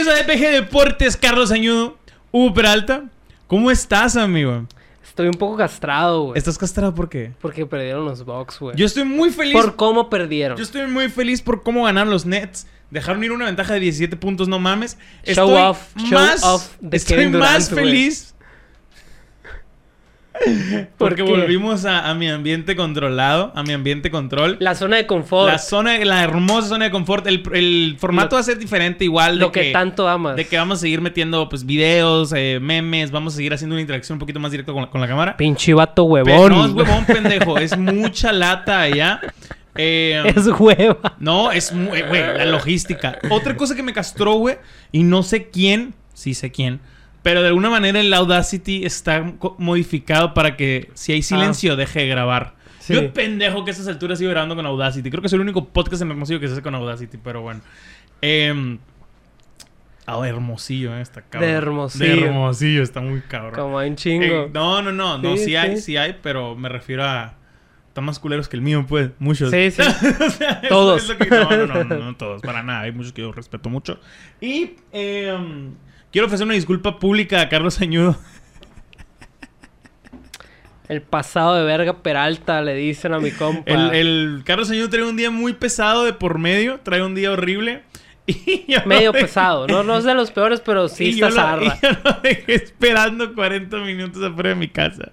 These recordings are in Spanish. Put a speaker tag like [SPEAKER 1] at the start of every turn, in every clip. [SPEAKER 1] DPG Deportes, Carlos Añudo, U Peralta. ¿Cómo estás, amigo?
[SPEAKER 2] Estoy un poco castrado, güey.
[SPEAKER 1] ¿Estás castrado por qué?
[SPEAKER 2] Porque perdieron los Bucks, güey.
[SPEAKER 1] Yo estoy muy feliz.
[SPEAKER 2] Por cómo perdieron.
[SPEAKER 1] Yo estoy muy feliz por cómo ganaron los Nets. Dejaron ir una ventaja de 17 puntos, no mames.
[SPEAKER 2] Show
[SPEAKER 1] estoy
[SPEAKER 2] off, show
[SPEAKER 1] más,
[SPEAKER 2] off de
[SPEAKER 1] estoy
[SPEAKER 2] Kevin Durant,
[SPEAKER 1] más
[SPEAKER 2] güey.
[SPEAKER 1] feliz. Porque
[SPEAKER 2] qué?
[SPEAKER 1] volvimos a, a mi ambiente controlado, a mi ambiente control.
[SPEAKER 2] La zona de confort.
[SPEAKER 1] La zona, la hermosa zona de confort. El, el formato
[SPEAKER 2] Lo-
[SPEAKER 1] va a ser diferente igual.
[SPEAKER 2] lo
[SPEAKER 1] de
[SPEAKER 2] que, tanto amas.
[SPEAKER 1] De que vamos a seguir metiendo pues videos, eh, memes. Vamos a seguir haciendo una interacción un poquito más directa con la, con la cámara.
[SPEAKER 2] Pinche vato
[SPEAKER 1] Pero
[SPEAKER 2] huevón.
[SPEAKER 1] no es huevón, pendejo. Es mucha lata allá. Eh,
[SPEAKER 2] Es hueva.
[SPEAKER 1] No, es muy, güey, la logística. Otra cosa que me castró, güey, y no sé quién, sí sé quién, pero de alguna manera el Audacity está co- modificado para que si hay
[SPEAKER 2] Ah.
[SPEAKER 1] silencio deje de grabar.
[SPEAKER 2] Sí.
[SPEAKER 1] Yo pendejo que a esas alturas sigo grabando con Audacity. Creo que es el único podcast en Hermosillo que se hace con Audacity, pero bueno. Eh, ah, Hermosillo, eh, está cabrón.
[SPEAKER 2] De Hermosillo.
[SPEAKER 1] De Hermosillo, está muy cabrón.
[SPEAKER 2] Como hay un chingo.
[SPEAKER 1] Eh, no, no, no, no, sí,
[SPEAKER 2] Sí,
[SPEAKER 1] hay,
[SPEAKER 2] sí.
[SPEAKER 1] sí hay, pero me refiero a. Están más culeros que el mío, pues, muchos.
[SPEAKER 2] Sí, sí.
[SPEAKER 1] O sea, eso
[SPEAKER 2] Todos.
[SPEAKER 1] es lo que- no, no, no, no, no todos, para nada. Hay muchos que yo respeto mucho. Y eh, quiero ofrecer una disculpa pública a Carlos Añudo.
[SPEAKER 2] El pasado de verga Peralta le dicen a mi compa.
[SPEAKER 1] El, el Carlos Añudo trae un día muy pesado de por medio, trae un día horrible. Y yo lo
[SPEAKER 2] Medio
[SPEAKER 1] dejé-
[SPEAKER 2] pesado. No, no es de los peores, pero sí
[SPEAKER 1] y yo
[SPEAKER 2] está
[SPEAKER 1] lo-
[SPEAKER 2] zarra.
[SPEAKER 1] y yo lo dejé esperando 40 minutos afuera de mi casa.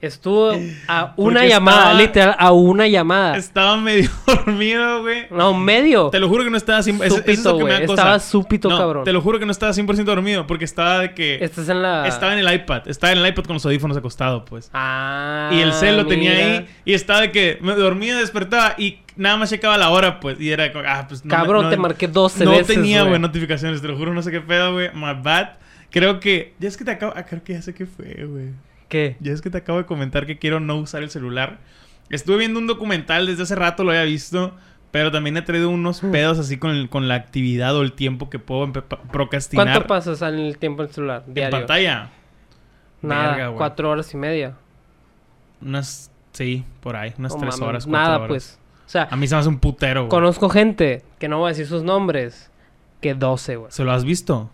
[SPEAKER 2] Estuvo a una
[SPEAKER 1] Porque
[SPEAKER 2] llamada,
[SPEAKER 1] estaba- Este-
[SPEAKER 2] literal, a una llamada.
[SPEAKER 1] Estaba medio dormido, güey.
[SPEAKER 2] No, medio.
[SPEAKER 1] Te lo juro que no estaba... cien- eso- eso es
[SPEAKER 2] Súpito,
[SPEAKER 1] lo que me da
[SPEAKER 2] güey.
[SPEAKER 1] cosa.
[SPEAKER 2] Estaba súpito,
[SPEAKER 1] No,
[SPEAKER 2] cabrón.
[SPEAKER 1] Te lo juro que no estaba 100% dormido porque estaba de que...
[SPEAKER 2] Estás Este en la.
[SPEAKER 1] Estaba en el iPad. Estaba en el iPad con los audífonos acostado, pues.
[SPEAKER 2] Ah.
[SPEAKER 1] y el cel lo tenía
[SPEAKER 2] mira.
[SPEAKER 1] ahí y estaba de que me dormía, despertaba y nada más checaba la hora, pues. Y era como, ah, pues no. me-
[SPEAKER 2] Cabrón,
[SPEAKER 1] no-
[SPEAKER 2] te marqué 12
[SPEAKER 1] No
[SPEAKER 2] veces.
[SPEAKER 1] tenía,
[SPEAKER 2] güey.
[SPEAKER 1] güey, notificaciones, te lo juro, no sé qué pedo, güey. My bad. Creo que. Ya es que te acabo. Ah, creo que ya sé qué fue, güey.
[SPEAKER 2] ¿Qué?
[SPEAKER 1] Ya es que te acabo de comentar que quiero no usar el celular. Estuve viendo un documental desde hace rato, lo había visto, pero también he traído unos
[SPEAKER 2] Mm.
[SPEAKER 1] pedos así con, el- con la actividad o el tiempo que puedo empe- pa- procrastinar
[SPEAKER 2] ¿Cuánto pasas en el tiempo en el celular?
[SPEAKER 1] en
[SPEAKER 2] Diario.
[SPEAKER 1] pantalla.
[SPEAKER 2] Nada,
[SPEAKER 1] Verga, güey.
[SPEAKER 2] cuatro horas y media.
[SPEAKER 1] Unas, sí, por ahí, unas
[SPEAKER 2] No
[SPEAKER 1] tres
[SPEAKER 2] mames,
[SPEAKER 1] horas, cuatro
[SPEAKER 2] Nada,
[SPEAKER 1] horas.
[SPEAKER 2] pues. O sea,
[SPEAKER 1] A mí se me hace un putero, güey.
[SPEAKER 2] conozco gente que no voy a decir sus nombres. Que 12, güey.
[SPEAKER 1] ¿Se lo has visto?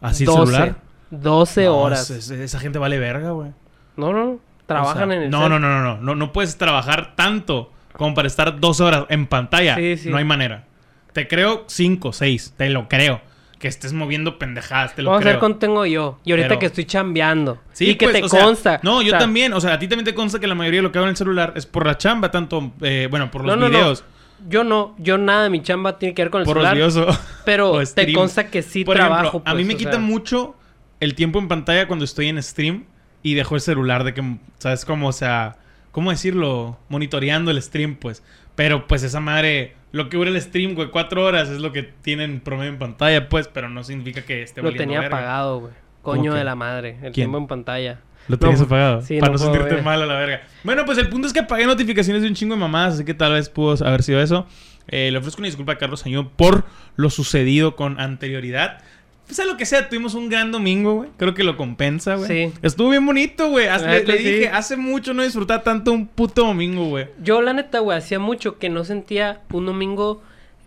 [SPEAKER 1] ¿Así el
[SPEAKER 2] 12,
[SPEAKER 1] celular?
[SPEAKER 2] 12
[SPEAKER 1] No,
[SPEAKER 2] horas.
[SPEAKER 1] es- es- esa gente vale verga, güey.
[SPEAKER 2] No, no. Trabajan
[SPEAKER 1] O sea,
[SPEAKER 2] en el
[SPEAKER 1] no,
[SPEAKER 2] cel.
[SPEAKER 1] no, no, no, no, no. No puedes trabajar tanto como para estar 12 horas en pantalla.
[SPEAKER 2] Sí, sí.
[SPEAKER 1] No hay manera. Te creo 5, 6. Te lo creo. Que estés moviendo pendejadas, te lo
[SPEAKER 2] Vamos a ver
[SPEAKER 1] creo.
[SPEAKER 2] cuánto tengo yo. Y ahorita
[SPEAKER 1] Pero-
[SPEAKER 2] que estoy chambeando.
[SPEAKER 1] Sí,
[SPEAKER 2] y que
[SPEAKER 1] pues,
[SPEAKER 2] te
[SPEAKER 1] o sea,
[SPEAKER 2] consta.
[SPEAKER 1] No, yo
[SPEAKER 2] O sea,
[SPEAKER 1] también. O sea, a ti también te consta que la mayoría de lo que hago en el celular es por la chamba, tanto, eh, bueno, por los
[SPEAKER 2] No, no, no.
[SPEAKER 1] videos.
[SPEAKER 2] Yo no, yo nada de mi chamba tiene que ver con el
[SPEAKER 1] Por los
[SPEAKER 2] celular.
[SPEAKER 1] videos. o-
[SPEAKER 2] Pero
[SPEAKER 1] o
[SPEAKER 2] te
[SPEAKER 1] stream.
[SPEAKER 2] consta que sí
[SPEAKER 1] Por
[SPEAKER 2] trabajo.
[SPEAKER 1] ejemplo, a mí
[SPEAKER 2] pues,
[SPEAKER 1] me
[SPEAKER 2] o
[SPEAKER 1] quita
[SPEAKER 2] sea,
[SPEAKER 1] mucho el tiempo en pantalla cuando estoy en stream y dejo el celular de que, ¿sabes cómo? O sea, ¿cómo decirlo? Monitoreando el stream, pues. Pero pues esa madre, lo que dura el stream, güey, cuatro horas es lo que tienen promedio en pantalla, pues, pero no significa que esté
[SPEAKER 2] Lo
[SPEAKER 1] valiendo
[SPEAKER 2] tenía
[SPEAKER 1] verga.
[SPEAKER 2] apagado, güey.
[SPEAKER 1] ¿Cómo
[SPEAKER 2] Coño
[SPEAKER 1] que?
[SPEAKER 2] de la madre. El
[SPEAKER 1] ¿Quién?
[SPEAKER 2] tiempo en pantalla.
[SPEAKER 1] Lo tenías
[SPEAKER 2] No, pues,
[SPEAKER 1] apagado.
[SPEAKER 2] sí,
[SPEAKER 1] para no,
[SPEAKER 2] no puedo
[SPEAKER 1] sentirte
[SPEAKER 2] ver.
[SPEAKER 1] mal a la verga. Bueno, pues el punto es que apagué notificaciones de un chingo de mamás, así que tal vez pudo haber sido eso. Eh, le ofrezco una disculpa a Carlos Añón por lo sucedido con anterioridad. Pues a lo que sea, tuvimos un gran domingo, güey. Creo que lo compensa, güey.
[SPEAKER 2] Sí.
[SPEAKER 1] Estuvo bien bonito, güey. Haz- Le,
[SPEAKER 2] Neta,
[SPEAKER 1] le dije,
[SPEAKER 2] sí.
[SPEAKER 1] hace mucho no disfrutaba tanto un puto domingo, güey.
[SPEAKER 2] Yo, la neta, güey, hacía mucho que no sentía un domingo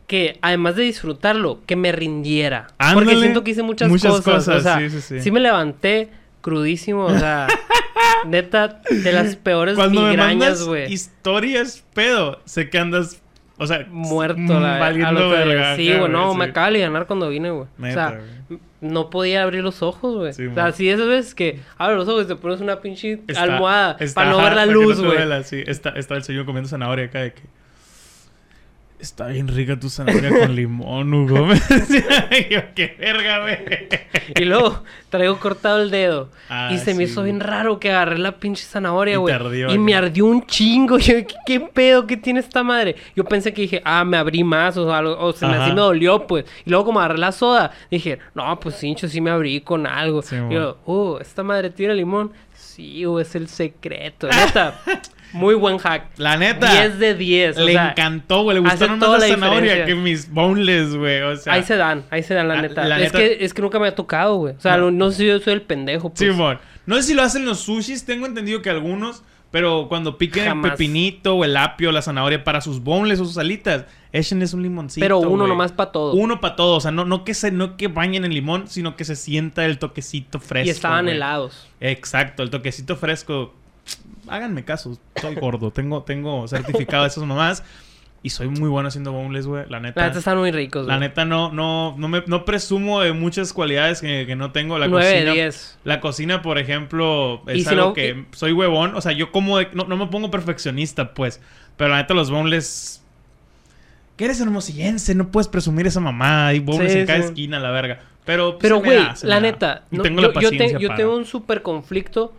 [SPEAKER 2] que, además de disfrutarlo, que me rindiera. Porque
[SPEAKER 1] Ándale.
[SPEAKER 2] siento que hice muchas,
[SPEAKER 1] Muchas
[SPEAKER 2] cosas.
[SPEAKER 1] cosas,
[SPEAKER 2] O sea,
[SPEAKER 1] sí,
[SPEAKER 2] sí,
[SPEAKER 1] sí, sí.
[SPEAKER 2] me levanté crudísimo, o sea... neta, de las peores
[SPEAKER 1] Cuando me
[SPEAKER 2] migrañas,
[SPEAKER 1] mandas
[SPEAKER 2] güey.
[SPEAKER 1] historias, pedo, sé que andas, o sea,
[SPEAKER 2] Muerto, la al
[SPEAKER 1] mm, valiendo
[SPEAKER 2] otro día.
[SPEAKER 1] verga.
[SPEAKER 2] Sí, güey, no, me
[SPEAKER 1] sí.
[SPEAKER 2] acaba de ganar cuando vine, güey. O
[SPEAKER 1] Neta,
[SPEAKER 2] sea,
[SPEAKER 1] güey.
[SPEAKER 2] no podía abrir los ojos, güey.
[SPEAKER 1] Sí,
[SPEAKER 2] o sea,
[SPEAKER 1] mo.
[SPEAKER 2] si esas veces que abres los ojos y te pones una pinche
[SPEAKER 1] Está-
[SPEAKER 2] almohada
[SPEAKER 1] está-
[SPEAKER 2] para no
[SPEAKER 1] ajá,
[SPEAKER 2] ver la
[SPEAKER 1] que
[SPEAKER 2] luz,
[SPEAKER 1] te
[SPEAKER 2] güey.
[SPEAKER 1] duela, sí. está, está el señor comiendo zanahoria acá de que... Está bien rica tu zanahoria con limón, Hugo. Me decía, y yo, qué verga, güey.
[SPEAKER 2] Y luego traigo cortado el dedo.
[SPEAKER 1] Ah,
[SPEAKER 2] y se
[SPEAKER 1] sí,
[SPEAKER 2] me hizo
[SPEAKER 1] güey.
[SPEAKER 2] bien raro que agarré la pinche zanahoria,
[SPEAKER 1] Y te
[SPEAKER 2] güey.
[SPEAKER 1] ardió,
[SPEAKER 2] Y
[SPEAKER 1] ¿no?
[SPEAKER 2] me ardió un chingo. Yo, ¿qué, qué pedo? ¿Qué tiene esta madre? Yo pensé que dije, ah, me abrí más o, algo, o se me,
[SPEAKER 1] Ajá.
[SPEAKER 2] así me dolió, pues. Y luego como agarré la soda, dije, no, pues hincho, sí me abrí con algo.
[SPEAKER 1] Sí,
[SPEAKER 2] y yo, uh, esta madre tiene limón. Sí, güey, es el secreto. Neta, muy buen hack.
[SPEAKER 1] La neta.
[SPEAKER 2] 10 de 10. o
[SPEAKER 1] Le
[SPEAKER 2] sea,
[SPEAKER 1] encantó, güey. Le
[SPEAKER 2] hace
[SPEAKER 1] gustaron más
[SPEAKER 2] toda
[SPEAKER 1] la,
[SPEAKER 2] la
[SPEAKER 1] zanahoria
[SPEAKER 2] diferencia.
[SPEAKER 1] que mis boneless, güey. O sea,
[SPEAKER 2] Ahí se dan, ahí se dan, la
[SPEAKER 1] la-
[SPEAKER 2] neta.
[SPEAKER 1] la
[SPEAKER 2] es,
[SPEAKER 1] neta-
[SPEAKER 2] Que, es que nunca me ha tocado, güey. O sea,
[SPEAKER 1] No.
[SPEAKER 2] no, no sé si yo soy el pendejo, pues.
[SPEAKER 1] Simón. No sé si lo hacen los sushis. Tengo entendido que algunos. Pero cuando piquen
[SPEAKER 2] Jamás.
[SPEAKER 1] el pepinito o el apio o la zanahoria para sus bonles o sus alitas, échenles un limoncito.
[SPEAKER 2] Pero uno
[SPEAKER 1] güey.
[SPEAKER 2] nomás para todo.
[SPEAKER 1] Uno para todo. O sea, no, no, que se, no que bañen en limón, sino que se sienta el toquecito fresco.
[SPEAKER 2] y estaban
[SPEAKER 1] güey.
[SPEAKER 2] helados.
[SPEAKER 1] Exacto, el toquecito fresco. Háganme caso, soy gordo. tengo, tengo certificado de esas mamás. Y soy muy bueno haciendo boneless, güey. La neta.
[SPEAKER 2] La neta están muy ricos,
[SPEAKER 1] La
[SPEAKER 2] güey.
[SPEAKER 1] neta no, no, no me no presumo de muchas cualidades que, que no tengo. La
[SPEAKER 2] 9 de
[SPEAKER 1] cocina.
[SPEAKER 2] 10.
[SPEAKER 1] La cocina, por ejemplo,
[SPEAKER 2] Y
[SPEAKER 1] es
[SPEAKER 2] si
[SPEAKER 1] algo
[SPEAKER 2] no-
[SPEAKER 1] que soy huevón. O sea, yo como de- no, no me pongo perfeccionista, pues. Pero la neta, los boneless. Que eres hermosillense, no puedes presumir esa mamá. Hay boneless
[SPEAKER 2] Sí,
[SPEAKER 1] en cada
[SPEAKER 2] sí.
[SPEAKER 1] esquina, la verga. Pero, pues,
[SPEAKER 2] Pero,
[SPEAKER 1] se me
[SPEAKER 2] güey,
[SPEAKER 1] da, se me
[SPEAKER 2] la
[SPEAKER 1] da.
[SPEAKER 2] neta,
[SPEAKER 1] Y
[SPEAKER 2] no,
[SPEAKER 1] tengo
[SPEAKER 2] yo,
[SPEAKER 1] la
[SPEAKER 2] yo te-
[SPEAKER 1] paciencia
[SPEAKER 2] yo
[SPEAKER 1] para-
[SPEAKER 2] tengo un súper conflicto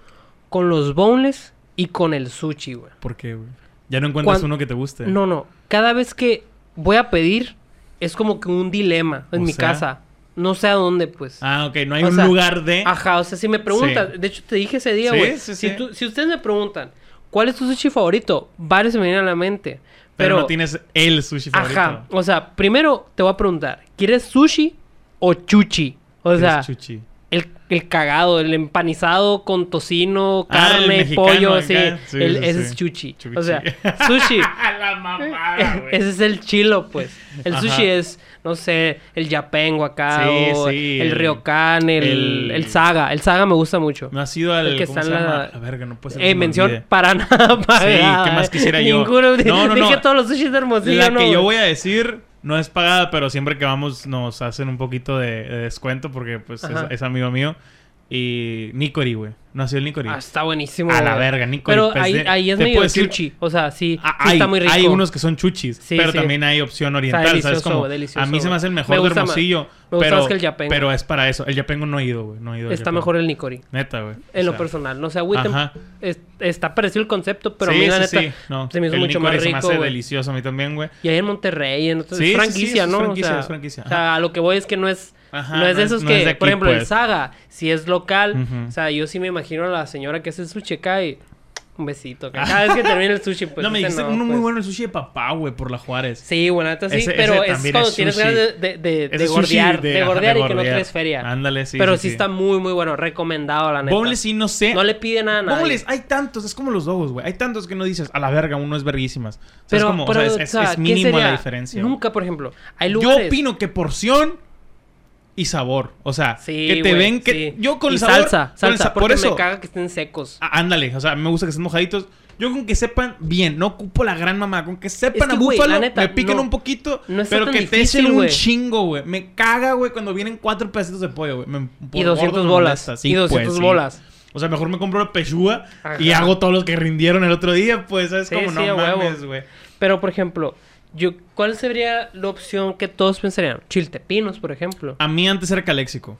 [SPEAKER 2] con los boneless y con el sushi, güey.
[SPEAKER 1] ¿Por qué, güey? Ya no encuentras
[SPEAKER 2] Cuan-
[SPEAKER 1] uno que te guste.
[SPEAKER 2] No, no. Cada vez que voy a pedir, es como que un dilema en
[SPEAKER 1] O
[SPEAKER 2] mi
[SPEAKER 1] sea-
[SPEAKER 2] casa. No sé a dónde, pues.
[SPEAKER 1] Ah, ok, no hay
[SPEAKER 2] O
[SPEAKER 1] un
[SPEAKER 2] sea,
[SPEAKER 1] lugar de.
[SPEAKER 2] Ajá, o sea, si me preguntas,
[SPEAKER 1] Sí.
[SPEAKER 2] de hecho te dije ese día,
[SPEAKER 1] Sí,
[SPEAKER 2] güey.
[SPEAKER 1] sí,
[SPEAKER 2] si,
[SPEAKER 1] sí.
[SPEAKER 2] tú- si ustedes me preguntan, ¿cuál es tu sushi favorito? Varios se me vienen a la mente. Pero,
[SPEAKER 1] pero, no tienes el sushi favorito.
[SPEAKER 2] Ajá, o sea, primero te voy a preguntar, ¿quieres sushi o chuchi? O
[SPEAKER 1] Eres
[SPEAKER 2] sea,
[SPEAKER 1] chuchi.
[SPEAKER 2] el, el cagado, el empanizado con tocino,
[SPEAKER 1] Ah, el
[SPEAKER 2] carne,
[SPEAKER 1] mexicano
[SPEAKER 2] pollo,
[SPEAKER 1] acá.
[SPEAKER 2] así.
[SPEAKER 1] Sí,
[SPEAKER 2] el-
[SPEAKER 1] sí,
[SPEAKER 2] ese
[SPEAKER 1] sí.
[SPEAKER 2] es chuchi. O
[SPEAKER 1] Chuchi.
[SPEAKER 2] sea, sushi.
[SPEAKER 1] A la mamada, güey.
[SPEAKER 2] Ese es el chilo, pues. El
[SPEAKER 1] Ajá.
[SPEAKER 2] sushi es, no sé, el yapengo acá,
[SPEAKER 1] Sí,
[SPEAKER 2] o
[SPEAKER 1] sí,
[SPEAKER 2] el
[SPEAKER 1] el-
[SPEAKER 2] ryokan, el,
[SPEAKER 1] el-
[SPEAKER 2] el saga. El saga me gusta mucho.
[SPEAKER 1] No ha sido al.
[SPEAKER 2] El que
[SPEAKER 1] ¿cómo
[SPEAKER 2] está
[SPEAKER 1] se
[SPEAKER 2] en la-
[SPEAKER 1] llama? La verga, no puede ser. que
[SPEAKER 2] Eh,
[SPEAKER 1] se me
[SPEAKER 2] mención
[SPEAKER 1] pues, olvide.
[SPEAKER 2] para nada pagada,
[SPEAKER 1] ¿qué más
[SPEAKER 2] eh.
[SPEAKER 1] quisiera yo?
[SPEAKER 2] Ninguno,
[SPEAKER 1] No, no,
[SPEAKER 2] dije
[SPEAKER 1] no.
[SPEAKER 2] todos los sushis de Hermosillo,
[SPEAKER 1] la
[SPEAKER 2] no,
[SPEAKER 1] que yo
[SPEAKER 2] güey.
[SPEAKER 1] voy a decir no es pagada, pero siempre que vamos nos hacen un poquito de, de descuento porque pues es,
[SPEAKER 2] Ajá.
[SPEAKER 1] es amigo mío. Y Nicori, güey. Nació el Nicori.
[SPEAKER 2] Ah, está buenísimo.
[SPEAKER 1] A la
[SPEAKER 2] güey.
[SPEAKER 1] verga, Nico.
[SPEAKER 2] Pero
[SPEAKER 1] y pues
[SPEAKER 2] ahí,
[SPEAKER 1] de-
[SPEAKER 2] ahí es
[SPEAKER 1] te
[SPEAKER 2] medio
[SPEAKER 1] puedo decir-
[SPEAKER 2] chuchi. O sea, sí,
[SPEAKER 1] Ah,
[SPEAKER 2] sí
[SPEAKER 1] hay,
[SPEAKER 2] está muy rico.
[SPEAKER 1] hay unos que son chuchis,
[SPEAKER 2] Sí,
[SPEAKER 1] pero
[SPEAKER 2] sí.
[SPEAKER 1] también hay opción oriental, ¿sabes?
[SPEAKER 2] delicioso,
[SPEAKER 1] Como,
[SPEAKER 2] güey, delicioso,
[SPEAKER 1] a mí se me hace el
[SPEAKER 2] güey.
[SPEAKER 1] mejor
[SPEAKER 2] Me
[SPEAKER 1] de
[SPEAKER 2] gusta más-
[SPEAKER 1] Hermosillo,
[SPEAKER 2] me gusta
[SPEAKER 1] pero,
[SPEAKER 2] más que el yapengo.
[SPEAKER 1] pero es para eso. El Yapengo no he ido, güey, no he ido. al
[SPEAKER 2] Está
[SPEAKER 1] Yapengo.
[SPEAKER 2] mejor el Nicori.
[SPEAKER 1] Neta, güey.
[SPEAKER 2] En
[SPEAKER 1] O
[SPEAKER 2] lo
[SPEAKER 1] sea,
[SPEAKER 2] personal. No sé, güey,
[SPEAKER 1] Ajá.
[SPEAKER 2] está parecido el concepto, pero
[SPEAKER 1] sí,
[SPEAKER 2] a mí la
[SPEAKER 1] sí,
[SPEAKER 2] neta
[SPEAKER 1] sí, no.
[SPEAKER 2] se me hizo
[SPEAKER 1] el
[SPEAKER 2] mucho
[SPEAKER 1] Nicori
[SPEAKER 2] más
[SPEAKER 1] se me
[SPEAKER 2] rico,
[SPEAKER 1] hace
[SPEAKER 2] güey.
[SPEAKER 1] delicioso a mí también, güey.
[SPEAKER 2] Y ahí en Monterrey, en otros-
[SPEAKER 1] Sí,
[SPEAKER 2] es
[SPEAKER 1] sí, sí,
[SPEAKER 2] franquicia,
[SPEAKER 1] es
[SPEAKER 2] ¿no? O
[SPEAKER 1] franquicia,
[SPEAKER 2] sea,
[SPEAKER 1] es franquicia,
[SPEAKER 2] O sea, a lo que voy es que no es...
[SPEAKER 1] Ajá,
[SPEAKER 2] no es de
[SPEAKER 1] no es-
[SPEAKER 2] esos
[SPEAKER 1] no
[SPEAKER 2] que,
[SPEAKER 1] es de
[SPEAKER 2] por
[SPEAKER 1] aquí,
[SPEAKER 2] ejemplo, el
[SPEAKER 1] pues.
[SPEAKER 2] Saga, si es local,
[SPEAKER 1] Ujú.
[SPEAKER 2] o sea, yo sí me imagino a la señora que hace sushi acá y un besito. acá. Cada vez que termina el sushi, pues.
[SPEAKER 1] Ah. no, me
[SPEAKER 2] ese
[SPEAKER 1] dijiste uno muy
[SPEAKER 2] pues.
[SPEAKER 1] bueno el sushi de papá, güey, por la Juárez.
[SPEAKER 2] Sí, bueno, neta sí,
[SPEAKER 1] Ese-
[SPEAKER 2] pero
[SPEAKER 1] ese
[SPEAKER 2] es
[SPEAKER 1] también
[SPEAKER 2] cuando
[SPEAKER 1] es
[SPEAKER 2] tienes
[SPEAKER 1] sushi.
[SPEAKER 2] ganas de, de, de, de
[SPEAKER 1] Ese sushi
[SPEAKER 2] gordear, de,
[SPEAKER 1] ajá,
[SPEAKER 2] gordear y que no
[SPEAKER 1] gordear.
[SPEAKER 2] traes feria.
[SPEAKER 1] Ándale, sí.
[SPEAKER 2] pero sí,
[SPEAKER 1] sí, eh. sí.
[SPEAKER 2] está muy, muy bueno, recomendado, la neta.
[SPEAKER 1] Boneless sí, no sé.
[SPEAKER 2] No le pide nada a nadie.
[SPEAKER 1] Boneless, hay tantos, es como los dogos, güey. Hay tantos que no dices, a la verga, uno es verguísimas. O sea,
[SPEAKER 2] pero,
[SPEAKER 1] es como,
[SPEAKER 2] pero,
[SPEAKER 1] o sea, es, es-
[SPEAKER 2] o sea,
[SPEAKER 1] es
[SPEAKER 2] ¿qué
[SPEAKER 1] mínima
[SPEAKER 2] sería?
[SPEAKER 1] la diferencia. güey.
[SPEAKER 2] Nunca, por ejemplo, hay
[SPEAKER 1] Yo
[SPEAKER 2] lugares...
[SPEAKER 1] opino que porción y sabor. O sea,
[SPEAKER 2] Sí,
[SPEAKER 1] que te
[SPEAKER 2] güey,
[SPEAKER 1] ven que.
[SPEAKER 2] sí.
[SPEAKER 1] Yo con
[SPEAKER 2] Y
[SPEAKER 1] el sabor.
[SPEAKER 2] salsa,
[SPEAKER 1] con el
[SPEAKER 2] salsa,
[SPEAKER 1] sa-
[SPEAKER 2] porque
[SPEAKER 1] por eso.
[SPEAKER 2] me caga que estén secos.
[SPEAKER 1] Ah, Ándale, o sea, me gusta que estén mojaditos. Yo con que sepan bien, no ocupo la gran mamá. Con que sepan
[SPEAKER 2] que,
[SPEAKER 1] a
[SPEAKER 2] güey,
[SPEAKER 1] búfalo,
[SPEAKER 2] la neta,
[SPEAKER 1] me piquen
[SPEAKER 2] no.
[SPEAKER 1] un poquito,
[SPEAKER 2] No está
[SPEAKER 1] pero
[SPEAKER 2] tan
[SPEAKER 1] que
[SPEAKER 2] difícil,
[SPEAKER 1] te echen
[SPEAKER 2] güey.
[SPEAKER 1] un chingo, güey. Me caga, güey, cuando vienen cuatro pedacitos de pollo, güey. Me-
[SPEAKER 2] Y
[SPEAKER 1] por
[SPEAKER 2] 200
[SPEAKER 1] gordo me
[SPEAKER 2] bolas.
[SPEAKER 1] molesta. Sí,
[SPEAKER 2] y
[SPEAKER 1] pues,
[SPEAKER 2] 200
[SPEAKER 1] sí.
[SPEAKER 2] bolas.
[SPEAKER 1] O sea, mejor me compro una pechúa y
[SPEAKER 2] Ajá.
[SPEAKER 1] hago todos los que rindieron el otro día, pues, ¿sabes?
[SPEAKER 2] Sí,
[SPEAKER 1] como
[SPEAKER 2] sí, a
[SPEAKER 1] no
[SPEAKER 2] huevo.
[SPEAKER 1] mames, güey.
[SPEAKER 2] Pero, por ejemplo, yo, ¿cuál sería la opción que todos pensarían? Chiltepinos, por ejemplo.
[SPEAKER 1] A mí antes era caléxico.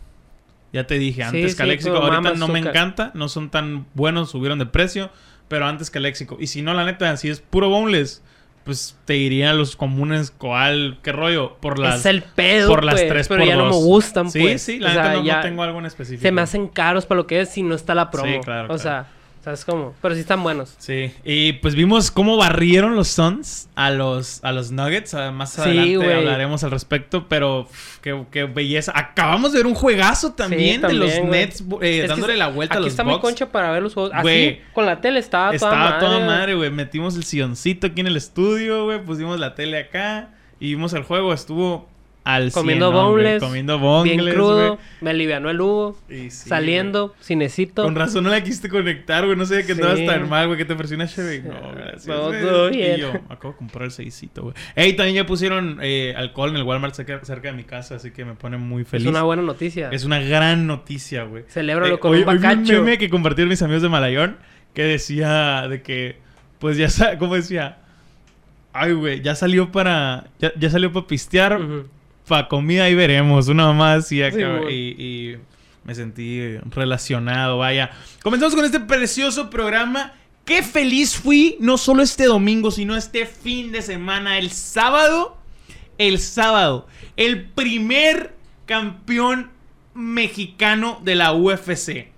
[SPEAKER 1] Ya te dije, antes
[SPEAKER 2] sí,
[SPEAKER 1] caléxico.
[SPEAKER 2] pero
[SPEAKER 1] Ahorita
[SPEAKER 2] mamas
[SPEAKER 1] no me
[SPEAKER 2] azúcar.
[SPEAKER 1] encanta, no son tan buenos, subieron de precio, pero antes caléxico. Y si no, la neta, si es puro boneless, pues te diría los comunes, coal, qué rollo, por las,
[SPEAKER 2] es el pedo,
[SPEAKER 1] por las
[SPEAKER 2] pues,
[SPEAKER 1] tres
[SPEAKER 2] pero
[SPEAKER 1] por
[SPEAKER 2] ya no me
[SPEAKER 1] dos.
[SPEAKER 2] gustan,
[SPEAKER 1] Sí,
[SPEAKER 2] pues.
[SPEAKER 1] sí,
[SPEAKER 2] O
[SPEAKER 1] la
[SPEAKER 2] sea,
[SPEAKER 1] neta no, no
[SPEAKER 2] ya
[SPEAKER 1] tengo algo en específico.
[SPEAKER 2] Se me hacen caros para lo que es si no está la promo.
[SPEAKER 1] Sí, claro, claro.
[SPEAKER 2] O sea, ¿sabes cómo? Pero sí están buenos.
[SPEAKER 1] Sí, y pues vimos cómo barrieron los Suns a los, a los Nuggets. Ah, Más
[SPEAKER 2] Sí,
[SPEAKER 1] adelante
[SPEAKER 2] güey.
[SPEAKER 1] hablaremos al respecto, pero pff, qué, qué belleza. Acabamos de ver un juegazo también, de los
[SPEAKER 2] también, güey.
[SPEAKER 1] Nets eh,
[SPEAKER 2] Es que
[SPEAKER 1] dándole la vuelta a
[SPEAKER 2] Aquí
[SPEAKER 1] los
[SPEAKER 2] está mi
[SPEAKER 1] Bucks.
[SPEAKER 2] concha para ver los juegos. Así,
[SPEAKER 1] Güey.
[SPEAKER 2] con la tele estaba,
[SPEAKER 1] Estaba
[SPEAKER 2] toda madre.
[SPEAKER 1] toda madre, güey. Metimos el silloncito aquí en el estudio, güey. Pusimos la tele acá y vimos el juego. Estuvo al
[SPEAKER 2] Comiendo
[SPEAKER 1] 100, ¿no, güey?
[SPEAKER 2] boneless,
[SPEAKER 1] Comiendo boneless,
[SPEAKER 2] Bien crudo.
[SPEAKER 1] güey.
[SPEAKER 2] Me alivianó el hubo.
[SPEAKER 1] Y sí,
[SPEAKER 2] saliendo, cinecito.
[SPEAKER 1] güey. Con razón no la quisiste conectar, güey. No sabía que
[SPEAKER 2] Sí.
[SPEAKER 1] andabas tan mal, güey. Que te ofrecí una chévere. No,
[SPEAKER 2] Sí.
[SPEAKER 1] gracias.
[SPEAKER 2] No,
[SPEAKER 1] güey.
[SPEAKER 2] todo bien.
[SPEAKER 1] Y yo, acabo de comprar el seisito, güey. Ey, también ya pusieron eh, alcohol en el Walmart cerca, cerca de mi casa. Así que me pone muy
[SPEAKER 2] es
[SPEAKER 1] feliz.
[SPEAKER 2] una buena noticia.
[SPEAKER 1] Es una gran noticia, güey.
[SPEAKER 2] Celébralo
[SPEAKER 1] Eh,
[SPEAKER 2] con
[SPEAKER 1] hoy-
[SPEAKER 2] un
[SPEAKER 1] hoy vi
[SPEAKER 2] bacacho.
[SPEAKER 1] meme que compartieron mis amigos de Malayón que decía de que, pues ya sa- ¿cómo decía? Ay, güey, ya salió para, ya, ya salió para pistear,
[SPEAKER 2] Ujú.
[SPEAKER 1] para comida y veremos. Una mamá así acá,
[SPEAKER 2] Sí, güey.
[SPEAKER 1] y, y me sentí relacionado, vaya. Comenzamos con este precioso programa. Qué feliz fui, no solo este domingo, sino este fin de semana, el sábado el sábado el primer campeón mexicano de la UFC,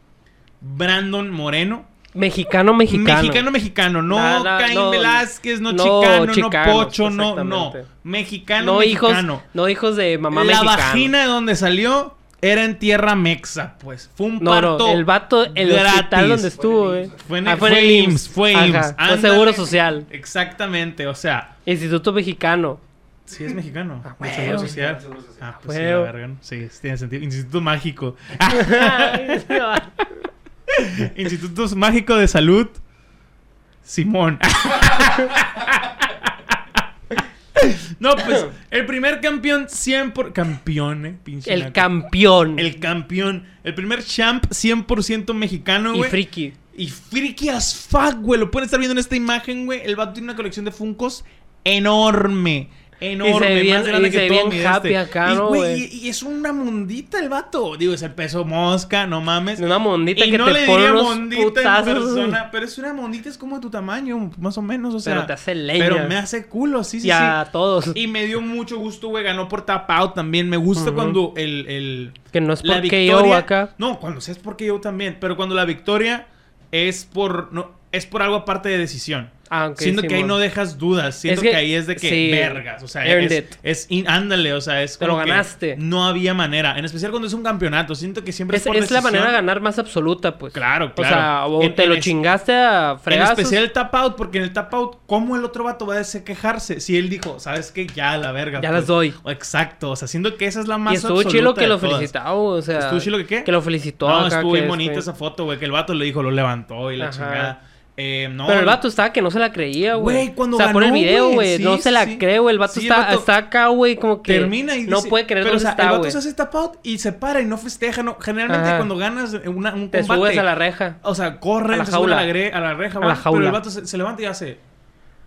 [SPEAKER 1] Brandon Moreno.
[SPEAKER 2] Mexicano, mexicano.
[SPEAKER 1] Mexicano, mexicano, no
[SPEAKER 2] Na- na-
[SPEAKER 1] Caín
[SPEAKER 2] no,
[SPEAKER 1] Velázquez, no,
[SPEAKER 2] no
[SPEAKER 1] chicano,
[SPEAKER 2] chicanos,
[SPEAKER 1] no pocho, no, no.
[SPEAKER 2] exactamente.
[SPEAKER 1] Mexicano,
[SPEAKER 2] no hijos,
[SPEAKER 1] mexicano.
[SPEAKER 2] no hijos de mamá
[SPEAKER 1] la
[SPEAKER 2] mexicana.
[SPEAKER 1] vagina de donde salió Era en tierra mexa, pues. Fue un
[SPEAKER 2] No,
[SPEAKER 1] parto
[SPEAKER 2] no, el vato, el
[SPEAKER 1] gratis.
[SPEAKER 2] hospital donde estuvo, güey.
[SPEAKER 1] Fue en,
[SPEAKER 2] Ah,
[SPEAKER 1] fue
[SPEAKER 2] en
[SPEAKER 1] el IMSS, fue
[SPEAKER 2] Ajá,
[SPEAKER 1] IMSS.
[SPEAKER 2] fue
[SPEAKER 1] Ándale.
[SPEAKER 2] Seguro Social.
[SPEAKER 1] Exactamente, o sea,
[SPEAKER 2] Instituto Mexicano.
[SPEAKER 1] sí es mexicano.
[SPEAKER 2] Ah,
[SPEAKER 1] el
[SPEAKER 2] huevo.
[SPEAKER 1] Seguro Social.
[SPEAKER 3] Seguro Social.
[SPEAKER 1] Ah, pues sí,
[SPEAKER 2] Huevo.
[SPEAKER 1] la verga, ¿no? Sí, tiene sentido. Instituto Mágico.
[SPEAKER 2] Ay, no.
[SPEAKER 1] Institutos Mágico de Salud. Simón. no, pues el primer campeón 100 por... Campeón, eh, pinche
[SPEAKER 2] el
[SPEAKER 1] naco.
[SPEAKER 2] campeón.
[SPEAKER 1] El campeón. El primer champ 100% mexicano,
[SPEAKER 2] y
[SPEAKER 1] güey.
[SPEAKER 2] friki.
[SPEAKER 1] Y freaky as fuck, güey. Lo pueden estar viendo en esta imagen, güey. El vato tiene una colección de Funkos enorme. Enorme,
[SPEAKER 2] Y se ve
[SPEAKER 1] más
[SPEAKER 2] bien-
[SPEAKER 1] grande
[SPEAKER 2] y
[SPEAKER 1] que
[SPEAKER 2] se ve
[SPEAKER 1] todo
[SPEAKER 2] bien
[SPEAKER 1] mi
[SPEAKER 2] happy
[SPEAKER 1] este.
[SPEAKER 2] acá,
[SPEAKER 1] y,
[SPEAKER 2] ¿no,
[SPEAKER 1] güey,
[SPEAKER 2] güey?
[SPEAKER 1] y, y es una mundita el vato. Digo, es el peso mosca, no mames.
[SPEAKER 2] Una mondita
[SPEAKER 1] y
[SPEAKER 2] que
[SPEAKER 1] no
[SPEAKER 2] te
[SPEAKER 1] le
[SPEAKER 2] pone
[SPEAKER 1] diría
[SPEAKER 2] unos
[SPEAKER 1] mondita en
[SPEAKER 2] putazos.
[SPEAKER 1] persona, pero es una mondita, es como de tu tamaño, más o menos, o sea.
[SPEAKER 2] pero te hace leña.
[SPEAKER 1] pero me hace culo, sí, sí,
[SPEAKER 2] y a todos.
[SPEAKER 1] sí. Y me dio mucho gusto, güey. Ganó por tapado también. Me gusta
[SPEAKER 2] Ujú.
[SPEAKER 1] cuando el- el,
[SPEAKER 2] que no es
[SPEAKER 1] la
[SPEAKER 2] porque
[SPEAKER 1] victoria-
[SPEAKER 2] yo acá.
[SPEAKER 1] No, cuando seas porque yo también. Pero cuando la victoria es por no, es por algo aparte de decisión.
[SPEAKER 2] Ah, ok,
[SPEAKER 1] siento que ahí
[SPEAKER 2] Simón.
[SPEAKER 1] no dejas dudas. Siento
[SPEAKER 2] que-
[SPEAKER 1] que, ahí es de que
[SPEAKER 2] sí.
[SPEAKER 1] vergas. O sea,
[SPEAKER 2] Earned
[SPEAKER 1] es,
[SPEAKER 2] it.
[SPEAKER 1] es in- ándale, o sea, es
[SPEAKER 2] Te lo
[SPEAKER 1] como que
[SPEAKER 2] ganaste.
[SPEAKER 1] no había manera. En especial cuando es un campeonato. Siento que siempre es,
[SPEAKER 2] Es,
[SPEAKER 1] por
[SPEAKER 2] es la
[SPEAKER 1] decisión.
[SPEAKER 2] manera de ganar más absoluta, pues.
[SPEAKER 1] Claro,
[SPEAKER 2] O sea,
[SPEAKER 1] claro.
[SPEAKER 2] o
[SPEAKER 1] En-
[SPEAKER 2] te
[SPEAKER 1] en
[SPEAKER 2] lo
[SPEAKER 1] es-
[SPEAKER 2] chingaste a
[SPEAKER 1] En
[SPEAKER 2] fregazos.
[SPEAKER 1] especial el tap out, porque en el tap out, ¿cómo el otro vato va a dese- quejarse? Si él dijo, ¿sabes qué? Ya la verga. pues".
[SPEAKER 2] Ya las doy.
[SPEAKER 1] Exacto, o sea, siento que esa es la más
[SPEAKER 2] y estuvo
[SPEAKER 1] absoluta
[SPEAKER 2] chilo que
[SPEAKER 1] de
[SPEAKER 2] lo
[SPEAKER 1] todas.
[SPEAKER 2] felicitaba, o sea.
[SPEAKER 1] ¿Estuvo chilo que qué?
[SPEAKER 2] Que lo felicitó.
[SPEAKER 1] No,
[SPEAKER 2] acá,
[SPEAKER 1] estuvo
[SPEAKER 2] que
[SPEAKER 1] bien
[SPEAKER 2] es,
[SPEAKER 1] bonita
[SPEAKER 2] güey.
[SPEAKER 1] esa foto, güey. Que el vato le dijo, lo levantó y la
[SPEAKER 2] Ajá.
[SPEAKER 1] chingada. Eh, no,
[SPEAKER 2] Pero el vato estaba que no se la creía, güey.
[SPEAKER 1] Güey, cuando
[SPEAKER 2] O sea, por el
[SPEAKER 1] ganó,
[SPEAKER 2] video,
[SPEAKER 1] güey,
[SPEAKER 2] güey.
[SPEAKER 1] sí,
[SPEAKER 2] no se la
[SPEAKER 1] sí.
[SPEAKER 2] cree, güey. El vato,
[SPEAKER 1] Sí, el
[SPEAKER 2] está,
[SPEAKER 1] vato
[SPEAKER 2] está acá, güey. Como que.
[SPEAKER 1] termina y
[SPEAKER 2] No
[SPEAKER 1] dice-
[SPEAKER 2] puede creer
[SPEAKER 1] pero, o
[SPEAKER 2] dónde
[SPEAKER 1] sea,
[SPEAKER 2] está,
[SPEAKER 1] El vato
[SPEAKER 2] güey.
[SPEAKER 1] se hace tap out y se para y no festeja. No, generalmente
[SPEAKER 2] Ajá.
[SPEAKER 1] cuando ganas una- un
[SPEAKER 2] Te
[SPEAKER 1] combate,
[SPEAKER 2] subes a la reja.
[SPEAKER 1] o sea, corre,
[SPEAKER 2] a la
[SPEAKER 1] se sube a la,
[SPEAKER 2] jaula.
[SPEAKER 1] gre- a la reja,
[SPEAKER 2] A
[SPEAKER 1] güey,
[SPEAKER 2] la
[SPEAKER 1] Pero
[SPEAKER 2] jaula.
[SPEAKER 1] el vato se, se levanta y hace.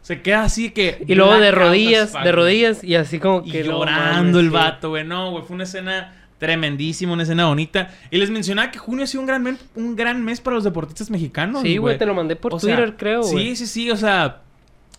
[SPEAKER 1] Se queda así que.
[SPEAKER 2] Y luego de
[SPEAKER 1] blackout as
[SPEAKER 2] rodillas,
[SPEAKER 1] fuck,
[SPEAKER 2] de
[SPEAKER 1] güey.
[SPEAKER 2] rodillas. Y así como
[SPEAKER 1] Y
[SPEAKER 2] que. no
[SPEAKER 1] llorando
[SPEAKER 2] mames,
[SPEAKER 1] el
[SPEAKER 2] sí.
[SPEAKER 1] vato, güey. No, güey. Fue una escena. Tremendísima, una escena bonita. Y les mencionaba que junio ha sido un gran, men- un gran mes para los deportistas mexicanos.
[SPEAKER 2] Sí, güey. Te lo mandé por
[SPEAKER 1] O sea,
[SPEAKER 2] Twitter, creo,
[SPEAKER 1] Sí,
[SPEAKER 2] güey.
[SPEAKER 1] sí, sí, o sea,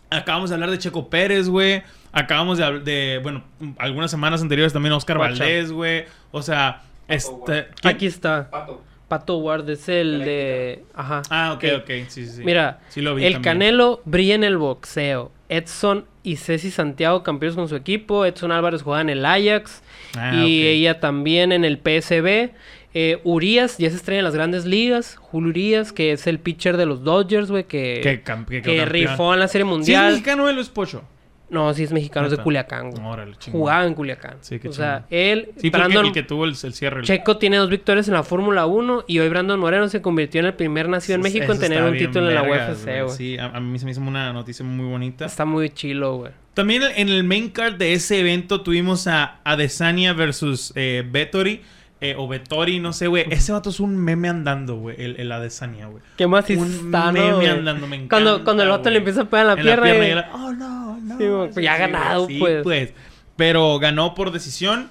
[SPEAKER 1] acabamos de hablar de Checo Pérez, güey. Acabamos de, habl- de bueno, algunas semanas anteriores también Oscar
[SPEAKER 2] Guacha.
[SPEAKER 1] Valdés, güey. O sea, este... ¿quién?
[SPEAKER 2] Aquí está.
[SPEAKER 3] Pato.
[SPEAKER 2] Pato Ward es el de. Ajá.
[SPEAKER 1] Ah, ok,
[SPEAKER 2] que-
[SPEAKER 1] ok, sí, sí, sí.
[SPEAKER 2] Mira,
[SPEAKER 1] Sí lo vi
[SPEAKER 2] el
[SPEAKER 1] también.
[SPEAKER 2] Canelo brilla en el boxeo. Edson y Ceci Santiago campeones con su equipo. Edson Álvarez juega en el Ajax.
[SPEAKER 1] Ah,
[SPEAKER 2] y
[SPEAKER 1] ok.
[SPEAKER 2] ella también en el PSB. Eh, Urias ya se estrena en las grandes ligas. Julio Urias, que es el pitcher de los Dodgers, güey, que,
[SPEAKER 1] Qué cam- qué- qué
[SPEAKER 2] que
[SPEAKER 1] campeón.
[SPEAKER 2] rifó en la Serie
[SPEAKER 1] ¿Sí es
[SPEAKER 2] Mundial.
[SPEAKER 1] mexicano él o es pocho?
[SPEAKER 2] No, sí es mexicano, es de
[SPEAKER 1] Neta.
[SPEAKER 2] Culiacán, güey.
[SPEAKER 1] Órale, chingón.
[SPEAKER 2] Jugaba en Culiacán.
[SPEAKER 1] Sí, qué
[SPEAKER 2] o sea,
[SPEAKER 1] chingón.
[SPEAKER 2] él,
[SPEAKER 1] Sí, porque
[SPEAKER 2] Brandon
[SPEAKER 1] el que tuvo el, el cierre. el-
[SPEAKER 2] Checo tiene dos victorias en la Fórmula 1 y hoy Brandon Moreno se convirtió en el primer nacido en
[SPEAKER 1] Eso-
[SPEAKER 2] México en
[SPEAKER 1] eso
[SPEAKER 2] tener
[SPEAKER 1] está
[SPEAKER 2] un
[SPEAKER 1] bien
[SPEAKER 2] título en la
[SPEAKER 1] vergas,
[SPEAKER 2] UFC, güey.
[SPEAKER 1] Sí, a, a mí se me hizo una noticia muy bonita.
[SPEAKER 2] Está muy chilo, güey.
[SPEAKER 1] También en el main card de ese evento tuvimos a Adesanya versus eh, Vettori. eh, o Vettori, no sé, güey. Ese vato es un meme andando, güey. El, el Adesanya, güey.
[SPEAKER 2] ¿Qué más
[SPEAKER 1] Un
[SPEAKER 2] está,
[SPEAKER 1] meme
[SPEAKER 2] no, güey?
[SPEAKER 1] andando, me
[SPEAKER 2] Cuando,
[SPEAKER 1] encanta,
[SPEAKER 2] cuando el vato
[SPEAKER 1] güey.
[SPEAKER 2] le empieza a pegar en la
[SPEAKER 1] En
[SPEAKER 2] pierna.
[SPEAKER 1] y
[SPEAKER 2] y-
[SPEAKER 1] era, oh, no, no.
[SPEAKER 2] Sí, güey, pues ya ha
[SPEAKER 1] Sí, güey,
[SPEAKER 2] ganado,
[SPEAKER 1] sí,
[SPEAKER 2] pues.
[SPEAKER 1] Pero ganó por decisión.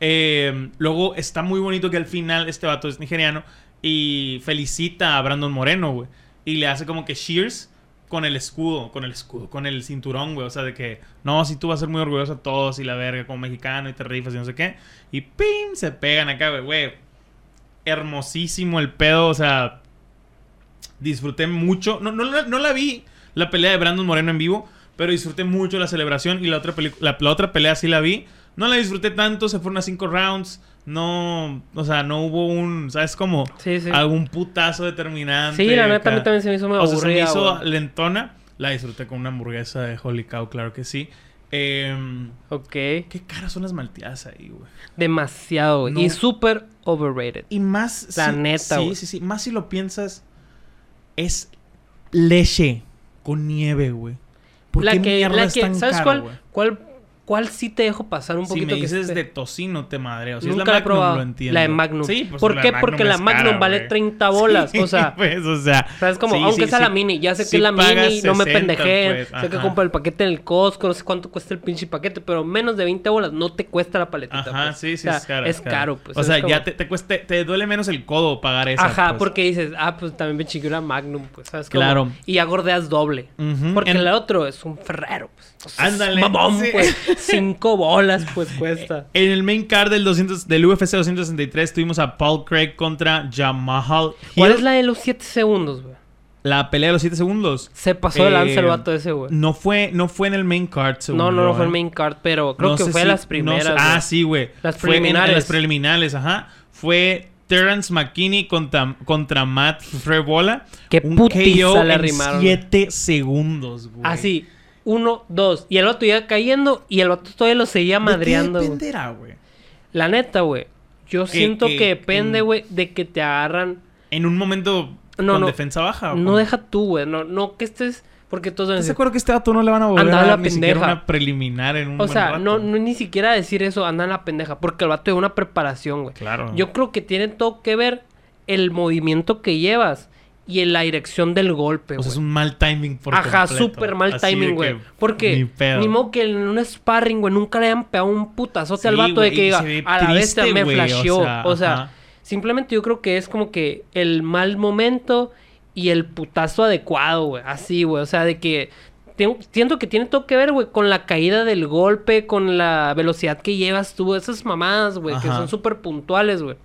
[SPEAKER 1] Eh, luego está muy bonito que al final este vato es nigeriano y felicita a Brandon Moreno, güey. Y le hace como que cheers con el escudo, con el escudo, con el cinturón, güey. O sea, de que, no, si tú vas a ser muy orgulloso a todos y la verga como mexicano y te rifas y no sé qué. Y ¡pim! Se pegan acá, güey, güey. Hermosísimo el pedo, o sea, disfruté mucho. No, no, la- no la vi la pelea de Brandon Moreno en vivo, pero disfruté mucho la celebración y la otra, peli- la, la otra pelea sí la vi. No la disfruté tanto, se fueron a cinco rounds. No, o sea, no hubo un, ¿sabes cómo?
[SPEAKER 2] Sí, sí.
[SPEAKER 1] Algún putazo determinante.
[SPEAKER 2] Sí, la neta
[SPEAKER 1] acá.
[SPEAKER 2] a mí también se me hizo muy
[SPEAKER 1] O sea, se me
[SPEAKER 2] aburrida,
[SPEAKER 1] hizo
[SPEAKER 2] güey.
[SPEAKER 1] lentona. La disfruté con una hamburguesa de Holy Cow, claro que sí. Em,
[SPEAKER 2] Ok.
[SPEAKER 1] qué caras son las malteadas ahí, güey.
[SPEAKER 2] Demasiado, güey.
[SPEAKER 1] No.
[SPEAKER 2] Y súper overrated.
[SPEAKER 1] Y más.
[SPEAKER 2] La
[SPEAKER 1] si-
[SPEAKER 2] neta,
[SPEAKER 1] Sí,
[SPEAKER 2] güey.
[SPEAKER 1] sí, sí. Más si lo piensas, es leche con nieve, güey. ¿Por
[SPEAKER 2] La
[SPEAKER 1] qué
[SPEAKER 2] que,
[SPEAKER 1] mierda
[SPEAKER 2] la
[SPEAKER 1] es
[SPEAKER 2] que,
[SPEAKER 1] tan
[SPEAKER 2] ¿sabes
[SPEAKER 1] caro, güey?
[SPEAKER 2] cuál? ¿Cuál cuál sí te dejo pasar un
[SPEAKER 1] Si
[SPEAKER 2] poquito?
[SPEAKER 1] me
[SPEAKER 2] que
[SPEAKER 1] dices
[SPEAKER 2] esté?
[SPEAKER 1] de tocino, te madreo. Si
[SPEAKER 2] Nunca
[SPEAKER 1] es la
[SPEAKER 2] la he
[SPEAKER 1] Magnum,
[SPEAKER 2] probado.
[SPEAKER 1] lo entiendo.
[SPEAKER 2] La de Magnum.
[SPEAKER 1] Sí, pues,
[SPEAKER 2] ¿Por qué? Porque la
[SPEAKER 1] es
[SPEAKER 2] Magnum
[SPEAKER 1] cara,
[SPEAKER 2] vale
[SPEAKER 1] güey.
[SPEAKER 2] 30 bolas, o sea.
[SPEAKER 1] pues, o sea.
[SPEAKER 2] ¿Sabes? Como,
[SPEAKER 1] sí,
[SPEAKER 2] aunque
[SPEAKER 1] sí,
[SPEAKER 2] sea la
[SPEAKER 1] sí.
[SPEAKER 2] mini, ya sé que
[SPEAKER 1] Sí
[SPEAKER 2] es la mini,
[SPEAKER 1] pagas
[SPEAKER 2] no
[SPEAKER 1] 60,
[SPEAKER 2] me pendejé.
[SPEAKER 1] pues,
[SPEAKER 2] sé que
[SPEAKER 1] ajá.
[SPEAKER 2] compro el paquete en el Costco, no sé cuánto cuesta el pinche paquete, pero menos de 20 bolas no te cuesta la paletita.
[SPEAKER 1] Ajá,
[SPEAKER 2] pues.
[SPEAKER 1] sí, sí,
[SPEAKER 2] O sea,
[SPEAKER 1] es caro.
[SPEAKER 2] Es caro, pues.
[SPEAKER 1] O
[SPEAKER 2] es
[SPEAKER 1] sea,
[SPEAKER 2] como-
[SPEAKER 1] ya te, te, cueste- te duele menos el codo pagar esa.
[SPEAKER 2] Ajá,
[SPEAKER 1] pues.
[SPEAKER 2] porque dices, ah, pues también me chingué una Magnum, pues, ¿sabes? cómo?
[SPEAKER 1] Claro.
[SPEAKER 2] Y ya gordeas doble.
[SPEAKER 1] Ujú,
[SPEAKER 2] Porque
[SPEAKER 1] en-
[SPEAKER 2] el otro es un Ferrero, pues. O sea, es
[SPEAKER 1] Ándale,
[SPEAKER 2] Mamón,
[SPEAKER 1] sí.
[SPEAKER 2] pues. Cinco bolas, pues, cuesta.
[SPEAKER 1] En el main card del, 200, del UFC 263 tuvimos a Paul Craig contra Jamal Hill.
[SPEAKER 2] ¿Cuál es la de los 7 segundos, güey?
[SPEAKER 1] la pelea de los 7 segundos.
[SPEAKER 2] Se pasó de
[SPEAKER 1] Eh,
[SPEAKER 2] lanza el vato ese, güey.
[SPEAKER 1] No fue, no fue en el main card, según
[SPEAKER 2] No, no,
[SPEAKER 1] yo,
[SPEAKER 2] no fue el
[SPEAKER 1] ¿eh?
[SPEAKER 2] main card, pero creo
[SPEAKER 1] No
[SPEAKER 2] que
[SPEAKER 1] sé
[SPEAKER 2] fue
[SPEAKER 1] si-
[SPEAKER 2] las
[SPEAKER 1] no
[SPEAKER 2] primeras.
[SPEAKER 1] sé-
[SPEAKER 2] güey.
[SPEAKER 1] ah, sí, güey.
[SPEAKER 2] Las
[SPEAKER 1] Fue en- En,
[SPEAKER 2] preliminares.
[SPEAKER 1] las preliminares, ajá. Fue Terrence McKinney contra, contra Matt Frebola.
[SPEAKER 2] Qué putiza le
[SPEAKER 1] en
[SPEAKER 2] arrimaron. Ah,
[SPEAKER 1] 7 segundos, güey.
[SPEAKER 2] Así, uno, dos. Y el vato iba cayendo y el vato todavía lo seguía
[SPEAKER 1] ¿De qué
[SPEAKER 2] madreando. güey.
[SPEAKER 1] dependerá, güey?
[SPEAKER 2] La neta, güey. Yo
[SPEAKER 1] Que-
[SPEAKER 2] siento
[SPEAKER 1] que-
[SPEAKER 2] que depende,
[SPEAKER 1] que-
[SPEAKER 2] güey, de que te agarran.
[SPEAKER 1] En un momento
[SPEAKER 2] No,
[SPEAKER 1] con
[SPEAKER 2] no.
[SPEAKER 1] defensa baja. ¿o
[SPEAKER 2] No
[SPEAKER 1] cómo?
[SPEAKER 2] deja tú, güey. No, no que estés. Porque todos van a
[SPEAKER 1] Ah, ¿Estás de
[SPEAKER 2] decir,
[SPEAKER 1] acuerdo que este dato no le van a volver
[SPEAKER 2] Andaba
[SPEAKER 1] a dar
[SPEAKER 2] la
[SPEAKER 1] ni siquiera
[SPEAKER 2] pendeja.
[SPEAKER 1] una preliminar en un
[SPEAKER 2] O
[SPEAKER 1] buen
[SPEAKER 2] sea,
[SPEAKER 1] rato?
[SPEAKER 2] no, no ni siquiera decir eso, anda en la pendeja. Porque el vato de una preparación, güey.
[SPEAKER 1] Claro.
[SPEAKER 2] Yo creo que tiene todo que ver el movimiento que llevas y en la dirección del golpe,
[SPEAKER 1] o sea, es
[SPEAKER 2] güey.
[SPEAKER 1] un mal timing por
[SPEAKER 2] Ajá,
[SPEAKER 1] completo.
[SPEAKER 2] súper mal
[SPEAKER 1] Así de
[SPEAKER 2] timing,
[SPEAKER 1] que
[SPEAKER 2] güey. Porque
[SPEAKER 1] Ni
[SPEAKER 2] ni,
[SPEAKER 1] pedo.
[SPEAKER 2] modo que en un sparring, güey, nunca le hayan pegado un putazote al
[SPEAKER 1] Sí,
[SPEAKER 2] vato
[SPEAKER 1] güey,
[SPEAKER 2] de que
[SPEAKER 1] y
[SPEAKER 2] diga,
[SPEAKER 1] se ve
[SPEAKER 2] a la
[SPEAKER 1] triste,
[SPEAKER 2] bestia me
[SPEAKER 1] güey, o
[SPEAKER 2] flasheó. O sea,
[SPEAKER 1] sea, ajá.
[SPEAKER 2] simplemente yo creo que es como que el mal momento y el putazo adecuado, güey. Así, güey. O sea, de que tengo- siento que tiene todo que ver, güey, con la caída del golpe, con la velocidad que llevas tú, esas mamadas, güey, que
[SPEAKER 1] Ajá.
[SPEAKER 2] son súper puntuales, güey.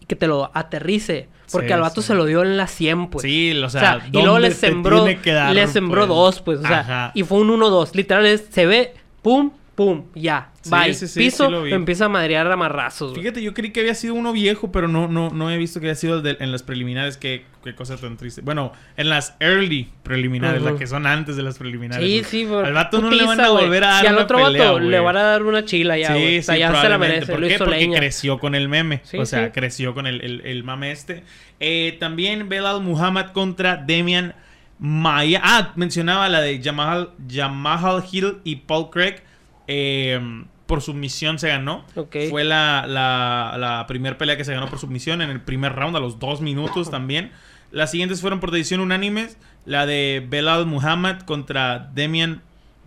[SPEAKER 2] Y que te lo aterrice. Porque
[SPEAKER 1] Sí,
[SPEAKER 2] al vato
[SPEAKER 1] sí.
[SPEAKER 2] se lo dio en la 100, pues.
[SPEAKER 1] Sí, o
[SPEAKER 2] O
[SPEAKER 1] sea,
[SPEAKER 2] sea, y luego
[SPEAKER 1] ¿dónde te
[SPEAKER 2] le sembró,
[SPEAKER 1] tiene que dar,
[SPEAKER 2] le sembró dos, pues, o sea,
[SPEAKER 1] Ajá.
[SPEAKER 2] y fue un 1-2. Literal, es- se ve, pum, pum, ya,
[SPEAKER 1] Sí,
[SPEAKER 2] bye.
[SPEAKER 1] sí, sí,
[SPEAKER 2] Piso,
[SPEAKER 1] sí lo vi.
[SPEAKER 2] lo empieza a madrear a marrazos, güey.
[SPEAKER 1] Fíjate, yo creí que había sido uno viejo, pero no, no, no he visto que haya sido el de- en las preliminares. Qué, qué cosa tan triste. Bueno, en las early preliminares,
[SPEAKER 2] Ujú.
[SPEAKER 1] las que son antes de las preliminares.
[SPEAKER 2] Sí,
[SPEAKER 1] güey.
[SPEAKER 2] sí, güey.
[SPEAKER 1] pues, Al vato no le van
[SPEAKER 2] Putiza,
[SPEAKER 1] a
[SPEAKER 2] güey.
[SPEAKER 1] volver a dar
[SPEAKER 2] Y al
[SPEAKER 1] una
[SPEAKER 2] otro
[SPEAKER 1] pelea,
[SPEAKER 2] vato le
[SPEAKER 1] güey.
[SPEAKER 2] van a dar una chila ya, güey. o sea, ya se la
[SPEAKER 1] probablemente.
[SPEAKER 2] merece,
[SPEAKER 1] ¿Por
[SPEAKER 2] lo
[SPEAKER 1] qué?
[SPEAKER 2] hizo
[SPEAKER 1] Porque
[SPEAKER 2] leña.
[SPEAKER 1] creció con el meme.
[SPEAKER 2] Sí,
[SPEAKER 1] o sea,
[SPEAKER 2] sí.
[SPEAKER 1] creció con el, el- el mame este. Eh, también Belal Muhammad contra Demian Maya. Ah, mencionaba la de Jamal, Jamal Hill y Paul Craig. Eh, por submisión se ganó.
[SPEAKER 2] Ok.
[SPEAKER 1] Fue la, la, la primera pelea que se ganó por submisión en el primer round, a los dos minutos también. Las siguientes fueron por decisión unánimes. La de Belal Muhammad contra Demian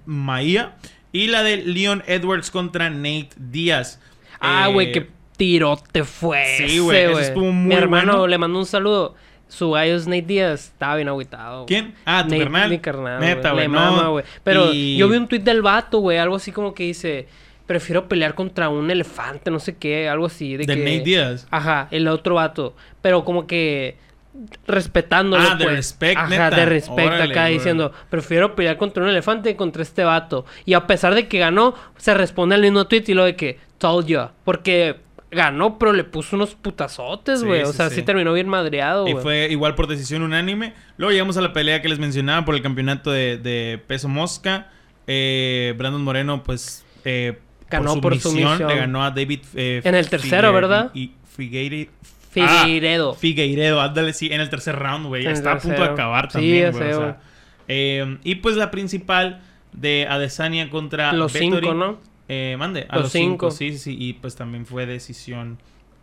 [SPEAKER 1] Maia. Y la de Leon Edwards contra Nate Díaz.
[SPEAKER 2] Ah,
[SPEAKER 1] Eh,
[SPEAKER 2] güey, qué tirote fue
[SPEAKER 1] sí,
[SPEAKER 2] ese,
[SPEAKER 1] güey, ese estuvo muy
[SPEAKER 2] Mi hermano
[SPEAKER 1] bueno.
[SPEAKER 2] le mandó un saludo. Su gallo es Nate Díaz estaba bien agüitado. güey.
[SPEAKER 1] ¿Quién? Ah, tu
[SPEAKER 2] Nate-
[SPEAKER 1] carnal.
[SPEAKER 2] Mi carnal.
[SPEAKER 1] Neta,
[SPEAKER 2] Le
[SPEAKER 1] güey, no.
[SPEAKER 2] mama, güey. Pero
[SPEAKER 1] Y-
[SPEAKER 2] yo vi un tuit del vato, güey. Algo así como que dice: Prefiero pelear contra un elefante, no sé qué. Algo así. De,
[SPEAKER 1] De
[SPEAKER 2] que...
[SPEAKER 1] Nate Díaz.
[SPEAKER 2] Ajá, el otro vato. Pero como que respetándolo.
[SPEAKER 1] Ah, de
[SPEAKER 2] pues.
[SPEAKER 1] respect,
[SPEAKER 2] Ajá,
[SPEAKER 1] neta.
[SPEAKER 2] de respect
[SPEAKER 1] Órale,
[SPEAKER 2] acá
[SPEAKER 1] güey.
[SPEAKER 2] diciendo, prefiero pelear contra un elefante que contra este vato. Y a pesar de que ganó, se responde al mismo tweet y lo de que, told you. Porque ganó, pero le puso unos putazotes,
[SPEAKER 1] Sí,
[SPEAKER 2] güey. o
[SPEAKER 1] sí,
[SPEAKER 2] sea, sí.
[SPEAKER 1] sí.
[SPEAKER 2] terminó bien madreado,
[SPEAKER 1] Y
[SPEAKER 2] güey.
[SPEAKER 1] fue igual por decisión unánime. Luego llegamos a la pelea que les mencionaba por el campeonato de, de peso mosca. Eh, Brandon Moreno, pues. eh,
[SPEAKER 2] Ganó por sumisión.
[SPEAKER 1] Le ganó a David. eh,
[SPEAKER 2] En el tercero,
[SPEAKER 1] Figueire-
[SPEAKER 2] ¿verdad?
[SPEAKER 1] Y Figueire-
[SPEAKER 2] Figueiredo.
[SPEAKER 1] Ah, Figueiredo, ándale, sí, en el tercer round, güey.
[SPEAKER 2] En el
[SPEAKER 1] Está a punto de
[SPEAKER 2] tercero.
[SPEAKER 1] acabar
[SPEAKER 2] Sí,
[SPEAKER 1] también,
[SPEAKER 2] ya
[SPEAKER 1] güey.
[SPEAKER 2] sé,
[SPEAKER 1] o sea.
[SPEAKER 2] güey.
[SPEAKER 1] Eh, y pues la principal de Adesanya contra.
[SPEAKER 2] Los
[SPEAKER 1] Vettori.
[SPEAKER 2] cinco, ¿no?
[SPEAKER 1] Eh, mande, a
[SPEAKER 2] Los
[SPEAKER 1] los,
[SPEAKER 2] cinco.
[SPEAKER 1] cinco. Sí, sí, sí. Y pues también fue decisión.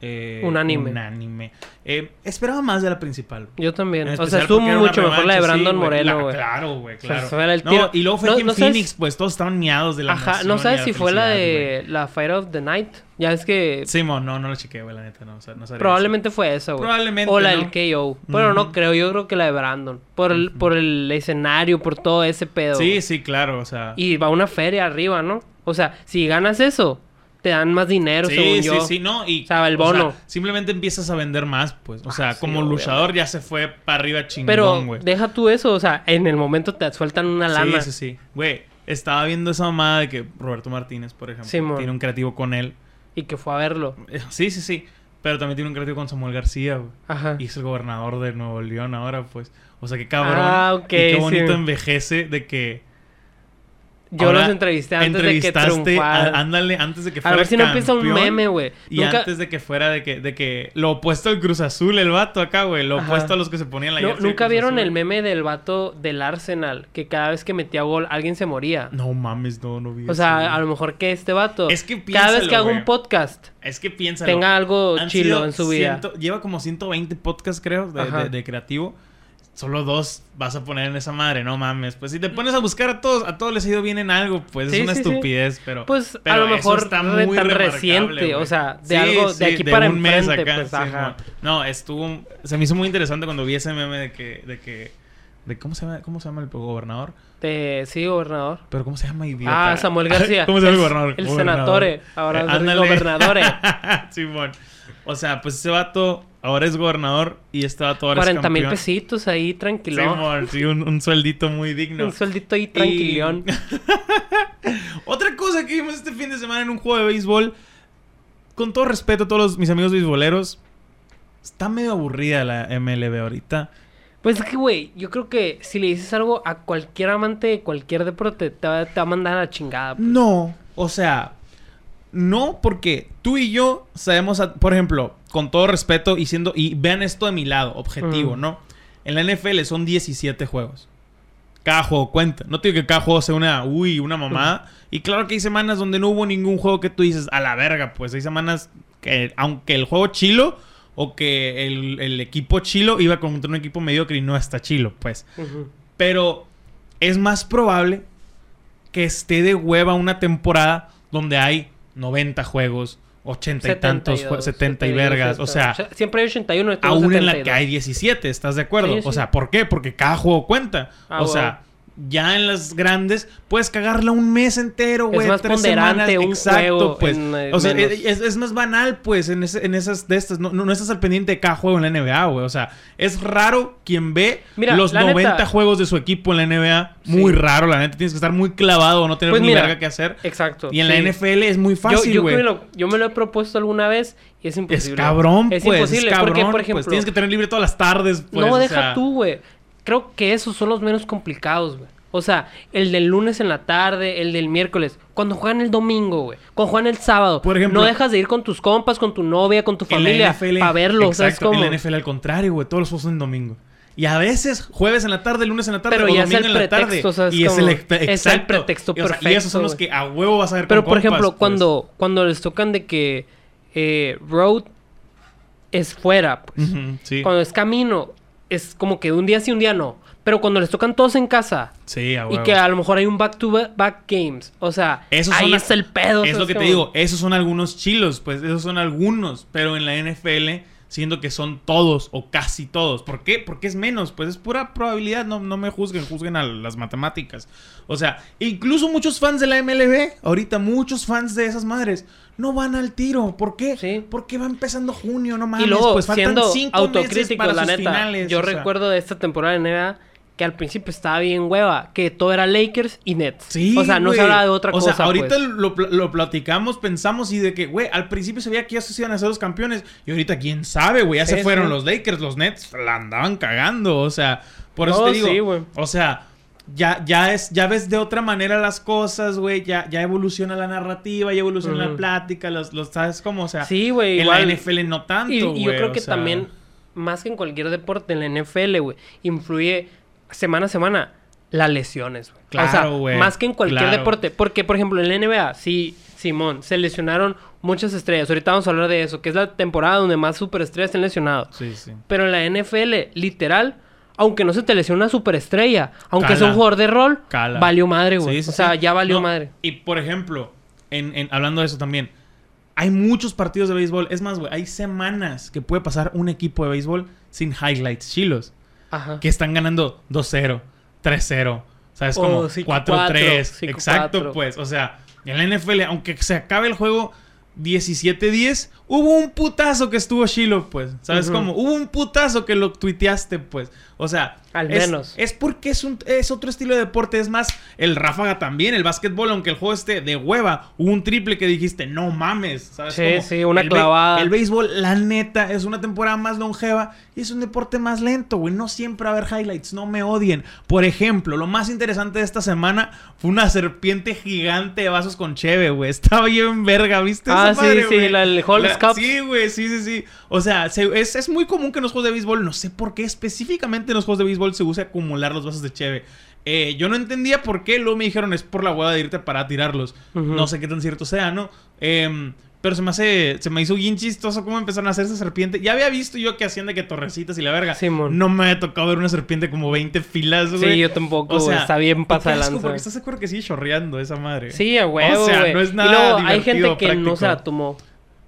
[SPEAKER 1] eh,
[SPEAKER 2] Unánime.
[SPEAKER 1] unánime. Eh, esperaba más de la principal.
[SPEAKER 2] Yo también.
[SPEAKER 1] En
[SPEAKER 2] O sea,
[SPEAKER 1] especial
[SPEAKER 2] estuvo
[SPEAKER 1] porque era
[SPEAKER 2] mucho
[SPEAKER 1] una
[SPEAKER 2] mejor la de
[SPEAKER 1] revancha, sí,
[SPEAKER 2] Brandon
[SPEAKER 1] güey.
[SPEAKER 2] Moreno,
[SPEAKER 1] La-
[SPEAKER 2] güey.
[SPEAKER 1] Claro, güey,
[SPEAKER 2] sea,
[SPEAKER 1] claro.
[SPEAKER 2] fue el
[SPEAKER 1] No,
[SPEAKER 2] tiro.
[SPEAKER 1] y luego fue
[SPEAKER 2] No-
[SPEAKER 1] Kim
[SPEAKER 2] no sabes-
[SPEAKER 1] Phoenix, pues todos estaban miados de la
[SPEAKER 2] Ajá,
[SPEAKER 1] emoción
[SPEAKER 2] no
[SPEAKER 1] y
[SPEAKER 2] sabes
[SPEAKER 1] la
[SPEAKER 2] si fue la
[SPEAKER 1] felicidad,
[SPEAKER 2] de la Fight of the Night. Ya es que
[SPEAKER 1] güey. Simón, no, no lo chequeé, güey, la neta, no, o sea, no sabría
[SPEAKER 2] probablemente fue esa, güey.
[SPEAKER 1] Probablemente,
[SPEAKER 2] O la
[SPEAKER 1] ¿no?
[SPEAKER 2] del KO. Pero no
[SPEAKER 1] Ujú.
[SPEAKER 2] creo, yo creo que la de Brandon. Por el, por el escenario, por todo ese pedo.
[SPEAKER 1] decir.
[SPEAKER 2] güey.
[SPEAKER 1] Sí, sí, claro, o sea.
[SPEAKER 2] Y va una feria arriba, ¿no? O sea, si ganas eso, te dan más dinero, según
[SPEAKER 1] sí,
[SPEAKER 2] yo.
[SPEAKER 1] sí, sí, no, y
[SPEAKER 2] O sea, el
[SPEAKER 1] o sea,
[SPEAKER 2] bono.
[SPEAKER 1] simplemente empiezas a vender más, pues, o sea,
[SPEAKER 2] Ah, sí,
[SPEAKER 1] como
[SPEAKER 2] obvio,
[SPEAKER 1] luchador ya se fue para arriba chingón,
[SPEAKER 2] Pero
[SPEAKER 1] güey.
[SPEAKER 2] deja tú eso, o sea, en el momento te sueltan una lana.
[SPEAKER 1] Sí, sí, sí. Güey, estaba viendo esa mamada de que Roberto Martínez, por ejemplo,
[SPEAKER 2] Simón.
[SPEAKER 1] tiene un creativo con él.
[SPEAKER 2] Y que fue a verlo.
[SPEAKER 1] Eh, Sí, sí, sí. Pero también tiene un creativo con Samuel García, güey.
[SPEAKER 2] Ajá.
[SPEAKER 1] Y es el gobernador de Nuevo León ahora, pues. O sea, qué cabrón.
[SPEAKER 2] Ah, ok,
[SPEAKER 1] y qué bonito
[SPEAKER 2] sí.
[SPEAKER 1] envejece de que.
[SPEAKER 2] Yo
[SPEAKER 1] ahora
[SPEAKER 2] los entrevisté antes de que
[SPEAKER 1] entrevistaste a-
[SPEAKER 2] triunfara.
[SPEAKER 1] Ándale, antes de que
[SPEAKER 2] A
[SPEAKER 1] fuera.
[SPEAKER 2] ver si no empieza un
[SPEAKER 1] campeón
[SPEAKER 2] meme, güey.
[SPEAKER 1] Y antes de que fuera de que, de que. Lo opuesto al Cruz Azul, el vato acá, güey. Lo
[SPEAKER 2] Ajá.
[SPEAKER 1] opuesto a los que se ponían la
[SPEAKER 2] No,
[SPEAKER 1] jersey del
[SPEAKER 2] ¿Nunca
[SPEAKER 1] Cruz
[SPEAKER 2] vieron
[SPEAKER 1] Azul.
[SPEAKER 2] el meme del vato del Arsenal? Que cada vez que metía gol, alguien se moría.
[SPEAKER 1] No mames, no, no vi.
[SPEAKER 2] o
[SPEAKER 1] eso,
[SPEAKER 2] sea,
[SPEAKER 1] güey.
[SPEAKER 2] a lo mejor que este vato...
[SPEAKER 1] Es que
[SPEAKER 2] Cada vez que
[SPEAKER 1] piénsalo,
[SPEAKER 2] hago un
[SPEAKER 1] güey.
[SPEAKER 2] podcast,
[SPEAKER 1] Es que piensa.
[SPEAKER 2] tenga algo
[SPEAKER 1] Han
[SPEAKER 2] chilo
[SPEAKER 1] sido
[SPEAKER 2] en su vida.
[SPEAKER 1] 100 lleva como 120 podcasts, creo, de,
[SPEAKER 2] Ajá.
[SPEAKER 1] de- de creativo. Solo dos vas a poner en esa madre, no mames. Pues si te pones a buscar a todos, a todos les ha ido bien en algo, pues
[SPEAKER 2] Sí,
[SPEAKER 1] es una
[SPEAKER 2] sí, sí.
[SPEAKER 1] estupidez, pero.
[SPEAKER 2] Pues a
[SPEAKER 1] pero
[SPEAKER 2] lo
[SPEAKER 1] eso
[SPEAKER 2] mejor re- tan
[SPEAKER 1] remarcable,
[SPEAKER 2] reciente,
[SPEAKER 1] güey.
[SPEAKER 2] o sea, de algo de aquí para enfrente, pues,
[SPEAKER 1] sí,
[SPEAKER 2] ajá.
[SPEAKER 1] mo- No, estuvo. Se me hizo muy interesante cuando vi ese meme de que. De que de cómo se llama, cómo se llama el gobernador,
[SPEAKER 2] Eh, sí, gobernador.
[SPEAKER 1] pero cómo se llama idiota.
[SPEAKER 2] Ah, Samuel García.
[SPEAKER 1] ¿Cómo se llama el
[SPEAKER 2] El-
[SPEAKER 1] gobernador?
[SPEAKER 2] el
[SPEAKER 1] Gobernador. Eh,
[SPEAKER 2] senatore. Ahora es
[SPEAKER 1] ándale.
[SPEAKER 2] gobernadore.
[SPEAKER 1] Simón. O sea, pues ese vato ahora es gobernador y este vato ahora
[SPEAKER 2] 40
[SPEAKER 1] es
[SPEAKER 2] mil
[SPEAKER 1] campeón.
[SPEAKER 2] pesitos ahí, tranquilón.
[SPEAKER 1] Simón, sí, un, un sueldito muy digno.
[SPEAKER 2] Un sueldito ahí, tranquilón.
[SPEAKER 1] Otra cosa que vimos este fin de semana en un juego de béisbol, con todo respeto a todos los- mis amigos beisboleros, está medio aburrida la MLB ahorita.
[SPEAKER 2] Pues es que, güey, yo creo que si le dices algo a cualquier amante de cualquier deporte, te va, te va a mandar a la chingada. pues.
[SPEAKER 1] No, o sea, no porque tú y yo sabemos, a- por ejemplo, con todo respeto y siendo y vean esto de mi lado, objetivo,
[SPEAKER 2] Mm.
[SPEAKER 1] ¿no? En la NFL son 17 juegos. Cada juego cuenta. No te digo que cada juego sea una, uy, una mamada. Y claro que hay semanas donde no hubo ningún juego que tú dices, a la verga, pues hay semanas que, aunque el juego chilo o que el, el equipo chilo iba contra un equipo mediocre y no está chilo, pues.
[SPEAKER 2] Ujú.
[SPEAKER 1] Pero es más probable que esté de hueva una temporada donde hay 90 juegos, 80 y tantos, jue- 70, y
[SPEAKER 2] 72, 72,
[SPEAKER 1] vergas. O sea,
[SPEAKER 2] ocha- siempre hay 81, este
[SPEAKER 1] aún
[SPEAKER 2] hubo
[SPEAKER 1] en la que
[SPEAKER 2] 72.
[SPEAKER 1] hay 17, ¿estás de acuerdo?
[SPEAKER 2] Sí, sí.
[SPEAKER 1] O sea, ¿por qué? Porque cada juego cuenta.
[SPEAKER 2] Ah,
[SPEAKER 1] o sea, ya en las grandes puedes cagarla un mes entero,
[SPEAKER 2] Es
[SPEAKER 1] güey,
[SPEAKER 2] más
[SPEAKER 1] tres
[SPEAKER 2] ponderante
[SPEAKER 1] semanas.
[SPEAKER 2] un
[SPEAKER 1] Exacto,
[SPEAKER 2] juego
[SPEAKER 1] pues.
[SPEAKER 2] en, eh,
[SPEAKER 1] o sea,
[SPEAKER 2] menos.
[SPEAKER 1] es, es más banal, pues, en, ese- en esas de estas. No, no- no estás al pendiente de cada juego en la NBA, güey. O sea, es raro quien ve
[SPEAKER 2] Mira,
[SPEAKER 1] los
[SPEAKER 2] la
[SPEAKER 1] 90
[SPEAKER 2] neta-
[SPEAKER 1] juegos de su equipo en la NBA. Muy
[SPEAKER 2] Sí.
[SPEAKER 1] raro, la neta. Tienes que estar muy clavado, no tener
[SPEAKER 2] Pues
[SPEAKER 1] ni
[SPEAKER 2] mira,
[SPEAKER 1] verga que hacer.
[SPEAKER 2] Exacto.
[SPEAKER 1] Y en
[SPEAKER 2] sí.
[SPEAKER 1] la NFL es muy
[SPEAKER 2] yo,
[SPEAKER 1] fácil,
[SPEAKER 2] yo
[SPEAKER 1] güey.
[SPEAKER 2] me lo, yo me lo he propuesto alguna vez y es imposible.
[SPEAKER 1] Es cabrón,
[SPEAKER 2] Es
[SPEAKER 1] pues.
[SPEAKER 2] imposible.
[SPEAKER 1] es cabrón,
[SPEAKER 2] porque, por
[SPEAKER 1] pues.
[SPEAKER 2] ejemplo,
[SPEAKER 1] Tienes que tener libre todas las tardes, pues.
[SPEAKER 2] no
[SPEAKER 1] o
[SPEAKER 2] deja
[SPEAKER 1] sea.
[SPEAKER 2] tú, güey. Creo que esos son los menos complicados, güey. O sea, el del lunes en la tarde, el del miércoles. Cuando juegan el domingo, güey. Cuando juegan el sábado.
[SPEAKER 1] Por ejemplo-
[SPEAKER 2] no dejas de ir con tus compas, con tu novia, con tu familia. Para verlo,
[SPEAKER 1] exacto,
[SPEAKER 2] ¿sabes cómo?
[SPEAKER 1] En la NFL al contrario, güey. Todos los juegos son en domingo. Y a veces jueves en la tarde, lunes en la tarde,
[SPEAKER 2] Pero
[SPEAKER 1] o
[SPEAKER 2] ya es
[SPEAKER 1] domingo
[SPEAKER 2] el
[SPEAKER 1] en la
[SPEAKER 2] pretexto,
[SPEAKER 1] tarde.
[SPEAKER 2] ¿sabes
[SPEAKER 1] y es
[SPEAKER 2] cómo?
[SPEAKER 1] el, ex-
[SPEAKER 2] Es el
[SPEAKER 1] exacto.
[SPEAKER 2] pretexto
[SPEAKER 1] Y, o sea, y esos son los
[SPEAKER 2] perfecto,
[SPEAKER 1] que a huevo vas a ver
[SPEAKER 2] Pero,
[SPEAKER 1] con
[SPEAKER 2] por
[SPEAKER 1] compas,
[SPEAKER 2] ejemplo,
[SPEAKER 1] pues.
[SPEAKER 2] cuando, cuando les tocan de que eh, road es fuera, pues.
[SPEAKER 1] Ujú, sí.
[SPEAKER 2] Cuando es camino, es como que un día sí, un día no. Pero cuando les tocan todos en casa,
[SPEAKER 1] Sí, a
[SPEAKER 2] Y
[SPEAKER 1] huevo.
[SPEAKER 2] que a lo mejor hay un back to ba- back games. O sea,
[SPEAKER 1] Esos
[SPEAKER 2] ahí
[SPEAKER 1] son-
[SPEAKER 2] es el pedo.
[SPEAKER 1] Es
[SPEAKER 2] ¿sabes
[SPEAKER 1] lo que te
[SPEAKER 2] cómo?
[SPEAKER 1] digo, esos son algunos chilos, pues esos son algunos, pero en la NFL siento que son todos o casi todos. ¿Por qué? Porque es menos, pues es pura probabilidad, no, no me juzguen, juzguen a las matemáticas. O sea, incluso muchos fans de la MLB, ahorita muchos fans de esas madres, no van al tiro. ¿Por qué?
[SPEAKER 2] Sí.
[SPEAKER 1] Porque va empezando junio, no mames,
[SPEAKER 2] Y luego,
[SPEAKER 1] pues faltan
[SPEAKER 2] siendo
[SPEAKER 1] cinco meses
[SPEAKER 2] autocrítico,
[SPEAKER 1] para
[SPEAKER 2] la
[SPEAKER 1] sus
[SPEAKER 2] neta.
[SPEAKER 1] finales.
[SPEAKER 2] yo
[SPEAKER 1] o sea.
[SPEAKER 2] recuerdo de esta temporada de NBA que al principio estaba bien hueva, que todo era Lakers y Nets.
[SPEAKER 1] Sí,
[SPEAKER 2] o sea, no
[SPEAKER 1] güey.
[SPEAKER 2] se hablaba de otra
[SPEAKER 1] O
[SPEAKER 2] cosa.
[SPEAKER 1] sea, ahorita
[SPEAKER 2] pues.
[SPEAKER 1] lo, pl- lo platicamos, pensamos y de que, güey, al principio se veía que ya se iban a ser los campeones. Y ahorita, quién sabe, güey, ya
[SPEAKER 2] Sí,
[SPEAKER 1] se fueron
[SPEAKER 2] sí.
[SPEAKER 1] los Lakers, los Nets, la andaban cagando. O sea, por eso te
[SPEAKER 2] No,
[SPEAKER 1] digo.
[SPEAKER 2] sí, güey.
[SPEAKER 1] o sea, ya, ya, es, ya ves de otra manera las cosas, güey. Ya, ya evoluciona la narrativa, ya evoluciona la
[SPEAKER 2] Ujú.
[SPEAKER 1] plática, los, los sabes cómo, o sea.
[SPEAKER 2] Sí, güey,
[SPEAKER 1] En la
[SPEAKER 2] igual.
[SPEAKER 1] NFL no tanto,
[SPEAKER 2] Y, y
[SPEAKER 1] güey.
[SPEAKER 2] yo creo
[SPEAKER 1] o
[SPEAKER 2] que
[SPEAKER 1] sea.
[SPEAKER 2] también, más que en cualquier deporte, en la NFL, güey, influye semana a semana las lesiones, güey. o sea,
[SPEAKER 1] Claro, güey,
[SPEAKER 2] más que en cualquier
[SPEAKER 1] claro.
[SPEAKER 2] deporte. Porque, por ejemplo, en la NBA, sí, Simón, se lesionaron muchas estrellas. Ahorita vamos a hablar de eso, que es la temporada donde más superestrellas se han lesionado.
[SPEAKER 1] Sí, sí.
[SPEAKER 2] Pero en la NFL, literal, aunque no se te lesione una superestrella, aunque
[SPEAKER 1] Cala.
[SPEAKER 2] sea un jugador de rol,
[SPEAKER 1] Cala.
[SPEAKER 2] valió madre, güey.
[SPEAKER 1] Sí, sí,
[SPEAKER 2] o sea,
[SPEAKER 1] sí.
[SPEAKER 2] ya valió
[SPEAKER 1] No,
[SPEAKER 2] madre.
[SPEAKER 1] Y por ejemplo, en, en- hablando de eso también, hay muchos partidos de béisbol. Es más, güey, hay semanas que puede pasar un equipo de béisbol sin highlights chilos.
[SPEAKER 2] Ajá.
[SPEAKER 1] Que están ganando 2-0, 3-0, ¿sabes?
[SPEAKER 2] O
[SPEAKER 1] Como
[SPEAKER 2] 5-4,
[SPEAKER 1] 4-3.
[SPEAKER 2] 5-4.
[SPEAKER 1] Exacto, pues. O sea, en la NFL, aunque se acabe el juego 17-10, hubo un putazo que estuvo chilo, pues. ¿Sabes
[SPEAKER 2] Ujú.
[SPEAKER 1] cómo? Hubo un putazo que lo tuiteaste, pues. O sea,
[SPEAKER 2] Al
[SPEAKER 1] es-
[SPEAKER 2] menos.
[SPEAKER 1] Es porque es, un, es otro estilo de deporte. Es más, el ráfaga también, el básquetbol, aunque el juego esté de hueva, hubo un triple que dijiste, no mames. ¿sabes
[SPEAKER 2] Sí,
[SPEAKER 1] cómo?
[SPEAKER 2] sí, una
[SPEAKER 1] El be-
[SPEAKER 2] clavada.
[SPEAKER 1] El béisbol, la neta, es una temporada más longeva y es un deporte más lento, güey. No siempre va a haber highlights, no me odien. Por ejemplo, lo más interesante de esta semana fue una serpiente gigante de vasos con cheve, güey. Estaba bien verga, ¿viste?
[SPEAKER 2] Ah,
[SPEAKER 1] esa
[SPEAKER 2] sí,
[SPEAKER 1] madre,
[SPEAKER 2] sí,
[SPEAKER 1] güey?
[SPEAKER 2] la del Hall
[SPEAKER 1] La-
[SPEAKER 2] Cup.
[SPEAKER 1] Sí, güey, sí, sí, sí. O sea, se- es, es muy común que en los juegos de béisbol, no sé por qué específicamente en los juegos de béisbol se usa acumular los vasos de cheve. Eh, yo no entendía por qué, luego me dijeron es por la hueva de irte para tirarlos.
[SPEAKER 2] Ujú.
[SPEAKER 1] No sé qué tan cierto sea, ¿no? Em, pero se me hace, se me hizo bien chistoso cómo empezaron a hacer esa serpiente. Ya había visto yo que hacían de que torrecitas y la verga.
[SPEAKER 2] Simón.
[SPEAKER 1] No me había tocado ver una serpiente como 20 filas, güey.
[SPEAKER 2] Sí, yo tampoco,
[SPEAKER 1] O
[SPEAKER 2] güey,
[SPEAKER 1] sea,
[SPEAKER 2] está bien
[SPEAKER 1] qué
[SPEAKER 2] pasa de
[SPEAKER 1] asco,
[SPEAKER 2] lanza.
[SPEAKER 1] Porque estás de acuerdo que sigue chorreando esa madre.
[SPEAKER 2] Sí, a huevo,
[SPEAKER 1] O sea,
[SPEAKER 2] güey.
[SPEAKER 1] no es
[SPEAKER 2] y
[SPEAKER 1] nada
[SPEAKER 2] luego hay gente
[SPEAKER 1] divertido,
[SPEAKER 2] que no se
[SPEAKER 1] práctico.
[SPEAKER 2] la tomó.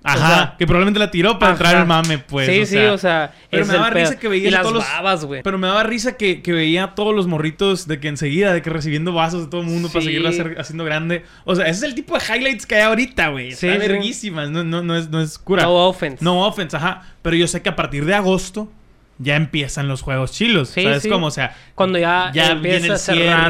[SPEAKER 1] Ajá,
[SPEAKER 2] sea,
[SPEAKER 1] que probablemente la tiró para entrar
[SPEAKER 2] Ajá.
[SPEAKER 1] el mame, pues.
[SPEAKER 2] Sí, sí, o sea. pues.
[SPEAKER 1] Pero
[SPEAKER 2] es
[SPEAKER 1] me
[SPEAKER 2] el
[SPEAKER 1] daba
[SPEAKER 2] pedo.
[SPEAKER 1] risa que veía
[SPEAKER 2] Y las
[SPEAKER 1] todos los-
[SPEAKER 2] babas, güey.
[SPEAKER 1] Pero me daba risa que, que veía a todos los morritos de que enseguida, de que recibiendo vasos de todo el mundo para
[SPEAKER 2] Sí.
[SPEAKER 1] seguirlo hacer- haciendo grande. O sea, ese es el tipo de highlights que hay ahorita, güey.
[SPEAKER 2] Sí,
[SPEAKER 1] Está
[SPEAKER 2] sí.
[SPEAKER 1] verguísimas. No, no, no es, no es cura.
[SPEAKER 2] No offense.
[SPEAKER 1] No offense, ajá. Pero yo sé que a partir de agosto ya empiezan los juegos chilos.
[SPEAKER 2] Sí,
[SPEAKER 1] ¿Sabes
[SPEAKER 2] sí.
[SPEAKER 1] cómo? O sea,
[SPEAKER 2] Cuando ya,
[SPEAKER 1] ya viene
[SPEAKER 2] empieza
[SPEAKER 1] el
[SPEAKER 2] a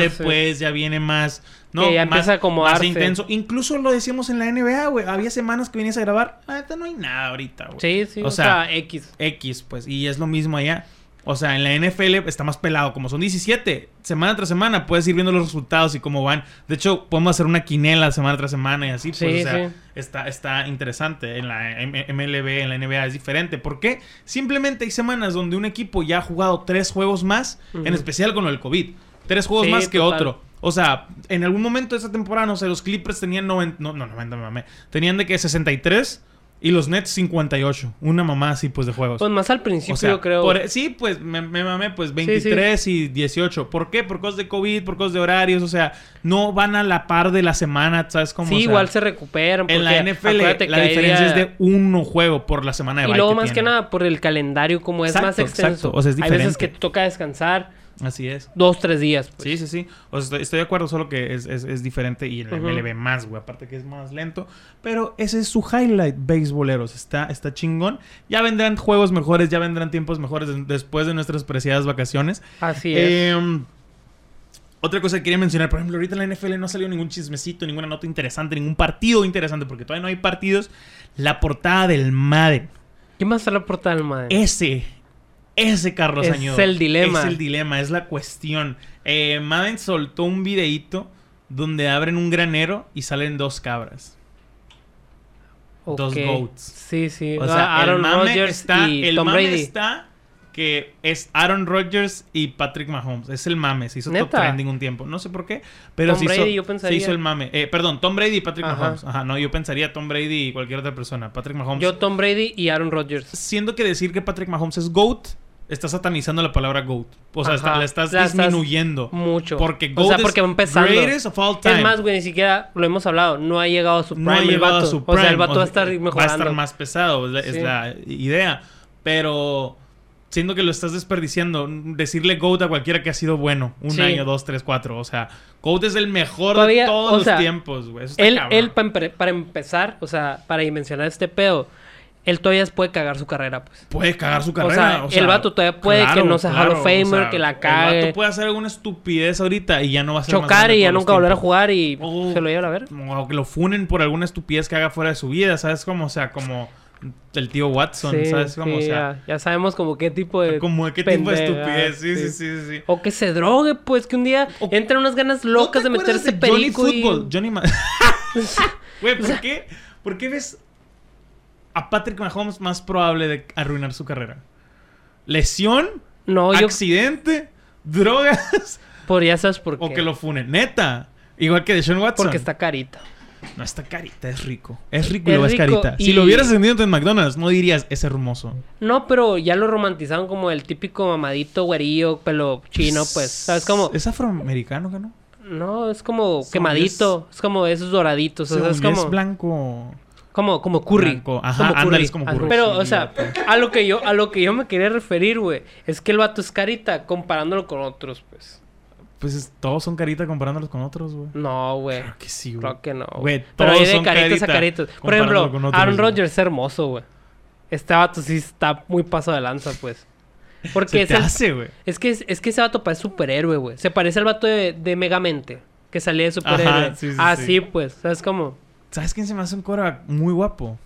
[SPEAKER 1] cierre,
[SPEAKER 2] cerrar.
[SPEAKER 1] pues, ya viene más. No,
[SPEAKER 2] Que ya
[SPEAKER 1] más,
[SPEAKER 2] empieza a acomodarse.
[SPEAKER 1] más intenso. Incluso lo decíamos en la NBA, güey. Había semanas que venías a grabar. La neta no hay nada ahorita, güey.
[SPEAKER 2] Sí, sí.
[SPEAKER 1] O
[SPEAKER 2] O,
[SPEAKER 1] sea,
[SPEAKER 2] sea, X.
[SPEAKER 1] X, pues, y es lo mismo allá. O sea, en la NFL está más pelado. Como son 17, semana tras semana puedes ir viendo los resultados y cómo van. De hecho, podemos hacer una quinela semana tras semana y así. Pues,
[SPEAKER 2] Sí,
[SPEAKER 1] o sea,
[SPEAKER 2] sí.
[SPEAKER 1] está, está interesante. En la M- MLB, en la NBA es diferente. ¿Por qué? Simplemente hay semanas donde un equipo ya ha jugado tres juegos más, en
[SPEAKER 2] Ujú.
[SPEAKER 1] especial con lo del COVID. Tres juegos
[SPEAKER 2] Sí,
[SPEAKER 1] más que
[SPEAKER 2] total.
[SPEAKER 1] otro. O sea, en algún momento de esa temporada, no sé, los Clippers tenían 90, no, no, 90, me mamé. Tenían de que 63 y los Nets 58. Una mamá así, pues, de juegos.
[SPEAKER 2] Pues más al
[SPEAKER 1] O
[SPEAKER 2] principio,
[SPEAKER 1] sea,
[SPEAKER 2] yo creo.
[SPEAKER 1] por- sí, pues me, me mamé, pues
[SPEAKER 2] sí.
[SPEAKER 1] 23 y 18. ¿Por qué? Por cosas de COVID, por cosas de horarios, o sea, no van a la par de la semana, ¿sabes cómo?
[SPEAKER 2] sí,
[SPEAKER 1] O sea,
[SPEAKER 2] igual se recuperan.
[SPEAKER 1] En la
[SPEAKER 2] porque acuérdate
[SPEAKER 1] NFL la
[SPEAKER 2] que hay
[SPEAKER 1] diferencia es
[SPEAKER 2] día-
[SPEAKER 1] de uno juego por la semana de
[SPEAKER 2] Y
[SPEAKER 1] bye
[SPEAKER 2] luego, más que
[SPEAKER 1] tienen.
[SPEAKER 2] nada, por el calendario, como es más
[SPEAKER 1] Exacto,
[SPEAKER 2] extenso.
[SPEAKER 1] exacto. O sea, es
[SPEAKER 2] Hay veces
[SPEAKER 1] diferente.
[SPEAKER 2] que te toca descansar
[SPEAKER 1] Así es.
[SPEAKER 2] dos, tres días. pues.
[SPEAKER 1] Sí, sí, sí. O sea, estoy, estoy de acuerdo, solo que es, es- es diferente y en el
[SPEAKER 2] Ujú.
[SPEAKER 1] MLB más, güey. Aparte que es más lento. Pero ese es su highlight, beisboleros. Está, está chingón. Ya vendrán juegos mejores, ya vendrán tiempos mejores des- después de nuestras preciadas vacaciones.
[SPEAKER 2] Así es.
[SPEAKER 1] Em, otra cosa que quería mencionar, por ejemplo, ahorita en la NFL no salió ningún chismecito, ninguna nota interesante, ningún partido interesante, porque todavía no hay partidos. La portada del Madden.
[SPEAKER 2] ¿Qué más está la portada del
[SPEAKER 1] eh,
[SPEAKER 2] Madden?
[SPEAKER 1] Ese, ese Carlos
[SPEAKER 2] Es
[SPEAKER 1] Añudo.
[SPEAKER 2] el dilema.
[SPEAKER 1] Es el dilema, es la cuestión. Eh, Madden soltó un videíto donde abren un granero y salen dos cabras.
[SPEAKER 2] Ok.
[SPEAKER 1] dos goats.
[SPEAKER 2] Sí, sí.
[SPEAKER 1] O sea,
[SPEAKER 2] Aaron
[SPEAKER 1] el mame
[SPEAKER 2] Rodgers
[SPEAKER 1] está,
[SPEAKER 2] y
[SPEAKER 1] el
[SPEAKER 2] Tom
[SPEAKER 1] mame
[SPEAKER 2] Brady.
[SPEAKER 1] está que es Aaron Rodgers y Patrick Mahomes. Es el mame. Se hizo top
[SPEAKER 2] ¿Neta?
[SPEAKER 1] trending un tiempo. No sé por qué, pero
[SPEAKER 2] Tom
[SPEAKER 1] se, hizo,
[SPEAKER 2] Brady, yo
[SPEAKER 1] se
[SPEAKER 2] pensaría.
[SPEAKER 1] hizo el mame. Eh, perdón, Tom Brady y Patrick
[SPEAKER 2] Ajá.
[SPEAKER 1] Mahomes. Ajá, no, yo pensaría Tom Brady y cualquier otra persona. Patrick Mahomes.
[SPEAKER 2] Yo, Tom Brady y Aaron Rodgers.
[SPEAKER 1] siendo que decir que Patrick Mahomes es GOAT, estás satanizando la palabra GOAT. O sea,
[SPEAKER 2] Ajá.
[SPEAKER 1] está- la estás
[SPEAKER 2] La estás-
[SPEAKER 1] disminuyendo.
[SPEAKER 2] Mucho.
[SPEAKER 1] Porque
[SPEAKER 2] O
[SPEAKER 1] GOAT
[SPEAKER 2] sea, porque
[SPEAKER 1] es
[SPEAKER 2] va empezando.
[SPEAKER 1] greatest of all time.
[SPEAKER 2] Es más, güey, ni siquiera lo hemos hablado. No ha llegado a su prime
[SPEAKER 1] no ha
[SPEAKER 2] el
[SPEAKER 1] llegado
[SPEAKER 2] vato.
[SPEAKER 1] a su
[SPEAKER 2] O sea, el
[SPEAKER 1] prime, eh,
[SPEAKER 2] vato va a estar
[SPEAKER 1] Va a
[SPEAKER 2] mejorando.
[SPEAKER 1] estar más pesado, es la, es
[SPEAKER 2] Sí.
[SPEAKER 1] la idea. Pero siendo que lo estás desperdiciando, decirle GOAT a cualquiera que ha sido bueno. Un
[SPEAKER 2] Sí.
[SPEAKER 1] año, dos, tres, cuatro. O sea, GOAT es el mejor de
[SPEAKER 2] Todavía,
[SPEAKER 1] todos
[SPEAKER 2] o
[SPEAKER 1] los
[SPEAKER 2] sea,
[SPEAKER 1] tiempos, güey. Eso está
[SPEAKER 2] Él,
[SPEAKER 1] este cabrón.
[SPEAKER 2] él para, empe- para empezar, o sea, para dimensionar este pedo, él todavía puede cagar su carrera, pues.
[SPEAKER 1] puede cagar su carrera.
[SPEAKER 2] sea, el vato todavía puede que no sea Hall of Famer, que la
[SPEAKER 1] El
[SPEAKER 2] cague.
[SPEAKER 1] vato puede hacer alguna estupidez ahorita y ya no va a ser más
[SPEAKER 2] Chocar
[SPEAKER 1] grande
[SPEAKER 2] y ya
[SPEAKER 1] todos los
[SPEAKER 2] nunca volver a
[SPEAKER 1] tiempos.
[SPEAKER 2] jugar y
[SPEAKER 1] Oh.
[SPEAKER 2] se lo lleva a la ver.
[SPEAKER 1] O que lo funen por alguna estupidez que haga fuera de su vida, ¿sabes? Como, o sea, como el tío Watson,
[SPEAKER 2] Sí,
[SPEAKER 1] ¿sabes? Como, o
[SPEAKER 2] sí,
[SPEAKER 1] sea,
[SPEAKER 2] ya, ya sabemos como qué tipo de...
[SPEAKER 1] como qué tipo de
[SPEAKER 2] pendejada,
[SPEAKER 1] estupidez. Sí, sí, sí, sí. sí.
[SPEAKER 2] O que se drogue, pues, que un día
[SPEAKER 1] O-
[SPEAKER 2] entran unas ganas locas
[SPEAKER 1] ¿No
[SPEAKER 2] de
[SPEAKER 1] te acuerdas
[SPEAKER 2] meterse
[SPEAKER 1] de Johnny
[SPEAKER 2] perico y...
[SPEAKER 1] Football, Johnny Ma- Güey, ¿por qué? ¿Por qué ves a Patrick Mahomes más probable de arruinar su carrera? Lesión,
[SPEAKER 2] No, yo...
[SPEAKER 1] accidente, drogas
[SPEAKER 2] Por ya sabes por qué.
[SPEAKER 1] o que lo funen. Neta. Igual que Deshaun Watson.
[SPEAKER 2] Porque está carita.
[SPEAKER 1] No, está carita, es rico. Es rico y
[SPEAKER 2] Es
[SPEAKER 1] lo ves
[SPEAKER 2] rico
[SPEAKER 1] carita. Si
[SPEAKER 2] y-
[SPEAKER 1] lo hubieras vendido en McDonald's, no dirías, es hermoso.
[SPEAKER 2] No, pero ya lo romantizaron como el típico mamadito, güerillo, pelo chino, pues. ¿Sabes cómo?
[SPEAKER 1] Es afroamericano, ¿qué ¿no?
[SPEAKER 2] No, es como
[SPEAKER 1] Según
[SPEAKER 2] quemadito. Es... como esos doraditos. O sea,
[SPEAKER 1] Según
[SPEAKER 2] es
[SPEAKER 1] yo,
[SPEAKER 2] como...
[SPEAKER 1] es blanco.
[SPEAKER 2] Como, como curry.
[SPEAKER 1] Blanco, ajá,
[SPEAKER 2] curry.
[SPEAKER 1] ándale, es como curry. pues.
[SPEAKER 2] Pero, o sea, a lo que yo, a lo que yo me quería referir, güey, es que el vato es carita comparándolo con otros, pues.
[SPEAKER 1] Pues es- todos son carita comparándolos con otros, güey.
[SPEAKER 2] No, güey.
[SPEAKER 1] Claro que sí, güey.
[SPEAKER 2] Creo que no.
[SPEAKER 1] Güey,
[SPEAKER 2] Pero
[SPEAKER 1] todos
[SPEAKER 2] hay de
[SPEAKER 1] son
[SPEAKER 2] caritas
[SPEAKER 1] carita
[SPEAKER 2] a caritas. Por
[SPEAKER 1] comparándolo
[SPEAKER 2] ejemplo,
[SPEAKER 1] con otros,
[SPEAKER 2] Aaron
[SPEAKER 1] güey.
[SPEAKER 2] Rodgers es hermoso, güey. Este vato sí está muy paso de lanza, pues. Porque
[SPEAKER 1] Se
[SPEAKER 2] es
[SPEAKER 1] te
[SPEAKER 2] el-
[SPEAKER 1] hace, güey.
[SPEAKER 2] es que es que ese vato parece superhéroe, güey. Se parece al vato de, de Megamente, que salía de superhéroe.
[SPEAKER 1] Ajá, sí, sí,
[SPEAKER 2] ah,
[SPEAKER 1] sí.
[SPEAKER 2] sí, pues. ¿Sabes cómo?
[SPEAKER 1] ¿Sabes quién se me hace un cora muy guapo?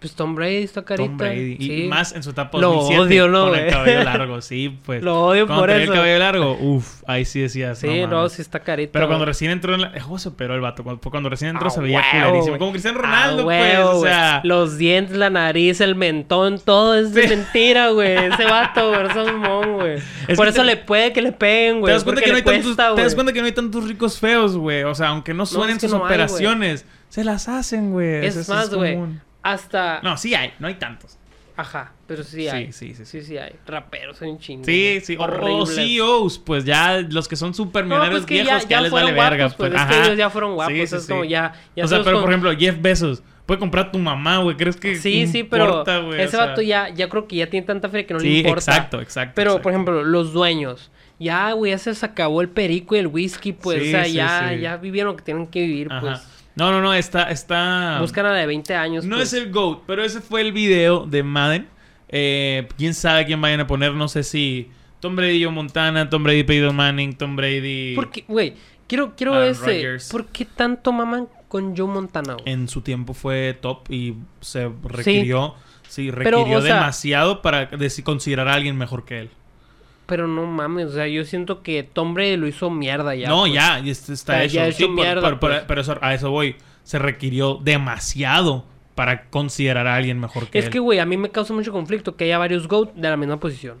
[SPEAKER 2] Pues Tom Brady está carita.
[SPEAKER 1] Tom Brady. Y
[SPEAKER 2] sí.
[SPEAKER 1] más en su etapa
[SPEAKER 2] Lo
[SPEAKER 1] 2007
[SPEAKER 2] odio, ¿no,
[SPEAKER 1] con el
[SPEAKER 2] güey?
[SPEAKER 1] cabello largo, sí, pues.
[SPEAKER 2] Lo odio
[SPEAKER 1] Cuando
[SPEAKER 2] por
[SPEAKER 1] traía
[SPEAKER 2] eso.
[SPEAKER 1] el cabello largo, uff, ahí sí decías.
[SPEAKER 2] Sí, no,
[SPEAKER 1] mames.
[SPEAKER 2] sí está carita.
[SPEAKER 1] Pero cuando
[SPEAKER 2] güey.
[SPEAKER 1] recién entró en la... Eh, oh, se operó el vato. Cuando, cuando recién entró
[SPEAKER 2] Ah,
[SPEAKER 1] se veía
[SPEAKER 2] huevo,
[SPEAKER 1] culerísimo.
[SPEAKER 2] güey.
[SPEAKER 1] Como Cristiano
[SPEAKER 2] Ah,
[SPEAKER 1] Ronaldo, pues.
[SPEAKER 2] huevo,
[SPEAKER 1] o
[SPEAKER 2] güey.
[SPEAKER 1] sea...
[SPEAKER 2] Los dientes, la nariz, el mentón, todo es de
[SPEAKER 1] Sí.
[SPEAKER 2] mentira, güey. Ese vato, güey, es un mon, güey.
[SPEAKER 1] Es
[SPEAKER 2] Por
[SPEAKER 1] que
[SPEAKER 2] eso
[SPEAKER 1] te-
[SPEAKER 2] le puede que le peguen, güey.
[SPEAKER 1] ¿Te das, cuenta
[SPEAKER 2] porque
[SPEAKER 1] que no
[SPEAKER 2] le
[SPEAKER 1] hay tantos,
[SPEAKER 2] cuesta,
[SPEAKER 1] te das
[SPEAKER 2] güey.
[SPEAKER 1] cuenta que no hay tantos ricos feos, güey. O sea, aunque no suenen
[SPEAKER 2] es que
[SPEAKER 1] sus
[SPEAKER 2] no hay, güey.
[SPEAKER 1] operaciones, se las hacen, güey.
[SPEAKER 2] Es,
[SPEAKER 1] Eso- eso
[SPEAKER 2] más, güey.
[SPEAKER 1] común.
[SPEAKER 2] Hasta.
[SPEAKER 1] No, sí hay, no hay tantos.
[SPEAKER 2] Ajá, pero sí
[SPEAKER 1] Sí,
[SPEAKER 2] hay.
[SPEAKER 1] sí, sí, sí.
[SPEAKER 2] Sí, sí hay. Raperos hay un chingo.
[SPEAKER 1] Sí,
[SPEAKER 2] güey.
[SPEAKER 1] sí. O, o
[SPEAKER 2] Mm, Horribles.
[SPEAKER 1] CEOs, pues ya los que son super
[SPEAKER 2] No,
[SPEAKER 1] millonarios
[SPEAKER 2] pues que
[SPEAKER 1] viejos,
[SPEAKER 2] ya,
[SPEAKER 1] que ya,
[SPEAKER 2] ya
[SPEAKER 1] les vale
[SPEAKER 2] fueron guapos,
[SPEAKER 1] verga.
[SPEAKER 2] pues.
[SPEAKER 1] pues,
[SPEAKER 2] Es que
[SPEAKER 1] ajá.
[SPEAKER 2] ellos ya fueron guapos.
[SPEAKER 1] Sí, sí,
[SPEAKER 2] es
[SPEAKER 1] sí.
[SPEAKER 2] como ya. ya
[SPEAKER 1] o sea,
[SPEAKER 2] se los
[SPEAKER 1] pero
[SPEAKER 2] con-
[SPEAKER 1] por ejemplo, Jeff Bezos. puede comprar tu mamá, güey. ¿Crees que
[SPEAKER 2] Sí, sí, pero
[SPEAKER 1] importa, güey? O
[SPEAKER 2] ese
[SPEAKER 1] sea,
[SPEAKER 2] vato ya, ya creo que ya tiene tanta fe que no le
[SPEAKER 1] Sí,
[SPEAKER 2] importa.
[SPEAKER 1] exacto, exacto.
[SPEAKER 2] Pero,
[SPEAKER 1] exacto.
[SPEAKER 2] por ejemplo, los dueños. Ya, güey, ya se les acabó el perico y el whisky, pues.
[SPEAKER 1] Sí,
[SPEAKER 2] o sea,
[SPEAKER 1] sí,
[SPEAKER 2] ya,
[SPEAKER 1] sí.
[SPEAKER 2] ya vivieron lo que tienen que vivir,
[SPEAKER 1] Ajá.
[SPEAKER 2] pues.
[SPEAKER 1] No, no, no, está, está...
[SPEAKER 2] Buscan a la de 20 años.
[SPEAKER 1] No
[SPEAKER 2] pues.
[SPEAKER 1] es el GOAT, pero ese fue el video de Madden. Eh, quién sabe quién vayan a poner, no sé si Tom Brady o Montana, Tom Brady Peyton Manning, Tom Brady
[SPEAKER 2] ¿Por qué, güey? Quiero, quiero
[SPEAKER 1] Aaron
[SPEAKER 2] ese.
[SPEAKER 1] Rodgers.
[SPEAKER 2] ¿Por qué tanto maman con Joe Montana, güey?
[SPEAKER 1] en su tiempo fue top y se requirió, sí,
[SPEAKER 2] Pero,
[SPEAKER 1] requirió
[SPEAKER 2] o sea-
[SPEAKER 1] demasiado para deci- considerar a alguien mejor que él.
[SPEAKER 2] Pero no mames, o sea, yo siento que Tom Brady lo hizo mierda ya.
[SPEAKER 1] no,
[SPEAKER 2] pues.
[SPEAKER 1] ya, y este está
[SPEAKER 2] Ya-
[SPEAKER 1] hecho.
[SPEAKER 2] ya
[SPEAKER 1] Sí,
[SPEAKER 2] hecho
[SPEAKER 1] por-
[SPEAKER 2] mierda,
[SPEAKER 1] por- por-
[SPEAKER 2] pues.
[SPEAKER 1] pero eso- a eso voy. Se requirió demasiado para considerar a alguien mejor que
[SPEAKER 2] Es
[SPEAKER 1] él.
[SPEAKER 2] que, güey, a mí me causa mucho conflicto que haya varios GOAT de la misma posición.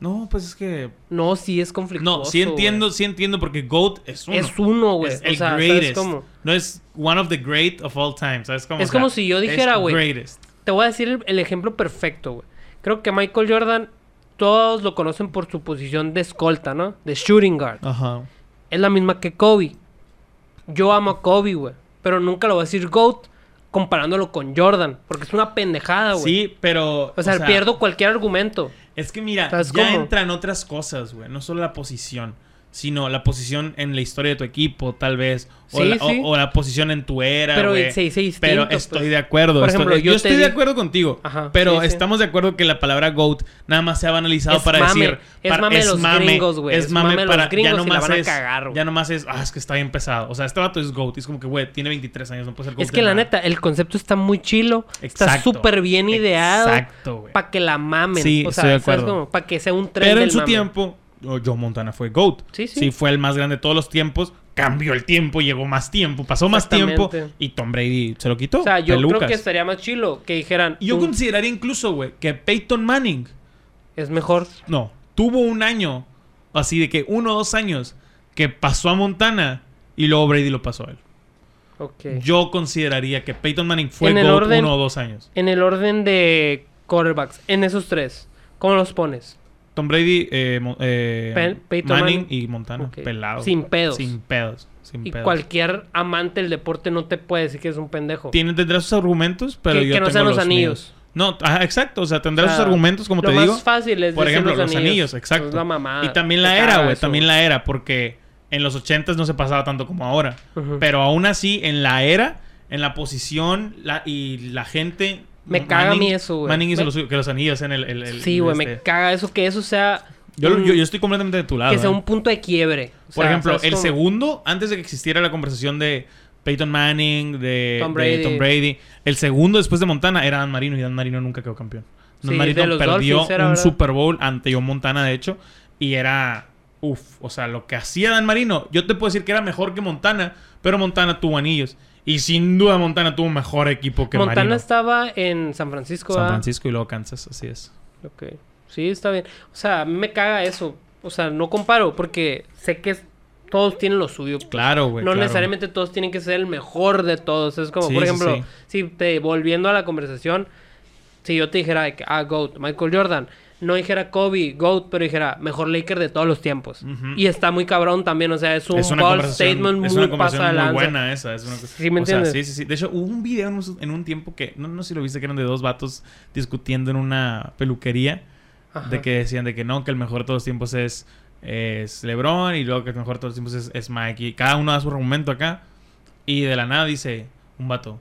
[SPEAKER 1] No, pues es que...
[SPEAKER 2] No, sí es conflictuoso.
[SPEAKER 1] No, sí entiendo,
[SPEAKER 2] güey.
[SPEAKER 1] sí entiendo porque GOAT es uno.
[SPEAKER 2] Es uno, güey.
[SPEAKER 1] Es
[SPEAKER 2] o
[SPEAKER 1] el
[SPEAKER 2] sea, ¿sabes
[SPEAKER 1] greatest.
[SPEAKER 2] cómo?
[SPEAKER 1] No es one of the great of all time. ¿sabes cómo?
[SPEAKER 2] Es
[SPEAKER 1] O sea,
[SPEAKER 2] como si yo dijera,
[SPEAKER 1] es
[SPEAKER 2] güey.
[SPEAKER 1] greatest.
[SPEAKER 2] Te voy a decir el, el ejemplo perfecto, güey. Creo que Michael Jordan, todos lo conocen por su posición de escolta, ¿no? De shooting guard.
[SPEAKER 1] Ajá.
[SPEAKER 2] Es la misma que Kobe. Yo amo a Kobe, güey. Pero nunca lo voy a decir GOAT comparándolo con Jordan. Porque es una pendejada, güey.
[SPEAKER 1] Sí, pero.
[SPEAKER 2] O sea, pierdo cualquier argumento.
[SPEAKER 1] Es que mira,
[SPEAKER 2] ¿Sabes
[SPEAKER 1] ya
[SPEAKER 2] cómo?
[SPEAKER 1] entran otras cosas, güey. No solo la posición, sino la posición en la historia de tu equipo, tal vez. O,
[SPEAKER 2] Sí,
[SPEAKER 1] la, o-
[SPEAKER 2] sí.
[SPEAKER 1] o la posición en tu era.
[SPEAKER 2] Pero
[SPEAKER 1] güey.
[SPEAKER 2] se dice distinto,
[SPEAKER 1] Pero
[SPEAKER 2] pues.
[SPEAKER 1] estoy de acuerdo.
[SPEAKER 2] Por
[SPEAKER 1] estoy-
[SPEAKER 2] ejemplo,
[SPEAKER 1] yo,
[SPEAKER 2] yo te
[SPEAKER 1] estoy de
[SPEAKER 2] di-
[SPEAKER 1] acuerdo contigo.
[SPEAKER 2] Ajá,
[SPEAKER 1] pero
[SPEAKER 2] sí, sí.
[SPEAKER 1] estamos de acuerdo que la palabra GOAT nada más se ha banalizado
[SPEAKER 2] Es
[SPEAKER 1] para
[SPEAKER 2] mame,
[SPEAKER 1] decir.
[SPEAKER 2] es
[SPEAKER 1] para-
[SPEAKER 2] mame de los gringos, güey,
[SPEAKER 1] Es
[SPEAKER 2] es
[SPEAKER 1] mame
[SPEAKER 2] mame de los
[SPEAKER 1] para.
[SPEAKER 2] gringos
[SPEAKER 1] ya
[SPEAKER 2] y la
[SPEAKER 1] nomás
[SPEAKER 2] van a
[SPEAKER 1] es.
[SPEAKER 2] cagar, güey.
[SPEAKER 1] ya nomás es. Ah, es que está bien pesado. O sea, este vato es GOAT. y Es como que, güey, tiene 23 años, no puede ser GOAT.
[SPEAKER 2] Es
[SPEAKER 1] de
[SPEAKER 2] que la
[SPEAKER 1] nada.
[SPEAKER 2] neta, el concepto está muy chilo. Está
[SPEAKER 1] Exacto.
[SPEAKER 2] súper bien ideado.
[SPEAKER 1] Exacto, güey.
[SPEAKER 2] Para que la mamen.
[SPEAKER 1] Sí,
[SPEAKER 2] o sea,
[SPEAKER 1] estoy de
[SPEAKER 2] ¿sabes
[SPEAKER 1] acuerdo.
[SPEAKER 2] cómo? Para que sea un tren
[SPEAKER 1] Pero en
[SPEAKER 2] del
[SPEAKER 1] su
[SPEAKER 2] mame.
[SPEAKER 1] tiempo, oh, Joe Montana fue GOAT.
[SPEAKER 2] Sí, sí.
[SPEAKER 1] fue el más grande de todos los tiempos. Cambió el tiempo, llegó más tiempo, pasó más tiempo.
[SPEAKER 2] Exactamente.
[SPEAKER 1] Y Tom Brady se lo quitó.
[SPEAKER 2] O sea, yo creo
[SPEAKER 1] Pelucas.
[SPEAKER 2] que Mm. estaría más chilo que dijeran.
[SPEAKER 1] Yo
[SPEAKER 2] "Tú
[SPEAKER 1] consideraría incluso, güey, que Peyton Manning,
[SPEAKER 2] Es mejor.
[SPEAKER 1] no, tuvo un año, así de que uno o dos años, que pasó a Montana y luego Brady lo pasó a él.
[SPEAKER 2] Ok.
[SPEAKER 1] Yo consideraría que Peyton Manning fue
[SPEAKER 2] En el
[SPEAKER 1] GOAT
[SPEAKER 2] orden-
[SPEAKER 1] uno o dos años.
[SPEAKER 2] En el orden de quarterbacks, en esos tres, ¿cómo los pones?
[SPEAKER 1] Tom Brady, eh, Mo- eh,
[SPEAKER 2] Pe- Peyton
[SPEAKER 1] Manning,
[SPEAKER 2] Manning.
[SPEAKER 1] y Montana.
[SPEAKER 2] Ok.
[SPEAKER 1] Pelado.
[SPEAKER 2] Sin pedos.
[SPEAKER 1] Sin pedos. Sin
[SPEAKER 2] Y
[SPEAKER 1] pedos.
[SPEAKER 2] cualquier amante del deporte no te puede decir que es un pendejo.
[SPEAKER 1] Tiene, tendrá sus argumentos, pero
[SPEAKER 2] Que-
[SPEAKER 1] yo
[SPEAKER 2] que no
[SPEAKER 1] tengo
[SPEAKER 2] sean los
[SPEAKER 1] los míos.
[SPEAKER 2] anillos.
[SPEAKER 1] No, ajá, exacto. O sea, tendrá
[SPEAKER 2] O sea,
[SPEAKER 1] sus argumentos, como
[SPEAKER 2] lo
[SPEAKER 1] te
[SPEAKER 2] más
[SPEAKER 1] digo.
[SPEAKER 2] fácil es
[SPEAKER 1] Por
[SPEAKER 2] decir
[SPEAKER 1] ejemplo,
[SPEAKER 2] los
[SPEAKER 1] los
[SPEAKER 2] anillos.
[SPEAKER 1] anillos, exacto.
[SPEAKER 2] Es la mamada.
[SPEAKER 1] Y también
[SPEAKER 2] Me
[SPEAKER 1] la
[SPEAKER 2] caga
[SPEAKER 1] era, güey.
[SPEAKER 2] eso,
[SPEAKER 1] También
[SPEAKER 2] güey.
[SPEAKER 1] la era, porque en los 80 no se pasaba tanto como ahora.
[SPEAKER 2] Ujú.
[SPEAKER 1] Pero aún así, en la era, en la posición la, y la gente.
[SPEAKER 2] Me caga a mí eso, güey.
[SPEAKER 1] Manning hizo
[SPEAKER 2] Me-
[SPEAKER 1] los, que los anillos en el. el- el-
[SPEAKER 2] sí, güey, me
[SPEAKER 1] este.
[SPEAKER 2] caga eso que eso sea.
[SPEAKER 1] Yo,
[SPEAKER 2] un-
[SPEAKER 1] yo, yo estoy completamente de tu lado.
[SPEAKER 2] que sea
[SPEAKER 1] ¿eh?
[SPEAKER 2] un punto de quiebre. O
[SPEAKER 1] Por
[SPEAKER 2] sea,
[SPEAKER 1] ejemplo,
[SPEAKER 2] ¿sabes
[SPEAKER 1] el
[SPEAKER 2] cómo?
[SPEAKER 1] segundo, antes de que existiera la conversación de Peyton Manning, de de Tom
[SPEAKER 2] Tom
[SPEAKER 1] Brady,
[SPEAKER 2] Brady.
[SPEAKER 1] el segundo después de Montana era Dan Marino y Dan Marino nunca quedó campeón. Dan
[SPEAKER 2] Sí,
[SPEAKER 1] Marino
[SPEAKER 2] de los
[SPEAKER 1] perdió
[SPEAKER 2] Dolphins era,
[SPEAKER 1] un
[SPEAKER 2] ¿verdad?
[SPEAKER 1] Super Bowl ante John Montana, de hecho, y era. Uf, o sea, lo que hacía Dan Marino, yo te puedo decir que era mejor que Montana, pero Montana tuvo anillos. Y sin duda Montana tuvo un mejor equipo que
[SPEAKER 2] Montana
[SPEAKER 1] Marino.
[SPEAKER 2] estaba en San Francisco.
[SPEAKER 1] San
[SPEAKER 2] ¿verdad?
[SPEAKER 1] Francisco y luego Kansas, así es.
[SPEAKER 2] Ok. Sí, está bien. O sea, a mí me caga eso. O sea, no comparo porque sé que es- todos tienen lo suyo. pues.
[SPEAKER 1] Claro, güey.
[SPEAKER 2] no
[SPEAKER 1] claro.
[SPEAKER 2] necesariamente todos tienen que ser el mejor de todos. Es como,
[SPEAKER 1] Sí,
[SPEAKER 2] por
[SPEAKER 1] sí,
[SPEAKER 2] ejemplo,
[SPEAKER 1] sí.
[SPEAKER 2] si te volviendo a la conversación, si yo te dijera, de que, ah, GOAT, Michael Jordan, no dijera Kobe, GOAT, pero dijera, mejor Laker de todos los tiempos.
[SPEAKER 1] Ujú.
[SPEAKER 2] Y está muy cabrón también, o sea, es un
[SPEAKER 1] es una
[SPEAKER 2] bold
[SPEAKER 1] conversación,
[SPEAKER 2] statement
[SPEAKER 1] es
[SPEAKER 2] muy
[SPEAKER 1] una conversación muy
[SPEAKER 2] pasada lanza.
[SPEAKER 1] buena esa. Es una, co-
[SPEAKER 2] Sí, ¿me
[SPEAKER 1] o sea,
[SPEAKER 2] entiendes?
[SPEAKER 1] sí, sí, sí. De hecho, hubo un video en un, en un tiempo que, no, no sé si lo viste, que eran de dos vatos discutiendo en una peluquería.
[SPEAKER 2] Ajá.
[SPEAKER 1] De que decían de que no, que el mejor de todos los tiempos es, es LeBron y luego que el mejor de todos los tiempos es, es Mike. Y cada uno da su argumento acá. Y de la nada dice un vato,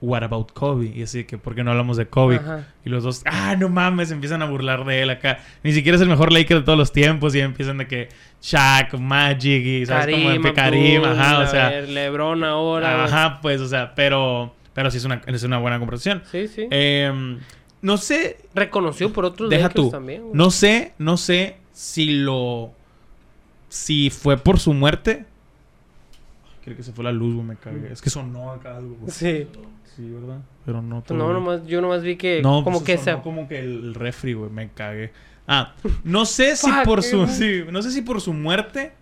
[SPEAKER 1] What about Kobe? Y así de que, ¿por qué no hablamos de Kobe?
[SPEAKER 2] Ajá.
[SPEAKER 1] Y los dos, ah, no mames, empiezan a burlar de él acá. Ni siquiera es el mejor Laker de todos los tiempos. Y empiezan de que Shaq, Magic y, ¿sabes? como de que Karim,
[SPEAKER 2] Abdul,
[SPEAKER 1] ajá, o
[SPEAKER 2] a
[SPEAKER 1] sea.
[SPEAKER 2] ver, LeBron ahora.
[SPEAKER 1] Ajá, pues, o sea, pero, pero sí es una, es una buena conversación.
[SPEAKER 2] Sí, sí.
[SPEAKER 1] Em, no sé,
[SPEAKER 2] Reconocido por otros
[SPEAKER 1] deja
[SPEAKER 2] Lakers
[SPEAKER 1] tú.
[SPEAKER 2] también. güey.
[SPEAKER 1] No sé, no sé si lo. Si fue por su muerte. Creo que se fue la luz, güey, me cagué. Es que sonó acá algo, güey.
[SPEAKER 2] Sí.
[SPEAKER 1] Sí, ¿verdad? Pero no todo
[SPEAKER 2] No,
[SPEAKER 1] bien.
[SPEAKER 2] nomás, yo nomás vi que
[SPEAKER 1] No,
[SPEAKER 2] como
[SPEAKER 1] pues,
[SPEAKER 2] que
[SPEAKER 1] sonó
[SPEAKER 2] se...
[SPEAKER 1] como que el refri, güey, me cagué. Ah, no sé si
[SPEAKER 2] Fuck,
[SPEAKER 1] por su.
[SPEAKER 2] güey.
[SPEAKER 1] sí, no sé si por su muerte.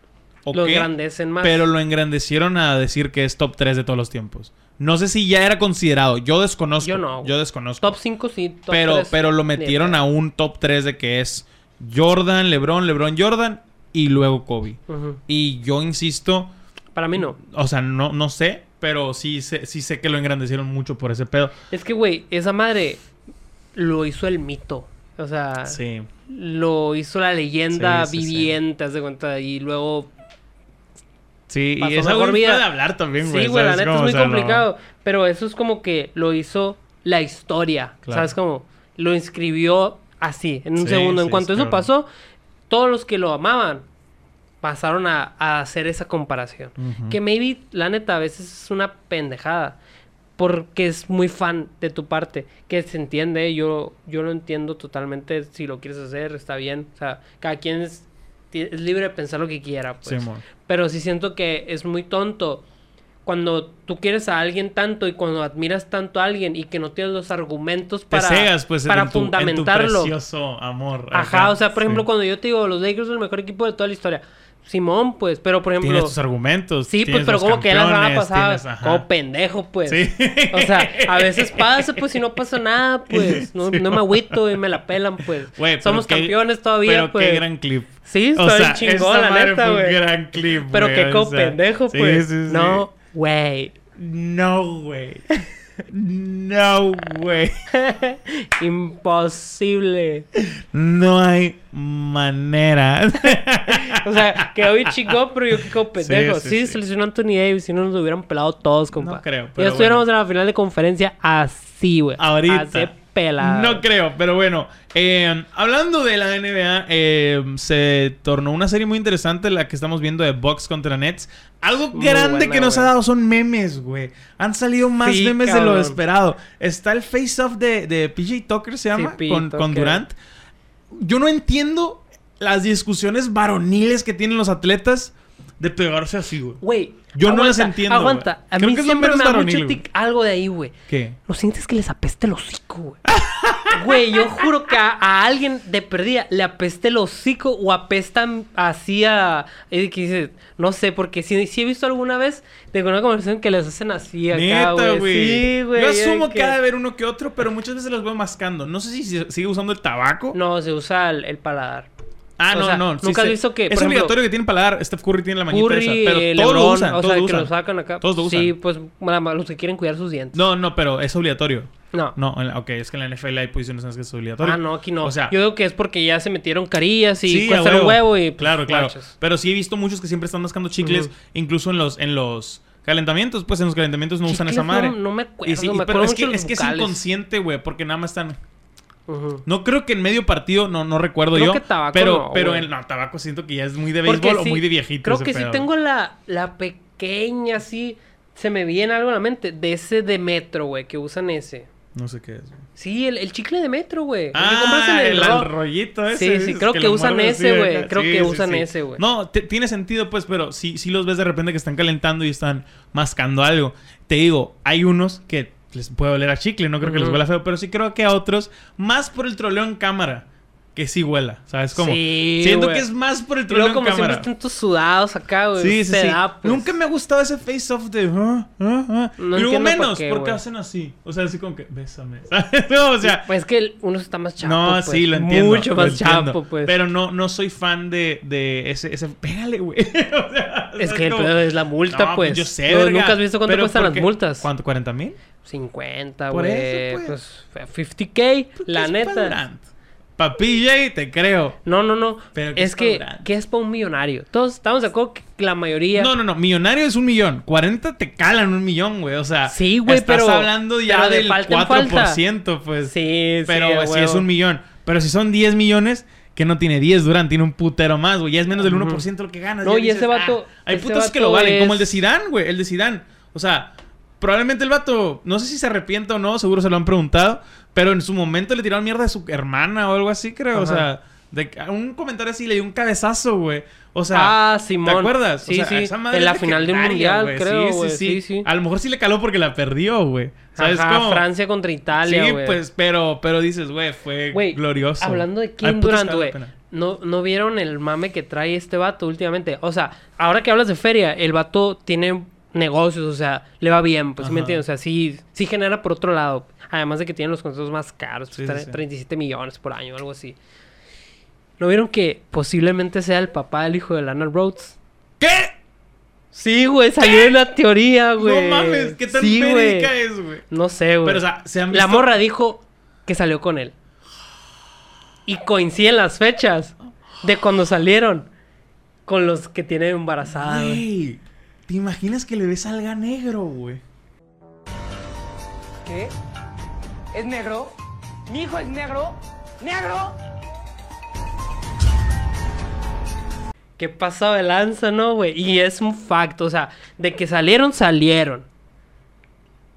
[SPEAKER 1] O
[SPEAKER 2] los
[SPEAKER 1] qué,
[SPEAKER 2] grandecen más.
[SPEAKER 1] Pero lo engrandecieron a decir que es top 3 de todos los tiempos. No sé si ya era considerado. Yo desconozco.
[SPEAKER 2] Yo no, güey.
[SPEAKER 1] Yo desconozco.
[SPEAKER 2] Top 5 sí, top
[SPEAKER 1] pero,
[SPEAKER 2] tres,
[SPEAKER 1] pero lo
[SPEAKER 2] ni de
[SPEAKER 1] metieron a un top 3 de que es Jordan, LeBron, LeBron, Jordan y luego Kobe.
[SPEAKER 2] pedo. Ujú.
[SPEAKER 1] Y yo insisto,
[SPEAKER 2] Para mí no.
[SPEAKER 1] o sea, no, no sé, pero sí, sé- sí sé que lo engrandecieron mucho por ese pedo.
[SPEAKER 2] Es que, güey, esa madre lo hizo el mito. O sea,
[SPEAKER 1] Sí.
[SPEAKER 2] lo hizo la leyenda
[SPEAKER 1] Sí, sí, sí.
[SPEAKER 2] viviente, haz de cuenta. Y luego
[SPEAKER 1] Sí,
[SPEAKER 2] Pasó
[SPEAKER 1] y es
[SPEAKER 2] mejor
[SPEAKER 1] algo bien
[SPEAKER 2] vida.
[SPEAKER 1] feo de hablar también, güey.
[SPEAKER 2] Sí, güey, la
[SPEAKER 1] ¿sabes?
[SPEAKER 2] neta es
[SPEAKER 1] Como,
[SPEAKER 2] muy
[SPEAKER 1] o sea, lo-
[SPEAKER 2] complicado. Pero eso es como que lo hizo la historia.
[SPEAKER 1] Claro.
[SPEAKER 2] ¿Sabes cómo? Lo inscribió así, en
[SPEAKER 1] Sí,
[SPEAKER 2] un segundo. En
[SPEAKER 1] sí,
[SPEAKER 2] cuanto
[SPEAKER 1] es
[SPEAKER 2] eso
[SPEAKER 1] cabrón.
[SPEAKER 2] pasó, todos los que lo amaban pasaron a, a hacer esa comparación.
[SPEAKER 1] Ujú.
[SPEAKER 2] Que maybe, la neta, a veces es una pendejada. Porque es muy fan de tu parte. Que se entiende, yo, yo lo entiendo totalmente. Si lo quieres hacer, está bien. O sea, cada quien es, es libre de pensar lo que quiera. Pues.
[SPEAKER 1] Simón.
[SPEAKER 2] Pero sí siento que es muy tonto cuando tú quieres a alguien tanto y cuando admiras tanto a alguien y que no tienes los argumentos
[SPEAKER 1] Te
[SPEAKER 2] para,
[SPEAKER 1] cegas, pues,
[SPEAKER 2] para
[SPEAKER 1] en tu, en tu
[SPEAKER 2] fundamentarlo.
[SPEAKER 1] precioso amor.
[SPEAKER 2] Ajá, o sea, por
[SPEAKER 1] sí.
[SPEAKER 2] ejemplo, cuando yo te digo, los Lakers son el mejor equipo de toda la historia. Simón, pues, pero por ejemplo...
[SPEAKER 1] Tienes tus argumentos.
[SPEAKER 2] Sí, pues,
[SPEAKER 1] tienes
[SPEAKER 2] pero
[SPEAKER 1] los
[SPEAKER 2] como que ya la semana
[SPEAKER 1] campeones,
[SPEAKER 2] pasada,
[SPEAKER 1] tienes- ajá.
[SPEAKER 2] como pendejo, pues.
[SPEAKER 1] Sí.
[SPEAKER 2] O sea, a veces pasa, pues, si no pasa nada, pues. No,
[SPEAKER 1] Sí,
[SPEAKER 2] no me
[SPEAKER 1] mo.
[SPEAKER 2] agüito y me la pelan, pues.
[SPEAKER 1] Güey, pero
[SPEAKER 2] Somos
[SPEAKER 1] qué-
[SPEAKER 2] campeones todavía,
[SPEAKER 1] pero
[SPEAKER 2] pues.
[SPEAKER 1] qué gran clip.
[SPEAKER 2] Sí,
[SPEAKER 1] O
[SPEAKER 2] está bien
[SPEAKER 1] sea,
[SPEAKER 2] chingón,
[SPEAKER 1] esa
[SPEAKER 2] la
[SPEAKER 1] madre
[SPEAKER 2] neta,
[SPEAKER 1] fue un
[SPEAKER 2] güey.
[SPEAKER 1] gran clip,
[SPEAKER 2] Pero
[SPEAKER 1] güey,
[SPEAKER 2] que
[SPEAKER 1] o
[SPEAKER 2] como
[SPEAKER 1] sea,
[SPEAKER 2] pendejo,
[SPEAKER 1] sí,
[SPEAKER 2] pues.
[SPEAKER 1] sí, sí.
[SPEAKER 2] No, güey.
[SPEAKER 1] No, güey. No, güey.
[SPEAKER 2] Imposible.
[SPEAKER 1] No hay manera.
[SPEAKER 2] O sea, quedó bien chingón, pero yo que como pendejo. Sí,
[SPEAKER 1] sí, sí.
[SPEAKER 2] se lesionó Anthony Davis, si no nos hubieran pelado todos, compa.
[SPEAKER 1] No creo, pero
[SPEAKER 2] Ya estuviéramos en la final de conferencia así, güey.
[SPEAKER 1] Ahorita.
[SPEAKER 2] Así pelado.
[SPEAKER 1] No creo, pero bueno. eh, hablando de la NBA, eh, se tornó una serie muy interesante la que estamos viendo de Bucks contra Nets. Algo
[SPEAKER 2] Muy
[SPEAKER 1] grande
[SPEAKER 2] buena,
[SPEAKER 1] que nos
[SPEAKER 2] güey.
[SPEAKER 1] ha dado son memes, güey. Han salido más
[SPEAKER 2] Sí,
[SPEAKER 1] memes de
[SPEAKER 2] cabrón.
[SPEAKER 1] lo esperado. Está el face-off de, de PJ Tucker, se
[SPEAKER 2] Sí,
[SPEAKER 1] llama,
[SPEAKER 2] PJ
[SPEAKER 1] con, con
[SPEAKER 2] Tucker.
[SPEAKER 1] Durant. Yo no entiendo las discusiones varoniles que tienen los atletas de pegarse así, güey.
[SPEAKER 2] Güey.
[SPEAKER 1] Yo no las
[SPEAKER 2] aguanta,
[SPEAKER 1] entiendo,
[SPEAKER 2] Aguanta.
[SPEAKER 1] güey.
[SPEAKER 2] A
[SPEAKER 1] Creo
[SPEAKER 2] mí
[SPEAKER 1] que es lo
[SPEAKER 2] siempre
[SPEAKER 1] menos
[SPEAKER 2] me da
[SPEAKER 1] varonil,
[SPEAKER 2] mucho
[SPEAKER 1] güey.
[SPEAKER 2] tic algo de ahí, güey.
[SPEAKER 1] ¿Qué?
[SPEAKER 2] ¿No sientes que les apeste el hocico, güey? Güey, yo juro que a, a alguien de perdida le apeste el hocico o apestan así a... eh, que dices, no sé, porque si, si he visto alguna vez de una conversación que les hacen así acá,
[SPEAKER 1] Neta,
[SPEAKER 2] güey.
[SPEAKER 1] güey.
[SPEAKER 2] Sí, güey.
[SPEAKER 1] Yo
[SPEAKER 2] de
[SPEAKER 1] asumo que
[SPEAKER 2] que-
[SPEAKER 1] ha de haber uno que otro, pero muchas veces los veo mascando. No sé si se- sigue usando el tabaco.
[SPEAKER 2] No, se usa el, el paladar.
[SPEAKER 1] Ah,
[SPEAKER 2] o
[SPEAKER 1] no,
[SPEAKER 2] sea,
[SPEAKER 1] no. sí
[SPEAKER 2] nunca has
[SPEAKER 1] sé.
[SPEAKER 2] visto que,
[SPEAKER 1] Es
[SPEAKER 2] por ejemplo,
[SPEAKER 1] obligatorio que tiene paladar. Steph Curry tiene la manita
[SPEAKER 2] Curry,
[SPEAKER 1] esa. Pero
[SPEAKER 2] eh,
[SPEAKER 1] todos lo
[SPEAKER 2] LeBron,
[SPEAKER 1] usan.
[SPEAKER 2] o
[SPEAKER 1] todos
[SPEAKER 2] sea,
[SPEAKER 1] lo
[SPEAKER 2] que
[SPEAKER 1] usan.
[SPEAKER 2] lo sacan acá.
[SPEAKER 1] Todos lo usan.
[SPEAKER 2] Sí, pues la- los que quieren cuidar sus dientes.
[SPEAKER 1] No, no, pero es obligatorio.
[SPEAKER 2] No.
[SPEAKER 1] No, en la- ok, es que en la NFL hay posiciones en las que es obligatorio.
[SPEAKER 2] Ah, no, aquí no.
[SPEAKER 1] O sea,
[SPEAKER 2] yo digo que es porque ya se metieron carillas y
[SPEAKER 1] a
[SPEAKER 2] cuestan un huevo y...
[SPEAKER 1] Claro, claro.
[SPEAKER 2] guachos.
[SPEAKER 1] Pero sí he visto muchos que siempre están mascando chicles,
[SPEAKER 2] Ujú.
[SPEAKER 1] incluso en los, en los calentamientos. Pues en los calentamientos no usan
[SPEAKER 2] Chicles
[SPEAKER 1] esa madre.
[SPEAKER 2] No, no me acuerdo,
[SPEAKER 1] Y sí,
[SPEAKER 2] me
[SPEAKER 1] y-
[SPEAKER 2] acuerdo
[SPEAKER 1] pero es
[SPEAKER 2] mucho
[SPEAKER 1] que,
[SPEAKER 2] de los
[SPEAKER 1] es que es
[SPEAKER 2] bucales.
[SPEAKER 1] inconsciente, güey, porque nada más están.
[SPEAKER 2] Ujú.
[SPEAKER 1] No creo que en medio partido, no, no recuerdo
[SPEAKER 2] Creo
[SPEAKER 1] yo.
[SPEAKER 2] que tabaco
[SPEAKER 1] pero,
[SPEAKER 2] no,
[SPEAKER 1] pero
[SPEAKER 2] güey.
[SPEAKER 1] en no, tabaco siento que ya es muy de
[SPEAKER 2] Porque
[SPEAKER 1] béisbol o
[SPEAKER 2] sí,
[SPEAKER 1] muy de viejito.
[SPEAKER 2] Creo
[SPEAKER 1] ese
[SPEAKER 2] que sí
[SPEAKER 1] pedo.
[SPEAKER 2] tengo la, la pequeña, así, se me viene algo a la mente, de ese de metro, güey, que usan ese.
[SPEAKER 1] No sé qué es. güey.
[SPEAKER 2] Sí, el, el chicle de metro, güey. El que compras en
[SPEAKER 1] Ah, el,
[SPEAKER 2] ro-
[SPEAKER 1] rollito ese.
[SPEAKER 2] Sí, sí,
[SPEAKER 1] dices,
[SPEAKER 2] creo que
[SPEAKER 1] lo
[SPEAKER 2] usan
[SPEAKER 1] muerdes
[SPEAKER 2] ese,
[SPEAKER 1] así,
[SPEAKER 2] güey,
[SPEAKER 1] acá.
[SPEAKER 2] creo que usan ese, güey.
[SPEAKER 1] No, te- tiene sentido, pues, pero sí, sí los ves de repente que están calentando y están mascando algo. Te digo, hay unos que les puede oler a chicle, no creo que les
[SPEAKER 2] Ujú.
[SPEAKER 1] huela feo, pero sí creo que a otros, más por el troleo en cámara, que sí huela. ¿Sabes cómo?
[SPEAKER 2] Sí,
[SPEAKER 1] Siento
[SPEAKER 2] güey.
[SPEAKER 1] que es más por el
[SPEAKER 2] Y
[SPEAKER 1] troleo
[SPEAKER 2] luego
[SPEAKER 1] en
[SPEAKER 2] como siempre
[SPEAKER 1] cámara.
[SPEAKER 2] están todos sudados acá, güey.
[SPEAKER 1] Sí, sí,
[SPEAKER 2] se
[SPEAKER 1] sí.
[SPEAKER 2] da, pues.
[SPEAKER 1] Nunca me ha gustado ese face-off de... "Ah, ah, ah".
[SPEAKER 2] No
[SPEAKER 1] y luego
[SPEAKER 2] entiendo por
[SPEAKER 1] menos,
[SPEAKER 2] qué,
[SPEAKER 1] porque
[SPEAKER 2] güey.
[SPEAKER 1] hacen así. O sea, así como que... Bésame. ¿sabes? No, o sea...
[SPEAKER 2] Pues es que el- uno está más chapo,
[SPEAKER 1] no,
[SPEAKER 2] pues.
[SPEAKER 1] sí, lo entiendo.
[SPEAKER 2] Mucho
[SPEAKER 1] lo
[SPEAKER 2] más
[SPEAKER 1] entiendo.
[SPEAKER 2] chapo, pues.
[SPEAKER 1] Pero no, no soy fan de, de ese, ese... Pégale, güey. O sea,
[SPEAKER 2] es que el
[SPEAKER 1] como-
[SPEAKER 2] pedo es la multa,
[SPEAKER 1] No,
[SPEAKER 2] pues.
[SPEAKER 1] Yo sé,
[SPEAKER 2] No,
[SPEAKER 1] verga.
[SPEAKER 2] Nunca has visto cuánto
[SPEAKER 1] Pero
[SPEAKER 2] cuestan
[SPEAKER 1] porque-
[SPEAKER 2] las multas.
[SPEAKER 1] ¿Cuánto? ¿40 mil?
[SPEAKER 2] 50,
[SPEAKER 1] Por
[SPEAKER 2] güey.
[SPEAKER 1] eso, Pues,
[SPEAKER 2] Pues. 50k, la neta.
[SPEAKER 1] Para PJ, te creo.
[SPEAKER 2] No, no, no.
[SPEAKER 1] Pero ¿qué
[SPEAKER 2] es
[SPEAKER 1] es pa'
[SPEAKER 2] que,
[SPEAKER 1] un grande?
[SPEAKER 2] ¿qué es para un millonario? Todos estamos de acuerdo que la mayoría.
[SPEAKER 1] No, no, no. Millonario es un millón. 40 te calan un millón, güey. O sea...
[SPEAKER 2] Sí, güey,
[SPEAKER 1] estás
[SPEAKER 2] pero-
[SPEAKER 1] hablando ya
[SPEAKER 2] pero de
[SPEAKER 1] del
[SPEAKER 2] falta en
[SPEAKER 1] 4%, pues.
[SPEAKER 2] Sí, sí.
[SPEAKER 1] Pero
[SPEAKER 2] a
[SPEAKER 1] güey, si es
[SPEAKER 2] huevo.
[SPEAKER 1] un millón. Pero si son 10 millones, que no tiene 10, Durant tiene un putero más, güey. Ya es menos del
[SPEAKER 2] Ujú.
[SPEAKER 1] 1% lo que ganas.
[SPEAKER 2] No,
[SPEAKER 1] ya "Ah,
[SPEAKER 2] y ese vato-
[SPEAKER 1] hay
[SPEAKER 2] ese
[SPEAKER 1] putos que lo
[SPEAKER 2] vato
[SPEAKER 1] valen, como el de
[SPEAKER 2] es-
[SPEAKER 1] Sidán, güey. El de Sidán. O sea, probablemente el vato, no sé si se arrepienta o no, seguro se lo han preguntado. Pero en su momento le tiraron mierda a su hermana o algo así, creo. O
[SPEAKER 2] Ajá.
[SPEAKER 1] sea, de, que- un comentario así le dio un cabezazo, güey. O sea,
[SPEAKER 2] Ah, Simón.
[SPEAKER 1] ¿te acuerdas?
[SPEAKER 2] Sí, sí. En
[SPEAKER 1] es
[SPEAKER 2] la final de un
[SPEAKER 1] legendaria,
[SPEAKER 2] mundial,
[SPEAKER 1] güey.
[SPEAKER 2] creo, güey.
[SPEAKER 1] Sí sí,
[SPEAKER 2] Sí, sí.
[SPEAKER 1] A lo mejor sí le caló porque la perdió, güey. ¿Sabes
[SPEAKER 2] Ajá,
[SPEAKER 1] cómo?
[SPEAKER 2] Francia contra Italia,
[SPEAKER 1] sí,
[SPEAKER 2] güey.
[SPEAKER 1] pues, pero, pero dices, güey, fue
[SPEAKER 2] Güey,
[SPEAKER 1] glorioso.
[SPEAKER 2] Hablando de
[SPEAKER 1] Ay,
[SPEAKER 2] Kim
[SPEAKER 1] putas,
[SPEAKER 2] Durant,
[SPEAKER 1] vale la
[SPEAKER 2] güey.
[SPEAKER 1] pena.
[SPEAKER 2] ¿No, ¿No vieron el mame que trae este vato últimamente? O sea, ahora que hablas de feria, el vato tiene negocios, o sea, le va bien, pues, ¿sí ¿me
[SPEAKER 1] Ajá.
[SPEAKER 2] entiendes? O sea, sí, sí genera por otro lado. Además de que tiene los contratos más caros, pues,
[SPEAKER 1] Sí, sí,
[SPEAKER 2] tre-
[SPEAKER 1] sí.
[SPEAKER 2] 37 millones por año, algo así. ¿No vieron que posiblemente sea el papá del hijo de Lana Rhodes?
[SPEAKER 1] ¿Qué?
[SPEAKER 2] Sí, güey, salió de la teoría, güey.
[SPEAKER 1] No mames, qué tan
[SPEAKER 2] Sí, güey.
[SPEAKER 1] médica es, güey.
[SPEAKER 2] No sé, güey.
[SPEAKER 1] Pero, o sea, se han
[SPEAKER 2] La
[SPEAKER 1] visto-
[SPEAKER 2] morra dijo que salió con él. Y coinciden las fechas de cuando salieron con los que tienen embarazada, Ah, güey.
[SPEAKER 1] Güey, ¿te imaginas que le ves alga negro, güey?
[SPEAKER 3] ¿Qué? ¿Es negro? ¿Mi hijo es negro? ¿Negro?
[SPEAKER 2] Qué pasado de lanza, ¿no, güey? Y es un facto, o sea, de que salieron, salieron.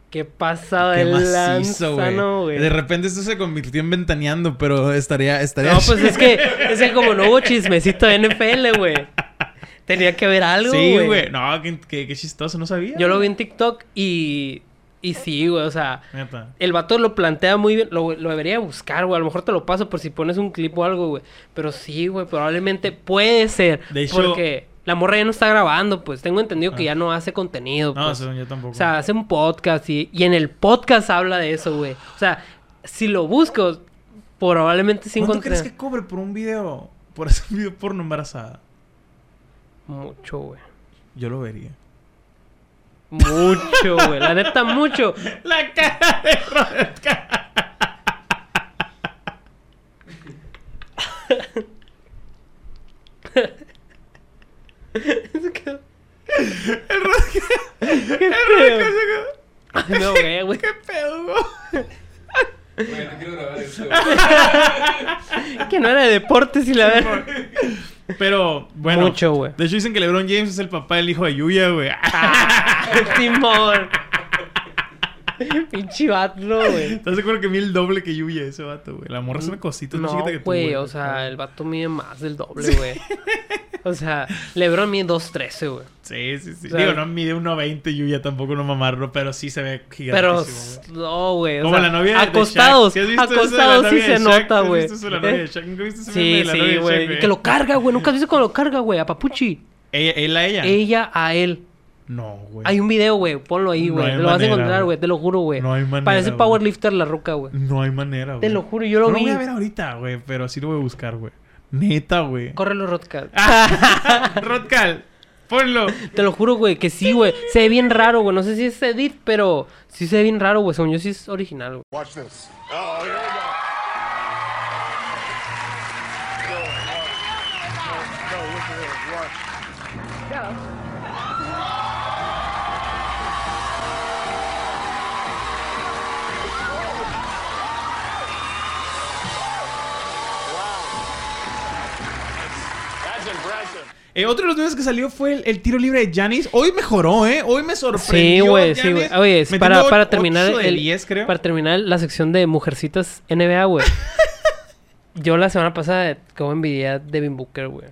[SPEAKER 2] Qué pasado
[SPEAKER 1] Qué
[SPEAKER 2] de
[SPEAKER 1] macizo,
[SPEAKER 2] lanza, ¿no,
[SPEAKER 1] güey.
[SPEAKER 2] güey?
[SPEAKER 1] De repente esto se convirtió en ventaneando, pero estaría... estaría
[SPEAKER 2] No, pues es que, es que como no hubo chismecito de NFL, güey. Tenía que haber algo,
[SPEAKER 1] Sí, güey. No, qué, qué- qué chistoso, no sabía.
[SPEAKER 2] Yo lo vi en TikTok y. Y sí, güey, o sea.
[SPEAKER 1] Neta.
[SPEAKER 2] El vato lo plantea muy bien. Lo, lo debería buscar, güey. A lo mejor te lo paso por si pones un clip o algo, güey. Pero sí, güey. Probablemente puede ser.
[SPEAKER 1] De hecho- Ah.
[SPEAKER 2] porque la morra ya no está grabando, pues. Tengo entendido que ya no hace contenido.
[SPEAKER 1] No,
[SPEAKER 2] pues.
[SPEAKER 1] según yo tampoco.
[SPEAKER 2] O sea, hace un podcast y, y en el podcast habla de eso, güey. O sea, si lo busco, probablemente sí
[SPEAKER 1] ¿Cuánto
[SPEAKER 2] encontré.
[SPEAKER 1] crees que cobre por un video... Por hacer un video porno embarazada?
[SPEAKER 2] Mucho, güey.
[SPEAKER 1] Yo lo vería.
[SPEAKER 2] Mucho, güey. La neta, mucho.
[SPEAKER 1] La cara de Robert
[SPEAKER 2] ¿Qué pedo? No, güey, güey.
[SPEAKER 1] ¿Qué pedo, güey?
[SPEAKER 4] Güey, no quiero grabar esto.
[SPEAKER 2] Que no era de deportes y la verdad.
[SPEAKER 1] Pero, bueno.
[SPEAKER 2] Mucho, güey. Ah.
[SPEAKER 1] De hecho, dicen que LeBron James es el papá del hijo de Yuya, güey.
[SPEAKER 2] Timón. Pinche vato, güey.
[SPEAKER 1] ¿Estás de acuerdo que mide el doble que Yuya ese vato, güey? La morra es una cosita más
[SPEAKER 2] No,
[SPEAKER 1] chiquita que tú,
[SPEAKER 2] güey, o sea, el vato mide más del doble, güey. O sea, LeBron mide 2.13, güey.
[SPEAKER 1] Sí, sí, sí.
[SPEAKER 2] o sea-
[SPEAKER 1] Digo, no mide 1.20 Yuya tampoco, no mamarlo, pero sí se ve
[SPEAKER 2] Pero,
[SPEAKER 1] gigantísimo, güey.
[SPEAKER 2] no, güey. o
[SPEAKER 1] Como
[SPEAKER 2] sea,
[SPEAKER 1] la novia de- de Shaq.
[SPEAKER 2] Acostados,
[SPEAKER 1] ¿Sí has visto eso de la
[SPEAKER 2] acostados sí
[SPEAKER 1] novia de
[SPEAKER 2] se
[SPEAKER 1] Shaq?
[SPEAKER 2] nota,
[SPEAKER 1] ¿Sí has
[SPEAKER 2] güey. Eh,
[SPEAKER 1] visto eso de la novia de Shaq? ¿Nunca viste ese meme
[SPEAKER 2] Sí,
[SPEAKER 1] de la novia
[SPEAKER 2] sí,
[SPEAKER 1] de Shaq,
[SPEAKER 2] güey. Y que lo carga, güey. Nunca has visto cómo lo carga, güey. A Papuchi.
[SPEAKER 1] Ella- ¿Él a ella?
[SPEAKER 2] Ella a él.
[SPEAKER 1] No, güey.
[SPEAKER 2] Hay un video, güey. Ponlo ahí,
[SPEAKER 1] No
[SPEAKER 2] güey.
[SPEAKER 1] hay
[SPEAKER 2] lo vas a
[SPEAKER 1] manera,
[SPEAKER 2] encontrar,
[SPEAKER 1] güey.
[SPEAKER 2] güey. Te lo juro, güey.
[SPEAKER 1] No hay manera,
[SPEAKER 2] Parece
[SPEAKER 1] güey.
[SPEAKER 2] powerlifter la ruca, güey.
[SPEAKER 1] No hay manera, güey.
[SPEAKER 2] Te lo juro, yo lo
[SPEAKER 1] no
[SPEAKER 2] vi.
[SPEAKER 1] voy a ver ahorita, güey, pero sí lo voy a buscar, güey. Neta, güey.
[SPEAKER 2] Córrelo, Rodcat.
[SPEAKER 1] Ah. Rodcal, ponlo.
[SPEAKER 2] Te lo juro, güey, que sí, güey. Se ve bien raro, güey. No sé si es edit, pero sí se ve bien raro, güey. Según yo sí es original, güey.
[SPEAKER 5] Watch this. Oh, here we go. No, no, no, look at this. Watch.
[SPEAKER 1] Eh, otro de los memes que salió fue el, el tiro libre de Janis. Hoy mejoró, ¿eh? Hoy me
[SPEAKER 2] Sí,
[SPEAKER 1] sorprendió.
[SPEAKER 2] güey, sí, güey.
[SPEAKER 1] Giannis
[SPEAKER 2] Oye, es
[SPEAKER 1] metiendo
[SPEAKER 2] para,
[SPEAKER 1] ocho-
[SPEAKER 2] para terminar
[SPEAKER 1] ocho de
[SPEAKER 2] el,
[SPEAKER 1] 10, creo.
[SPEAKER 2] para terminar la sección de mujercitas NBA, güey. yo la semana pasada como envidia a Devin Booker, güey.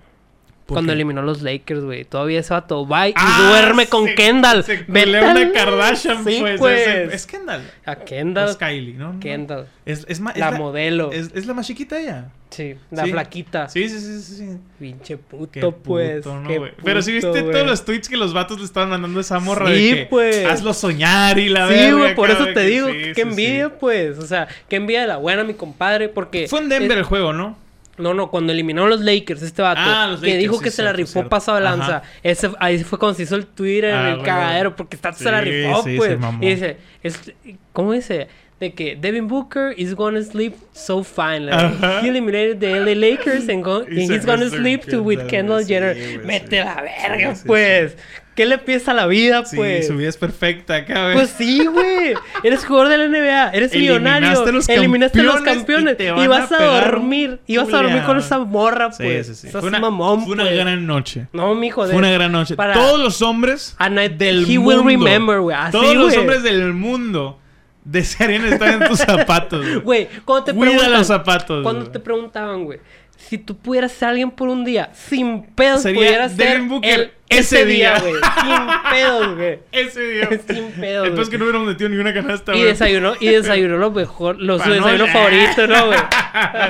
[SPEAKER 1] ¿Por
[SPEAKER 2] Cuando
[SPEAKER 1] qué?
[SPEAKER 2] eliminó a los Lakers, güey. Todavía ese vato va y
[SPEAKER 1] Ah,
[SPEAKER 2] duerme con
[SPEAKER 1] se-
[SPEAKER 2] Kendall.
[SPEAKER 1] Se
[SPEAKER 2] Vete
[SPEAKER 1] pelea una
[SPEAKER 2] al-
[SPEAKER 1] Kardashian,
[SPEAKER 2] Sí,
[SPEAKER 1] pues.
[SPEAKER 2] pues.
[SPEAKER 1] Es, es Kendall.
[SPEAKER 2] A
[SPEAKER 1] No
[SPEAKER 2] Kendall.
[SPEAKER 1] Es Kylie, ¿no? No.
[SPEAKER 2] Kendall.
[SPEAKER 1] Es, es ma- es
[SPEAKER 2] La modelo.
[SPEAKER 1] Ah, Es, es la más chiquita ella.
[SPEAKER 2] Sí, la
[SPEAKER 1] Sí.
[SPEAKER 2] flaquita.
[SPEAKER 1] Sí, sí, sí, sí. sí.
[SPEAKER 2] Pinche puto,
[SPEAKER 1] Qué
[SPEAKER 2] pues.
[SPEAKER 1] puto, ¿no,
[SPEAKER 2] qué
[SPEAKER 1] güey? Pero si
[SPEAKER 2] puto,
[SPEAKER 1] viste
[SPEAKER 2] güey.
[SPEAKER 1] todos los tweets que los vatos le estaban mandando a esa morra
[SPEAKER 2] Sí,
[SPEAKER 1] de que
[SPEAKER 2] pues.
[SPEAKER 1] hazlo soñar y la
[SPEAKER 2] Sí,
[SPEAKER 1] verga,
[SPEAKER 2] güey, por
[SPEAKER 1] acá,
[SPEAKER 2] eso
[SPEAKER 1] de
[SPEAKER 2] te
[SPEAKER 1] que
[SPEAKER 2] digo,
[SPEAKER 1] sí,
[SPEAKER 2] qué
[SPEAKER 1] sí,
[SPEAKER 2] envidia, pues. O sea, qué envidia de la buena, mi compadre, porque.
[SPEAKER 1] sí. Fue en Denver
[SPEAKER 2] es-
[SPEAKER 1] el juego, ¿no?
[SPEAKER 2] no, no, cuando eliminó a los Lakers, este vato.
[SPEAKER 1] Ah, los
[SPEAKER 2] que
[SPEAKER 1] Lakers,
[SPEAKER 2] dijo
[SPEAKER 1] sí,
[SPEAKER 2] que se la
[SPEAKER 1] cierto,
[SPEAKER 2] rifó
[SPEAKER 1] cierto.
[SPEAKER 2] pasado de lanza.
[SPEAKER 1] Ajá.
[SPEAKER 2] Ese, ahí fue cuando se hizo el Twitter,
[SPEAKER 1] Ah,
[SPEAKER 2] el
[SPEAKER 1] güey,
[SPEAKER 2] cagadero,
[SPEAKER 1] güey.
[SPEAKER 2] porque está se la
[SPEAKER 1] Sí,
[SPEAKER 2] rifó,
[SPEAKER 1] sí, se
[SPEAKER 2] pues.
[SPEAKER 1] mamó.
[SPEAKER 2] Y dice, es- ¿cómo dice? De que Devin Booker is gonna sleep so fine. like,
[SPEAKER 1] Ajá.
[SPEAKER 2] he eliminated the LA Lakers and, go-
[SPEAKER 1] Y
[SPEAKER 2] and
[SPEAKER 1] se
[SPEAKER 2] he's gonna
[SPEAKER 1] fue
[SPEAKER 2] sleep to with
[SPEAKER 1] Kendall,
[SPEAKER 2] Kendall
[SPEAKER 1] güey, sí,
[SPEAKER 2] Jenner.
[SPEAKER 1] güey,
[SPEAKER 2] Vete
[SPEAKER 1] sí.
[SPEAKER 2] la verga,
[SPEAKER 1] Sí, sí,
[SPEAKER 2] pues. ¿Qué le piensa la vida,
[SPEAKER 1] Sí,
[SPEAKER 2] pues?
[SPEAKER 1] su vida es perfecta acá, güey.
[SPEAKER 2] Pues sí, güey. Eres jugador de la NBA, eres
[SPEAKER 1] Eliminaste
[SPEAKER 2] millonario,
[SPEAKER 1] a los
[SPEAKER 2] eliminaste a los
[SPEAKER 1] campeones
[SPEAKER 2] campeones
[SPEAKER 1] y
[SPEAKER 2] y,
[SPEAKER 1] te van
[SPEAKER 2] vas
[SPEAKER 1] a
[SPEAKER 2] a,
[SPEAKER 1] pegar
[SPEAKER 2] dormir.
[SPEAKER 1] un
[SPEAKER 2] Y vas a dormir con
[SPEAKER 1] culeado.
[SPEAKER 2] esa morra,
[SPEAKER 1] Sí,
[SPEAKER 2] pues.
[SPEAKER 1] sí, sí.
[SPEAKER 2] Estás
[SPEAKER 1] Fue una,
[SPEAKER 2] mamón,
[SPEAKER 1] fue una
[SPEAKER 2] pues.
[SPEAKER 1] gran noche.
[SPEAKER 2] No, mijo, de...
[SPEAKER 1] Fue una gran noche.
[SPEAKER 2] para-
[SPEAKER 1] Todos los hombres
[SPEAKER 2] A night
[SPEAKER 1] del
[SPEAKER 2] he
[SPEAKER 1] mundo.
[SPEAKER 2] will remember, güey. Así,
[SPEAKER 1] Todos los
[SPEAKER 2] güey.
[SPEAKER 1] hombres del mundo desearían estar en tus zapatos.
[SPEAKER 2] Güey, cuando te
[SPEAKER 1] Cuida
[SPEAKER 2] preguntan...
[SPEAKER 1] los zapatos,
[SPEAKER 2] Cuando
[SPEAKER 1] güey.
[SPEAKER 2] te preguntaban, güey, si tú pudieras ser alguien por un día, sin pedos
[SPEAKER 1] Sería
[SPEAKER 2] pudieras ser
[SPEAKER 1] Devin Booker
[SPEAKER 2] el-
[SPEAKER 1] ese
[SPEAKER 2] ese día,
[SPEAKER 1] día.
[SPEAKER 2] güey. sin pedos, güey.
[SPEAKER 1] Ese día.
[SPEAKER 2] Sin pedo,
[SPEAKER 1] El peor es
[SPEAKER 2] güey.
[SPEAKER 1] que no hubiéramos metido ni una canasta,
[SPEAKER 2] Y
[SPEAKER 1] güey.
[SPEAKER 2] desayunó, y desayunó lo mejor, lo, su
[SPEAKER 1] Pa' no
[SPEAKER 2] desayuno
[SPEAKER 1] ya.
[SPEAKER 2] favorito, ¿no, güey?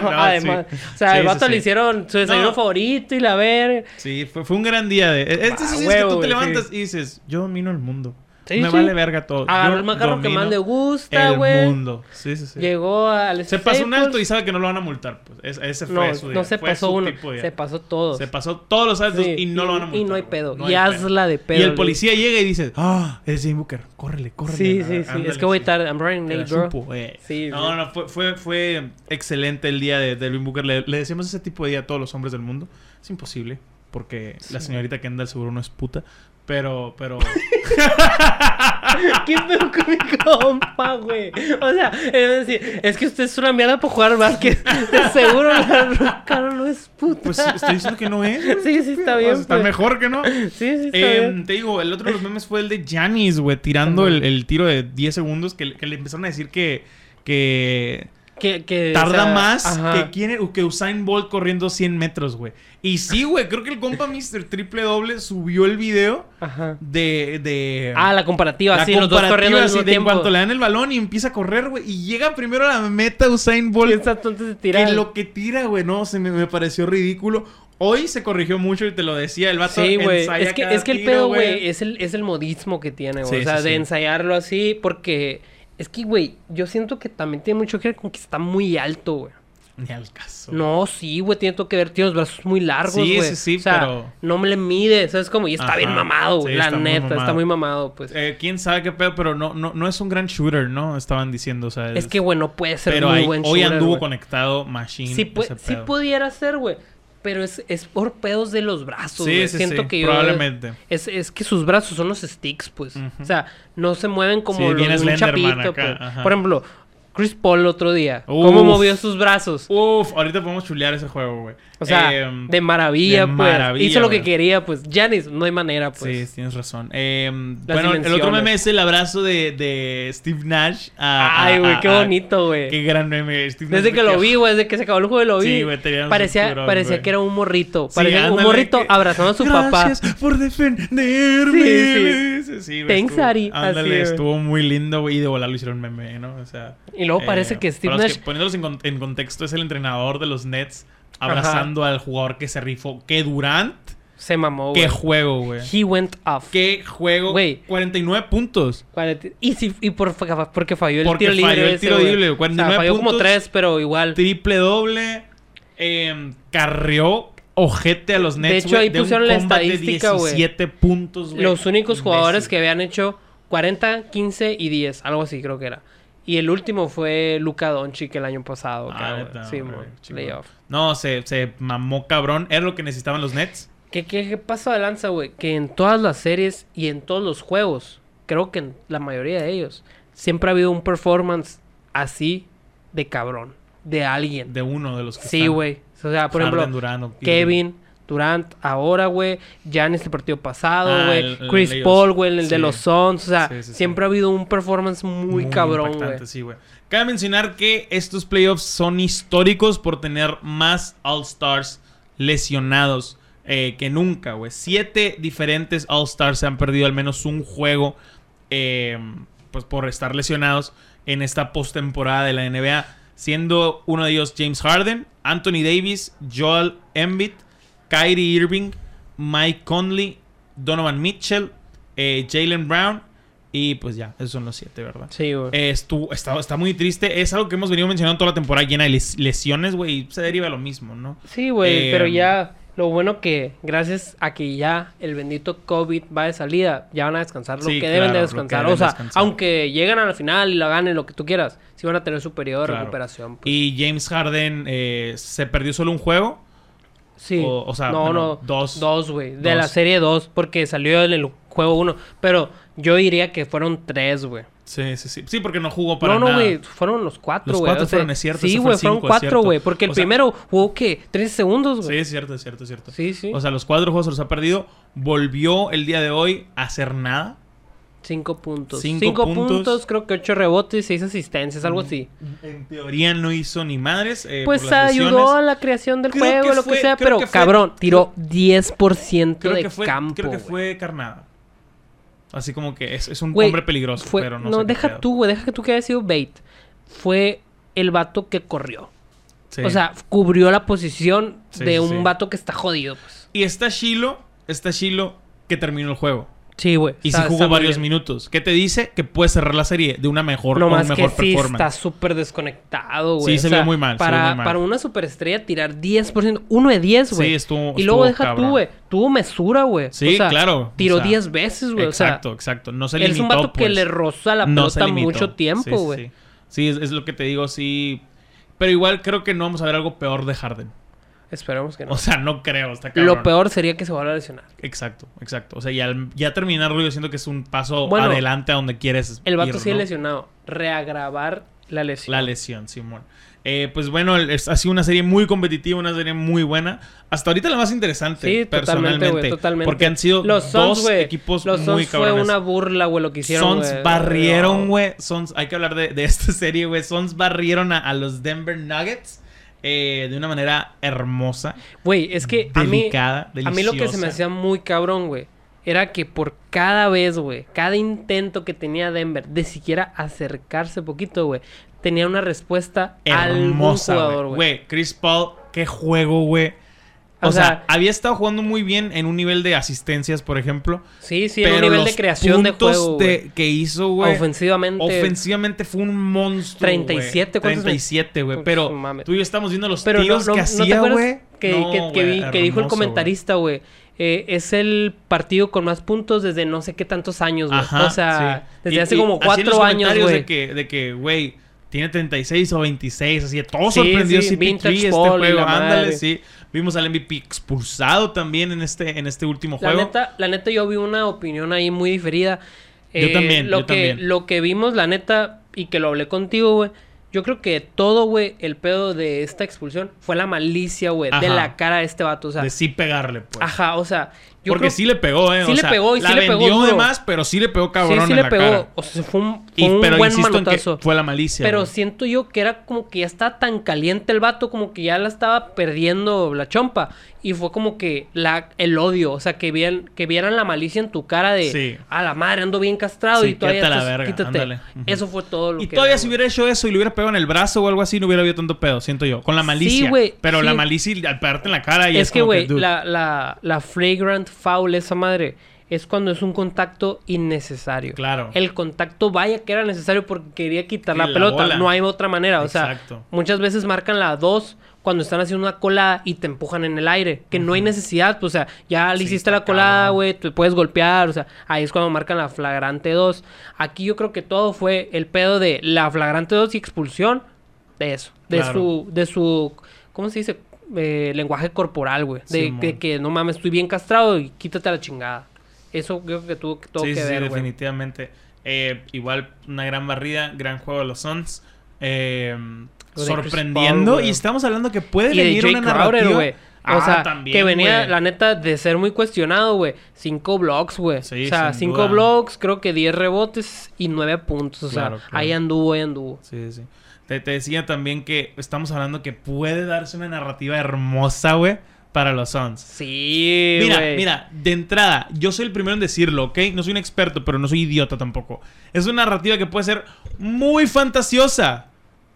[SPEAKER 1] No,
[SPEAKER 2] Además,
[SPEAKER 1] sí.
[SPEAKER 2] o sea,
[SPEAKER 1] Sí,
[SPEAKER 2] el vato
[SPEAKER 1] sí, sí.
[SPEAKER 2] le hicieron su desayuno
[SPEAKER 1] No.
[SPEAKER 2] favorito y la verga.
[SPEAKER 1] Sí, fue, fue un gran día de. Este
[SPEAKER 2] Ah,
[SPEAKER 1] es que
[SPEAKER 2] huevo,
[SPEAKER 1] tú te
[SPEAKER 2] güey,
[SPEAKER 1] levantas
[SPEAKER 2] sí.
[SPEAKER 1] y dices, yo domino el mundo.
[SPEAKER 2] Sí,
[SPEAKER 1] me
[SPEAKER 2] sí.
[SPEAKER 1] vale verga todo.
[SPEAKER 2] Agarró
[SPEAKER 1] Yo
[SPEAKER 2] el más carro que
[SPEAKER 1] domino
[SPEAKER 2] más le gusta,
[SPEAKER 1] El
[SPEAKER 2] güey.
[SPEAKER 1] mundo. Sí, sí, sí.
[SPEAKER 2] Llegó al
[SPEAKER 1] Se pasó un
[SPEAKER 2] Staples.
[SPEAKER 1] alto y sabe que no lo van a multar. Pues. Es- ese
[SPEAKER 2] pues. No,
[SPEAKER 1] fue su día.
[SPEAKER 2] no se
[SPEAKER 1] Fue
[SPEAKER 2] pasó
[SPEAKER 1] su
[SPEAKER 2] uno.
[SPEAKER 1] tipo de
[SPEAKER 2] Se
[SPEAKER 1] día.
[SPEAKER 2] pasó todos.
[SPEAKER 1] Se pasó todos los altos
[SPEAKER 2] Sí,
[SPEAKER 1] y no lo van a
[SPEAKER 2] y-
[SPEAKER 1] multar.
[SPEAKER 2] y no hay
[SPEAKER 1] güey.
[SPEAKER 2] pedo.
[SPEAKER 1] No
[SPEAKER 2] Y
[SPEAKER 1] hay
[SPEAKER 2] hazla de pedo,
[SPEAKER 1] Y el
[SPEAKER 2] Luis.
[SPEAKER 1] policía llega y dice, ah, es Jay Booker. Córrele, córrele.
[SPEAKER 2] Sí,
[SPEAKER 1] Ah,
[SPEAKER 2] sí, sí.
[SPEAKER 1] ándale,
[SPEAKER 2] Es que voy
[SPEAKER 1] sí.
[SPEAKER 2] tarde. I'm running
[SPEAKER 1] Te la
[SPEAKER 2] late, bro.
[SPEAKER 1] supo, eh.
[SPEAKER 2] Sí,
[SPEAKER 1] no,
[SPEAKER 2] güey.
[SPEAKER 1] no, fue, fue, fue excelente el día de, de Devin Booker. Le, le decíamos ese tipo de día a todos los hombres del mundo. Es imposible, porque la señorita que anda al seguro no es puta. Pero, pero...
[SPEAKER 2] ¿Qué pedo con mi compa, güey? O sea, es decir, es que usted es una mierda por jugar básquet. De seguro la Rucaro no es puta.
[SPEAKER 1] Pues estoy diciendo que no es. güey.
[SPEAKER 2] Sí, sí, está bien.
[SPEAKER 1] Pues, está
[SPEAKER 2] pues.
[SPEAKER 1] mejor que no.
[SPEAKER 2] Sí, sí, está
[SPEAKER 1] Eh,
[SPEAKER 2] bien.
[SPEAKER 1] te digo, el otro de los memes fue el de Janis, güey, tirando el, el tiro de 10 segundos que, le- que le empezaron a decir que, que
[SPEAKER 2] Que, que,
[SPEAKER 1] tarda
[SPEAKER 2] o sea,
[SPEAKER 1] más
[SPEAKER 2] ajá.
[SPEAKER 1] que, quién es- que Usain Bolt corriendo 100 metros, güey. Y sí, güey, creo que el compa Mr. Triple Doble subió el video
[SPEAKER 2] Ajá.
[SPEAKER 1] de... de
[SPEAKER 2] Ah, la comparativa, sí, los dos
[SPEAKER 1] comparativa,
[SPEAKER 2] corriendo al
[SPEAKER 1] así
[SPEAKER 2] mismo
[SPEAKER 1] de en
[SPEAKER 2] tiempo.
[SPEAKER 1] cuanto le dan el balón y empieza a correr, güey, y llega primero a la meta Usain Bolt.
[SPEAKER 2] Piensa antes de tirar.
[SPEAKER 1] Que lo que tira, güey, no, se me, me pareció ridículo. Hoy se corrigió mucho y te lo decía, el vato
[SPEAKER 2] Sí, güey.
[SPEAKER 1] ensaya
[SPEAKER 2] Es que,
[SPEAKER 1] cada
[SPEAKER 2] es que el
[SPEAKER 1] tiro,
[SPEAKER 2] pedo, güey, es el, es el modismo que tiene, güey.
[SPEAKER 1] Sí,
[SPEAKER 2] o sea,
[SPEAKER 1] sí,
[SPEAKER 2] de
[SPEAKER 1] sí.
[SPEAKER 2] ensayarlo así, porque es que, güey, yo siento que también tiene mucho que ver con que está muy alto, güey.
[SPEAKER 1] Ni al caso.
[SPEAKER 2] No, sí, güey, tiene todo que ver, tiene los brazos muy largos,
[SPEAKER 1] Sí,
[SPEAKER 2] güey.
[SPEAKER 1] sí, sí,
[SPEAKER 2] o sea,
[SPEAKER 1] pero-
[SPEAKER 2] no me le mide, ¿sabes? Como, y está
[SPEAKER 1] Ajá.
[SPEAKER 2] bien mamado, güey.
[SPEAKER 1] Sí,
[SPEAKER 2] la
[SPEAKER 1] está muy
[SPEAKER 2] neta, está
[SPEAKER 1] mamado.
[SPEAKER 2] muy mamado, pues.
[SPEAKER 1] Eh, quién sabe qué pedo, pero no, no, no es un gran shooter, ¿no? Estaban diciendo, o sea.
[SPEAKER 2] es que, güey, no puede ser
[SPEAKER 1] Pero
[SPEAKER 2] muy
[SPEAKER 1] ahí-
[SPEAKER 2] buen
[SPEAKER 1] hoy
[SPEAKER 2] shooter,
[SPEAKER 1] anduvo
[SPEAKER 2] güey.
[SPEAKER 1] conectado Machine.
[SPEAKER 2] Sí, pu-
[SPEAKER 1] ese
[SPEAKER 2] sí
[SPEAKER 1] pedo.
[SPEAKER 2] pudiera ser, güey. Pero es, es por pedos de los brazos,
[SPEAKER 1] Sí,
[SPEAKER 2] güey.
[SPEAKER 1] sí,
[SPEAKER 2] Siento
[SPEAKER 1] sí,
[SPEAKER 2] que yo-
[SPEAKER 1] probablemente.
[SPEAKER 2] Es, es que sus brazos son los sticks, pues. O sea, no se mueven como
[SPEAKER 1] Sí,
[SPEAKER 2] los
[SPEAKER 1] bien
[SPEAKER 2] de un
[SPEAKER 1] Slenderman
[SPEAKER 2] chapito,
[SPEAKER 1] acá,
[SPEAKER 2] pues.
[SPEAKER 1] ajá.
[SPEAKER 2] Por ejemplo, Chris Paul el otro día. ¿Cómo
[SPEAKER 1] Uf.
[SPEAKER 2] movió sus brazos?
[SPEAKER 1] Uf, ahorita podemos chulear ese juego, güey.
[SPEAKER 2] O sea,
[SPEAKER 1] Eh,
[SPEAKER 2] de maravilla,
[SPEAKER 1] de
[SPEAKER 2] pues.
[SPEAKER 1] maravilla,
[SPEAKER 2] Hizo lo que
[SPEAKER 1] güey.
[SPEAKER 2] quería, pues. Janis, no hay manera, pues.
[SPEAKER 1] Sí, tienes razón. Eh,
[SPEAKER 2] Las
[SPEAKER 1] bueno, el otro
[SPEAKER 2] dimensiones.
[SPEAKER 1] meme es el abrazo de, de Steve Nash a.
[SPEAKER 2] Ay,
[SPEAKER 1] a-
[SPEAKER 2] güey,
[SPEAKER 1] a-
[SPEAKER 2] qué
[SPEAKER 1] a-
[SPEAKER 2] bonito, güey.
[SPEAKER 1] ah, Qué gran meme. Steve
[SPEAKER 2] Desde
[SPEAKER 1] Nash,
[SPEAKER 2] que lo vi, güey, desde que se acabó el juego y lo vi.
[SPEAKER 1] Sí, güey, tenía un
[SPEAKER 2] parecía
[SPEAKER 1] cinturón,
[SPEAKER 2] parecía
[SPEAKER 1] güey.
[SPEAKER 2] que era un morrito.
[SPEAKER 1] Sí,
[SPEAKER 2] Parecía un
[SPEAKER 1] ándale,
[SPEAKER 2] morrito
[SPEAKER 1] que-
[SPEAKER 2] abrazando a su papá.
[SPEAKER 1] Gracias por defenderme.
[SPEAKER 2] Sí,
[SPEAKER 1] Sí, sí. güey,
[SPEAKER 2] Thanks,
[SPEAKER 1] estuvo-
[SPEAKER 2] Ari. Así,
[SPEAKER 1] Ándale,
[SPEAKER 2] güey.
[SPEAKER 1] estuvo muy lindo, güey. Y de volar lo hicieron meme, ¿no? O sea. eh,
[SPEAKER 2] Y luego parece que Steve
[SPEAKER 1] para los
[SPEAKER 2] Nash-
[SPEAKER 1] poniéndolos en, con- en contexto, es el entrenador de los Nets abrazando al jugador que se rifó. ¡Qué Durant!
[SPEAKER 2] Se mamó,
[SPEAKER 1] ¡Qué
[SPEAKER 2] Oh, güey.
[SPEAKER 1] juego, güey!
[SPEAKER 2] He went off.
[SPEAKER 1] ¡Qué juego!
[SPEAKER 2] Güey.
[SPEAKER 1] 49 puntos.
[SPEAKER 2] Cuarenta- Y, si, y por, fa- porque falló el
[SPEAKER 1] Porque
[SPEAKER 2] tiro libre.
[SPEAKER 1] falló el
[SPEAKER 2] ese,
[SPEAKER 1] tiro
[SPEAKER 2] güey.
[SPEAKER 1] libre,
[SPEAKER 2] O sea,
[SPEAKER 1] 49
[SPEAKER 2] falló como
[SPEAKER 1] puntos.
[SPEAKER 2] tres, pero igual.
[SPEAKER 1] Triple doble. Eh, carreó ojete a los Nets.
[SPEAKER 2] hecho,
[SPEAKER 1] güey,
[SPEAKER 2] ahí
[SPEAKER 1] un
[SPEAKER 2] pusieron la
[SPEAKER 1] combat de
[SPEAKER 2] estadística, güey.
[SPEAKER 1] 17 puntos, güey.
[SPEAKER 2] Los únicos jugadores
[SPEAKER 1] Imbécil.
[SPEAKER 2] que habían hecho 40, 15 y 10. Algo así creo que era. Y el último fue Luka Doncic el año pasado.
[SPEAKER 1] Ah,
[SPEAKER 2] creo, güey.
[SPEAKER 1] neta,
[SPEAKER 2] sí,
[SPEAKER 1] hombre,
[SPEAKER 2] güey,
[SPEAKER 1] chingón.
[SPEAKER 2] playoff.
[SPEAKER 1] No, se, se mamó cabrón. Era lo que necesitaban los Nets.
[SPEAKER 2] ¿Qué, qué, qué pasó de lanza, güey? Que en todas las series y en todos los juegos, creo que en la mayoría de ellos, siempre ha habido un performance así de cabrón. De alguien.
[SPEAKER 1] De uno de los que
[SPEAKER 2] Sí,
[SPEAKER 1] están.
[SPEAKER 2] güey. O sea, por
[SPEAKER 1] Harden,
[SPEAKER 2] ejemplo,
[SPEAKER 1] Durant, o
[SPEAKER 2] Kevin, Durant, ahora, güey. Giannis el partido
[SPEAKER 1] Ah,
[SPEAKER 2] pasado, güey.
[SPEAKER 1] el- el
[SPEAKER 2] Chris
[SPEAKER 1] de ellos.
[SPEAKER 2] Paul, güey, el de
[SPEAKER 1] Sí.
[SPEAKER 2] los Suns. O sea,
[SPEAKER 1] Sí, sí, sí.
[SPEAKER 2] siempre ha habido un performance muy, cabrón,
[SPEAKER 1] impactante,
[SPEAKER 2] güey.
[SPEAKER 1] sí, güey. Cabe mencionar que estos playoffs son históricos por tener más All-Stars lesionados eh, que nunca, güey. Siete diferentes All-Stars se han perdido al menos un juego eh, pues por estar lesionados en esta postemporada de la NBA. Siendo uno de ellos James Harden, Anthony Davis, Joel Embiid, Kyrie Irving, Mike Conley, Donovan Mitchell, eh, Jalen Brown y pues ya, esos son los siete, ¿verdad?
[SPEAKER 2] Sí, güey.
[SPEAKER 1] Eh, estuvo- está, está muy triste. Es algo que hemos venido mencionando toda la temporada llena de les- lesiones, güey. y Se deriva lo mismo, ¿no?
[SPEAKER 2] Sí,
[SPEAKER 1] Eh,
[SPEAKER 2] güey, pero ya lo bueno que gracias a que ya el bendito COVID va de salida, ya van a descansar lo
[SPEAKER 1] Sí,
[SPEAKER 2] que deben de
[SPEAKER 1] claro, lo que
[SPEAKER 2] descansar.
[SPEAKER 1] deben
[SPEAKER 2] o sea,
[SPEAKER 1] descansar.
[SPEAKER 2] aunque llegan a la final y la ganen, lo que tú quieras, sí van a tener su periodo de
[SPEAKER 1] Claro.
[SPEAKER 2] recuperación. pues.
[SPEAKER 1] Y James Harden eh, se perdió solo un juego.
[SPEAKER 2] sí,
[SPEAKER 1] o- o sea,
[SPEAKER 2] no,
[SPEAKER 1] bueno,
[SPEAKER 2] no,
[SPEAKER 1] dos.
[SPEAKER 2] Dos, güey, de
[SPEAKER 1] Dos.
[SPEAKER 2] la serie dos, porque salió en el juego uno. Pero yo diría que fueron tres, güey.
[SPEAKER 1] Sí, sí, sí. Sí, porque no jugó para
[SPEAKER 2] No, no,
[SPEAKER 1] nada.
[SPEAKER 2] güey, fueron los cuatro,
[SPEAKER 1] Los
[SPEAKER 2] güey.
[SPEAKER 1] cuatro fueron, es cierto,
[SPEAKER 2] Sí,
[SPEAKER 1] ese fue
[SPEAKER 2] güey,
[SPEAKER 1] el
[SPEAKER 2] fueron
[SPEAKER 1] cinco, es
[SPEAKER 2] cuatro,
[SPEAKER 1] cierto.
[SPEAKER 2] güey, porque el
[SPEAKER 1] O sea-
[SPEAKER 2] primero jugó, ¿qué? 13 segundos,
[SPEAKER 1] Sí,
[SPEAKER 2] güey.
[SPEAKER 1] es cierto, es cierto, es cierto.
[SPEAKER 2] Sí, sí.
[SPEAKER 1] O sea, los cuatro juegos se los ha perdido. Volvió el día de hoy a hacer nada.
[SPEAKER 2] Cinco puntos.
[SPEAKER 1] Cinco
[SPEAKER 2] Cinco puntos.
[SPEAKER 1] puntos.
[SPEAKER 2] creo que ocho rebotes, seis asistencias, algo así.
[SPEAKER 1] En teoría no hizo ni madres. eh, por
[SPEAKER 2] Pues
[SPEAKER 1] las
[SPEAKER 2] ayudó
[SPEAKER 1] lesiones.
[SPEAKER 2] a la creación del
[SPEAKER 1] Creo
[SPEAKER 2] juego,
[SPEAKER 1] que
[SPEAKER 2] lo que
[SPEAKER 1] fue-
[SPEAKER 2] sea,
[SPEAKER 1] creo
[SPEAKER 2] pero
[SPEAKER 1] que fue-
[SPEAKER 2] cabrón, tiró
[SPEAKER 1] creo
[SPEAKER 2] 10%
[SPEAKER 1] que
[SPEAKER 2] de
[SPEAKER 1] fue,
[SPEAKER 2] campo.
[SPEAKER 1] Creo que
[SPEAKER 2] güey.
[SPEAKER 1] fue carnada. Así como que es, es un
[SPEAKER 2] Güey,
[SPEAKER 1] hombre peligroso,
[SPEAKER 2] fue-
[SPEAKER 1] pero no
[SPEAKER 2] no,
[SPEAKER 1] sé qué
[SPEAKER 2] deja
[SPEAKER 1] pedo.
[SPEAKER 2] tú, güey, deja que tú que haya sido bait. Fue el vato que corrió.
[SPEAKER 1] Sí.
[SPEAKER 2] O sea, cubrió la posición
[SPEAKER 1] Sí,
[SPEAKER 2] de
[SPEAKER 1] sí,
[SPEAKER 2] un
[SPEAKER 1] sí.
[SPEAKER 2] vato que está jodido, pues.
[SPEAKER 1] Y está Shilo, está Shilo que terminó el juego.
[SPEAKER 2] Sí, güey.
[SPEAKER 1] Y
[SPEAKER 2] Está-
[SPEAKER 1] si jugó
[SPEAKER 2] está muy
[SPEAKER 1] varios
[SPEAKER 2] bien.
[SPEAKER 1] minutos. ¿Qué te dice? Que puede cerrar la serie de una mejor,
[SPEAKER 2] No
[SPEAKER 1] con
[SPEAKER 2] más que
[SPEAKER 1] mejor
[SPEAKER 2] sí está
[SPEAKER 1] performance.
[SPEAKER 2] súper desconectado, güey.
[SPEAKER 1] Sí, se vio muy mal, se vio
[SPEAKER 2] Para,
[SPEAKER 1] muy mal.
[SPEAKER 2] para una superestrella tirar 10%, uno de 10, güey.
[SPEAKER 1] Sí, estuvo-
[SPEAKER 2] Y
[SPEAKER 1] estuvo
[SPEAKER 2] luego deja
[SPEAKER 1] cabrón.
[SPEAKER 2] tú, güey. Tuvo mesura, güey.
[SPEAKER 1] Sí, claro. O
[SPEAKER 2] Tiró
[SPEAKER 1] sea,
[SPEAKER 2] 10 veces, güey.
[SPEAKER 1] Exacto,
[SPEAKER 2] o
[SPEAKER 1] exacto. No se
[SPEAKER 2] sea, él
[SPEAKER 1] limitó,
[SPEAKER 2] es un vato que
[SPEAKER 1] pues.
[SPEAKER 2] le roza la
[SPEAKER 1] No se
[SPEAKER 2] pelota
[SPEAKER 1] limitó.
[SPEAKER 2] mucho
[SPEAKER 1] Sí, sí,
[SPEAKER 2] tiempo, güey.
[SPEAKER 1] Sí, Sí, es, es lo que te digo, sí. Pero igual creo que no vamos a ver algo peor de Harden.
[SPEAKER 2] Esperemos que no.
[SPEAKER 1] O sea, no creo, está cabrón.
[SPEAKER 2] Lo peor sería que se vuelva a lesionar.
[SPEAKER 1] Exacto, exacto. O sea, ya, ya terminarlo yo siento que es un paso
[SPEAKER 2] Bueno,
[SPEAKER 1] adelante a donde quieres
[SPEAKER 2] El vato
[SPEAKER 1] ir,
[SPEAKER 2] sigue
[SPEAKER 1] ¿no?
[SPEAKER 2] lesionado. Reagravar la lesión.
[SPEAKER 1] La lesión, Simón. Eh, pues bueno, es- ha sido una serie muy competitiva, una serie muy buena. Hasta ahorita la más interesante,
[SPEAKER 2] Sí,
[SPEAKER 1] personalmente.
[SPEAKER 2] totalmente, güey, totalmente.
[SPEAKER 1] Porque han sido
[SPEAKER 2] los Suns,
[SPEAKER 1] dos
[SPEAKER 2] güey,
[SPEAKER 1] equipos
[SPEAKER 2] los
[SPEAKER 1] muy
[SPEAKER 2] Suns fue
[SPEAKER 1] cabrones.
[SPEAKER 2] una burla, güey, lo que hicieron,
[SPEAKER 1] Sons
[SPEAKER 2] güey.
[SPEAKER 1] barrieron,
[SPEAKER 2] No.
[SPEAKER 1] güey. Sons, hay que hablar de, de esta serie, güey. Sons barrieron a, a los Denver Nuggets eh, de una manera hermosa,
[SPEAKER 2] Güey, es que a mí,
[SPEAKER 1] delicada,
[SPEAKER 2] a mí lo que se me
[SPEAKER 1] deliciosa.
[SPEAKER 2] hacía muy cabrón, güey, era que por cada vez, güey, cada intento que tenía Denver de siquiera acercarse poquito, güey, tenía una respuesta
[SPEAKER 1] hermosa,
[SPEAKER 2] a
[SPEAKER 1] güey.
[SPEAKER 2] algún jugador, güey.
[SPEAKER 1] güey. Chris Paul, qué juego, güey. O,
[SPEAKER 2] O
[SPEAKER 1] sea,
[SPEAKER 2] sea,
[SPEAKER 1] había estado jugando muy bien en un nivel de asistencias, por ejemplo.
[SPEAKER 2] Sí, sí,
[SPEAKER 1] pero
[SPEAKER 2] era un nivel
[SPEAKER 1] los
[SPEAKER 2] de creación de
[SPEAKER 1] puntos
[SPEAKER 2] juego,
[SPEAKER 1] de-
[SPEAKER 2] güey.
[SPEAKER 1] que hizo, güey.
[SPEAKER 2] Ofensivamente.
[SPEAKER 1] Ofensivamente fue un monstruo. güey.
[SPEAKER 2] 37, ¿cuántos
[SPEAKER 1] 37, güey.
[SPEAKER 2] Pues,
[SPEAKER 1] Pero
[SPEAKER 2] mames.
[SPEAKER 1] tú y yo estamos viendo los
[SPEAKER 2] Pero no,
[SPEAKER 1] tiros
[SPEAKER 2] no,
[SPEAKER 1] que
[SPEAKER 2] ¿no te
[SPEAKER 1] hacía,
[SPEAKER 2] acuerdas
[SPEAKER 1] güey.
[SPEAKER 2] que,
[SPEAKER 1] No,
[SPEAKER 2] que- que
[SPEAKER 1] güey,
[SPEAKER 2] vi- que dijo el
[SPEAKER 1] hermoso, güey.
[SPEAKER 2] comentarista, güey? eh, es el partido con más puntos desde no sé qué tantos años, güey.
[SPEAKER 1] Ajá,
[SPEAKER 2] o sea,
[SPEAKER 1] sí.
[SPEAKER 2] desde
[SPEAKER 1] Y-
[SPEAKER 2] hace
[SPEAKER 1] y
[SPEAKER 2] como
[SPEAKER 1] así en los
[SPEAKER 2] cuatro años,
[SPEAKER 1] comentarios
[SPEAKER 2] güey.
[SPEAKER 1] De que, de que, güey, tiene 36 o 26, así de todo
[SPEAKER 2] Sí,
[SPEAKER 1] sorprendió
[SPEAKER 2] sí,
[SPEAKER 1] CP3
[SPEAKER 2] vintage
[SPEAKER 1] este
[SPEAKER 2] Paul y
[SPEAKER 1] juego.
[SPEAKER 2] la
[SPEAKER 1] Ándale,
[SPEAKER 2] madre.
[SPEAKER 1] sí. Vimos al MVP expulsado también en este, en este último
[SPEAKER 2] La
[SPEAKER 1] juego.
[SPEAKER 2] neta, la neta, yo vi una opinión ahí muy diferida. Eh,
[SPEAKER 1] Yo también,
[SPEAKER 2] lo
[SPEAKER 1] yo
[SPEAKER 2] que,
[SPEAKER 1] también.
[SPEAKER 2] Lo que vimos, la neta, y que lo hablé contigo, güey. Yo creo que todo, güey, el pedo de esta expulsión fue la malicia, güey, de
[SPEAKER 1] Ajá.
[SPEAKER 2] la cara de este vato. O sea,
[SPEAKER 1] de sí pegarle, pues.
[SPEAKER 2] ajá, o sea, yo
[SPEAKER 1] Porque
[SPEAKER 2] creo
[SPEAKER 1] sí le pegó, ¿eh?
[SPEAKER 2] sí
[SPEAKER 1] o
[SPEAKER 2] le
[SPEAKER 1] sea,
[SPEAKER 2] pegó y sí
[SPEAKER 1] la
[SPEAKER 2] le pegó
[SPEAKER 1] vendió de
[SPEAKER 2] duro.
[SPEAKER 1] más, pero sí le pegó cabrón
[SPEAKER 2] sí, sí
[SPEAKER 1] en
[SPEAKER 2] le
[SPEAKER 1] la
[SPEAKER 2] pegó.
[SPEAKER 1] cara.
[SPEAKER 2] O sea, fue un, fue
[SPEAKER 1] Y-
[SPEAKER 2] un
[SPEAKER 1] pero
[SPEAKER 2] buen
[SPEAKER 1] insisto en que
[SPEAKER 2] manotazo.
[SPEAKER 1] fue la malicia.
[SPEAKER 2] Pero
[SPEAKER 1] güey.
[SPEAKER 2] siento yo que era como que ya estaba tan caliente el vato, como que ya la estaba perdiendo la chompa. Y fue como que la, el odio, o sea, que, vieran, que vieran la malicia en tu cara de
[SPEAKER 1] Sí.
[SPEAKER 2] a la madre, ando bien castrado
[SPEAKER 1] Sí,
[SPEAKER 2] y todavía
[SPEAKER 1] quítate la
[SPEAKER 2] estás-
[SPEAKER 1] verga,
[SPEAKER 2] quítate".
[SPEAKER 1] ándale. Ujú.
[SPEAKER 2] Eso fue todo lo
[SPEAKER 1] Y
[SPEAKER 2] que
[SPEAKER 1] todavía
[SPEAKER 2] era,
[SPEAKER 1] si
[SPEAKER 2] güey.
[SPEAKER 1] hubiera hecho eso y le hubiera pegado en el brazo o algo así, no hubiera habido tanto pedo, siento yo. Con la malicia.
[SPEAKER 2] güey,
[SPEAKER 1] Pero
[SPEAKER 2] sí.
[SPEAKER 1] la malicia y al pegarte en la cara y
[SPEAKER 2] es,
[SPEAKER 1] es,
[SPEAKER 2] que,
[SPEAKER 1] como
[SPEAKER 2] güey,
[SPEAKER 1] dude,
[SPEAKER 2] la, la, la flagrant foul, esa madre, es cuando es un contacto innecesario.
[SPEAKER 1] Claro.
[SPEAKER 2] El contacto, vaya que era necesario porque quería quitar
[SPEAKER 1] Y
[SPEAKER 2] la,
[SPEAKER 1] la
[SPEAKER 2] pelota.
[SPEAKER 1] bola.
[SPEAKER 2] No hay otra manera. O
[SPEAKER 1] Exacto.
[SPEAKER 2] sea, muchas veces marcan la 2 cuando están haciendo una colada y te empujan en el aire. Que no hay necesidad. pues, o sea, ya le
[SPEAKER 1] Sí,
[SPEAKER 2] hiciste
[SPEAKER 1] está
[SPEAKER 2] la colada,
[SPEAKER 1] cabrón.
[SPEAKER 2] güey, te puedes golpear. O sea, ahí es cuando marcan la flagrante 2. Aquí yo creo que todo fue el pedo de la flagrante 2 y expulsión de eso. De
[SPEAKER 1] Claro.
[SPEAKER 2] su de su, ¿cómo se dice? Eh, lenguaje corporal, güey. De,
[SPEAKER 1] Simón.
[SPEAKER 2] de que no mames, estoy bien castrado y quítate a la chingada. Eso creo que tuvo que, todo
[SPEAKER 1] sí,
[SPEAKER 2] que
[SPEAKER 1] sí,
[SPEAKER 2] ver, güey.
[SPEAKER 1] definitivamente. Eh, igual una gran barrida, gran juego de los Suns. Eh,
[SPEAKER 2] Chris
[SPEAKER 1] sorprendiendo.
[SPEAKER 2] Paul, güey.
[SPEAKER 1] y estamos hablando que puede
[SPEAKER 2] Y de
[SPEAKER 1] venir
[SPEAKER 2] Jay
[SPEAKER 1] una
[SPEAKER 2] Crowder,
[SPEAKER 1] narrativa.
[SPEAKER 2] güey.
[SPEAKER 1] Ah,
[SPEAKER 2] o sea,
[SPEAKER 1] también,
[SPEAKER 2] que venía,
[SPEAKER 1] güey.
[SPEAKER 2] la neta, de ser muy cuestionado, güey. Cinco blocks, güey.
[SPEAKER 1] Sí,
[SPEAKER 2] o sea,
[SPEAKER 1] sin
[SPEAKER 2] cinco
[SPEAKER 1] duda.
[SPEAKER 2] blocks, creo que diez rebotes y nueve puntos. O
[SPEAKER 1] Claro,
[SPEAKER 2] sea,
[SPEAKER 1] claro.
[SPEAKER 2] ahí anduvo, ahí anduvo.
[SPEAKER 1] Sí, sí. Te, te decía también que estamos hablando que puede darse una narrativa hermosa, güey, para los Suns.
[SPEAKER 2] Sí,
[SPEAKER 1] Mira,
[SPEAKER 2] güey.
[SPEAKER 1] mira, de entrada, yo soy el primero en decirlo, ¿ok? No soy un experto, pero no soy idiota tampoco. Es una narrativa que puede ser muy fantasiosa,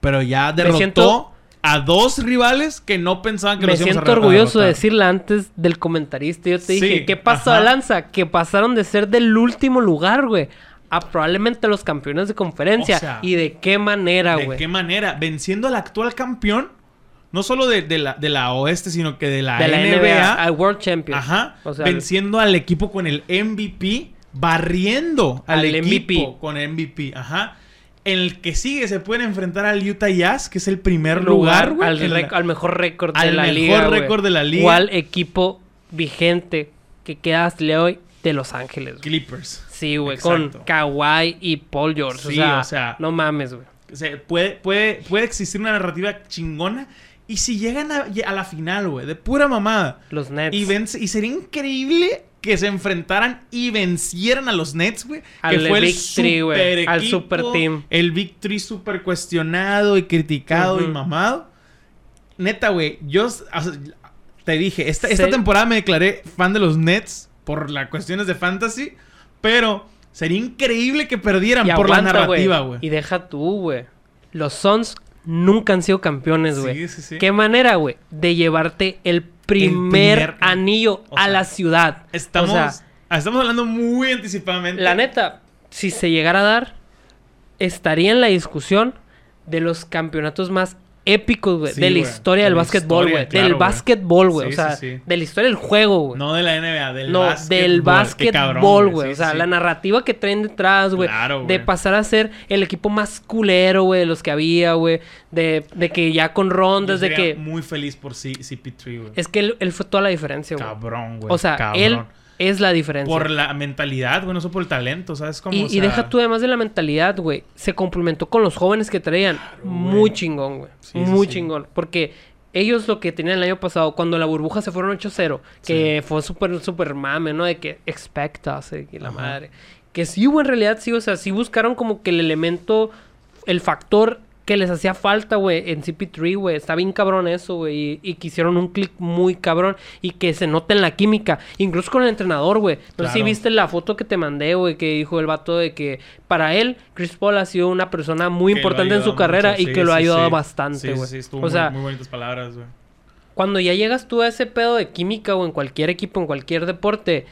[SPEAKER 1] pero ya derrotó
[SPEAKER 2] siento-
[SPEAKER 1] a dos rivales que no pensaban que
[SPEAKER 2] Me
[SPEAKER 1] los íbamos a
[SPEAKER 2] siento
[SPEAKER 1] re- a
[SPEAKER 2] orgulloso de
[SPEAKER 1] derrotar.
[SPEAKER 2] decirla antes del comentarista. Yo te
[SPEAKER 1] Sí,
[SPEAKER 2] dije, ¿qué pasó
[SPEAKER 1] ajá.
[SPEAKER 2] a Lanza? Que pasaron de ser del último lugar, güey, a probablemente los campeones de conferencia.
[SPEAKER 1] O sea,
[SPEAKER 2] ¿Y de qué manera,
[SPEAKER 1] ¿De
[SPEAKER 2] güey?
[SPEAKER 1] qué manera? Venciendo al actual campeón, no solo de, de la, de la Oeste, sino que de la,
[SPEAKER 2] De la NBA,
[SPEAKER 1] NBA
[SPEAKER 2] al World Champion.
[SPEAKER 1] Ajá.
[SPEAKER 2] O sea,
[SPEAKER 1] venciendo al equipo con el MVP, barriendo al,
[SPEAKER 2] Al
[SPEAKER 1] equipo
[SPEAKER 2] MVP.
[SPEAKER 1] con MVP. Ajá. En el que sigue se pueden enfrentar al Utah Jazz, que es el primer
[SPEAKER 2] el
[SPEAKER 1] lugar,
[SPEAKER 2] lugar,
[SPEAKER 1] güey,
[SPEAKER 2] al,
[SPEAKER 1] en la-
[SPEAKER 2] rec- al mejor récord de
[SPEAKER 1] al
[SPEAKER 2] la
[SPEAKER 1] mejor
[SPEAKER 2] liga. güey.
[SPEAKER 1] récord de la liga.
[SPEAKER 2] ¿Cuál equipo vigente que queda hasta el día de hoy de Los Ángeles? güey?
[SPEAKER 1] Clippers.
[SPEAKER 2] Sí, güey, con
[SPEAKER 1] Exacto.
[SPEAKER 2] Kawhi y Paul George.
[SPEAKER 1] Sí,
[SPEAKER 2] o, sea,
[SPEAKER 1] o sea,
[SPEAKER 2] no mames, güey.
[SPEAKER 1] O sea, puede, puede, puede existir una narrativa chingona. Y si llegan a, a la final, güey, de pura mamada.
[SPEAKER 2] Los Nets.
[SPEAKER 1] Y, vence- y sería increíble que se enfrentaran y vencieran a los Nets, güey.
[SPEAKER 2] Al
[SPEAKER 1] que fue el
[SPEAKER 2] Big Three, güey,
[SPEAKER 1] super
[SPEAKER 2] al
[SPEAKER 1] equipo,
[SPEAKER 2] super team.
[SPEAKER 1] El Big Three super cuestionado y criticado y
[SPEAKER 2] Ujú.
[SPEAKER 1] mamado. Neta, güey, yo s- o sea, te dije, esta, esta
[SPEAKER 2] Se-
[SPEAKER 1] temporada me declaré fan de los Nets por las cuestiones de fantasy, pero sería increíble que perdieran
[SPEAKER 2] Y
[SPEAKER 1] por la
[SPEAKER 2] aguanta, güey.
[SPEAKER 1] narrativa, güey.
[SPEAKER 2] Y deja tú, güey. Los Suns nunca han sido campeones,
[SPEAKER 1] Sí,
[SPEAKER 2] güey.
[SPEAKER 1] sí, sí.
[SPEAKER 2] Qué manera, güey, de llevarte el primer,
[SPEAKER 1] primer-
[SPEAKER 2] anillo
[SPEAKER 1] o
[SPEAKER 2] a
[SPEAKER 1] sea,
[SPEAKER 2] la ciudad.
[SPEAKER 1] Estamos
[SPEAKER 2] O sea,
[SPEAKER 1] Ah, estamos hablando muy anticipadamente.
[SPEAKER 2] La neta, si se llegara a dar, estaría en la discusión de los campeonatos más épicos, güey.
[SPEAKER 1] Sí,
[SPEAKER 2] de la
[SPEAKER 1] güey.
[SPEAKER 2] historia
[SPEAKER 1] De
[SPEAKER 2] del
[SPEAKER 1] la
[SPEAKER 2] básquetbol,
[SPEAKER 1] historia,
[SPEAKER 2] güey.
[SPEAKER 1] claro,
[SPEAKER 2] del
[SPEAKER 1] güey.
[SPEAKER 2] básquetbol, güey.
[SPEAKER 1] Sí,
[SPEAKER 2] o sea,
[SPEAKER 1] sí, sí.
[SPEAKER 2] de la historia del juego, güey. pues. No,
[SPEAKER 1] No de la NBA, del básquetbol.
[SPEAKER 2] del
[SPEAKER 1] Qué
[SPEAKER 2] básquetbol,
[SPEAKER 1] cabrón,
[SPEAKER 2] güey. O
[SPEAKER 1] Sí,
[SPEAKER 2] sea,
[SPEAKER 1] sí.
[SPEAKER 2] la narrativa que traen detrás, güey.
[SPEAKER 1] Claro, güey.
[SPEAKER 2] de pasar a ser el equipo más culero, güey, de los que había, güey. De, de que ya con
[SPEAKER 1] Yo
[SPEAKER 2] rondas, de
[SPEAKER 1] sería
[SPEAKER 2] que.
[SPEAKER 1] Muy feliz por C- CP3, güey.
[SPEAKER 2] Es que él, él fue toda la diferencia, güey.
[SPEAKER 1] Cabrón, güey.
[SPEAKER 2] O sea,
[SPEAKER 1] cabrón.
[SPEAKER 2] él es la diferencia.
[SPEAKER 1] Por la mentalidad, güey, no solo por el talento, ¿sabes? Como,
[SPEAKER 2] Y,
[SPEAKER 1] o
[SPEAKER 2] y
[SPEAKER 1] sea,
[SPEAKER 2] deja tú además de la mentalidad, güey. Se complementó con los jóvenes que traían. Muy chingón, güey.
[SPEAKER 1] Sí, sí,
[SPEAKER 2] Muy
[SPEAKER 1] sí.
[SPEAKER 2] chingón. Porque ellos lo que tenían el año pasado, cuando la burbuja se fueron 8-0, que fue súper, súper mame, ¿no? De que expect us, eh, y la madre. Que sí hubo en realidad, sí, o sea, sí buscaron como que el elemento, el factor que les hacía falta, güey, en CP3, güey. Está bien cabrón eso, güey. Y, y que hicieron un clic muy cabrón y que se nota en la química. Incluso con el entrenador, güey. No sé si
[SPEAKER 1] Claro.
[SPEAKER 2] viste viste la foto que te mandé, güey, que dijo el vato de que para él Chris Paul ha sido una persona muy
[SPEAKER 1] que lo ha
[SPEAKER 2] importante en su
[SPEAKER 1] ayudado
[SPEAKER 2] carrera
[SPEAKER 1] mucho,
[SPEAKER 2] y
[SPEAKER 1] sí,
[SPEAKER 2] que lo ha
[SPEAKER 1] sí,
[SPEAKER 2] ayudado
[SPEAKER 1] sí. Sí,
[SPEAKER 2] bastante,
[SPEAKER 1] sí,
[SPEAKER 2] güey.
[SPEAKER 1] sí, estuvo
[SPEAKER 2] o
[SPEAKER 1] muy-
[SPEAKER 2] sea,
[SPEAKER 1] muy bonitas palabras, güey.
[SPEAKER 2] cuando ya llegas tú a ese pedo de química o en cualquier equipo, en cualquier deporte,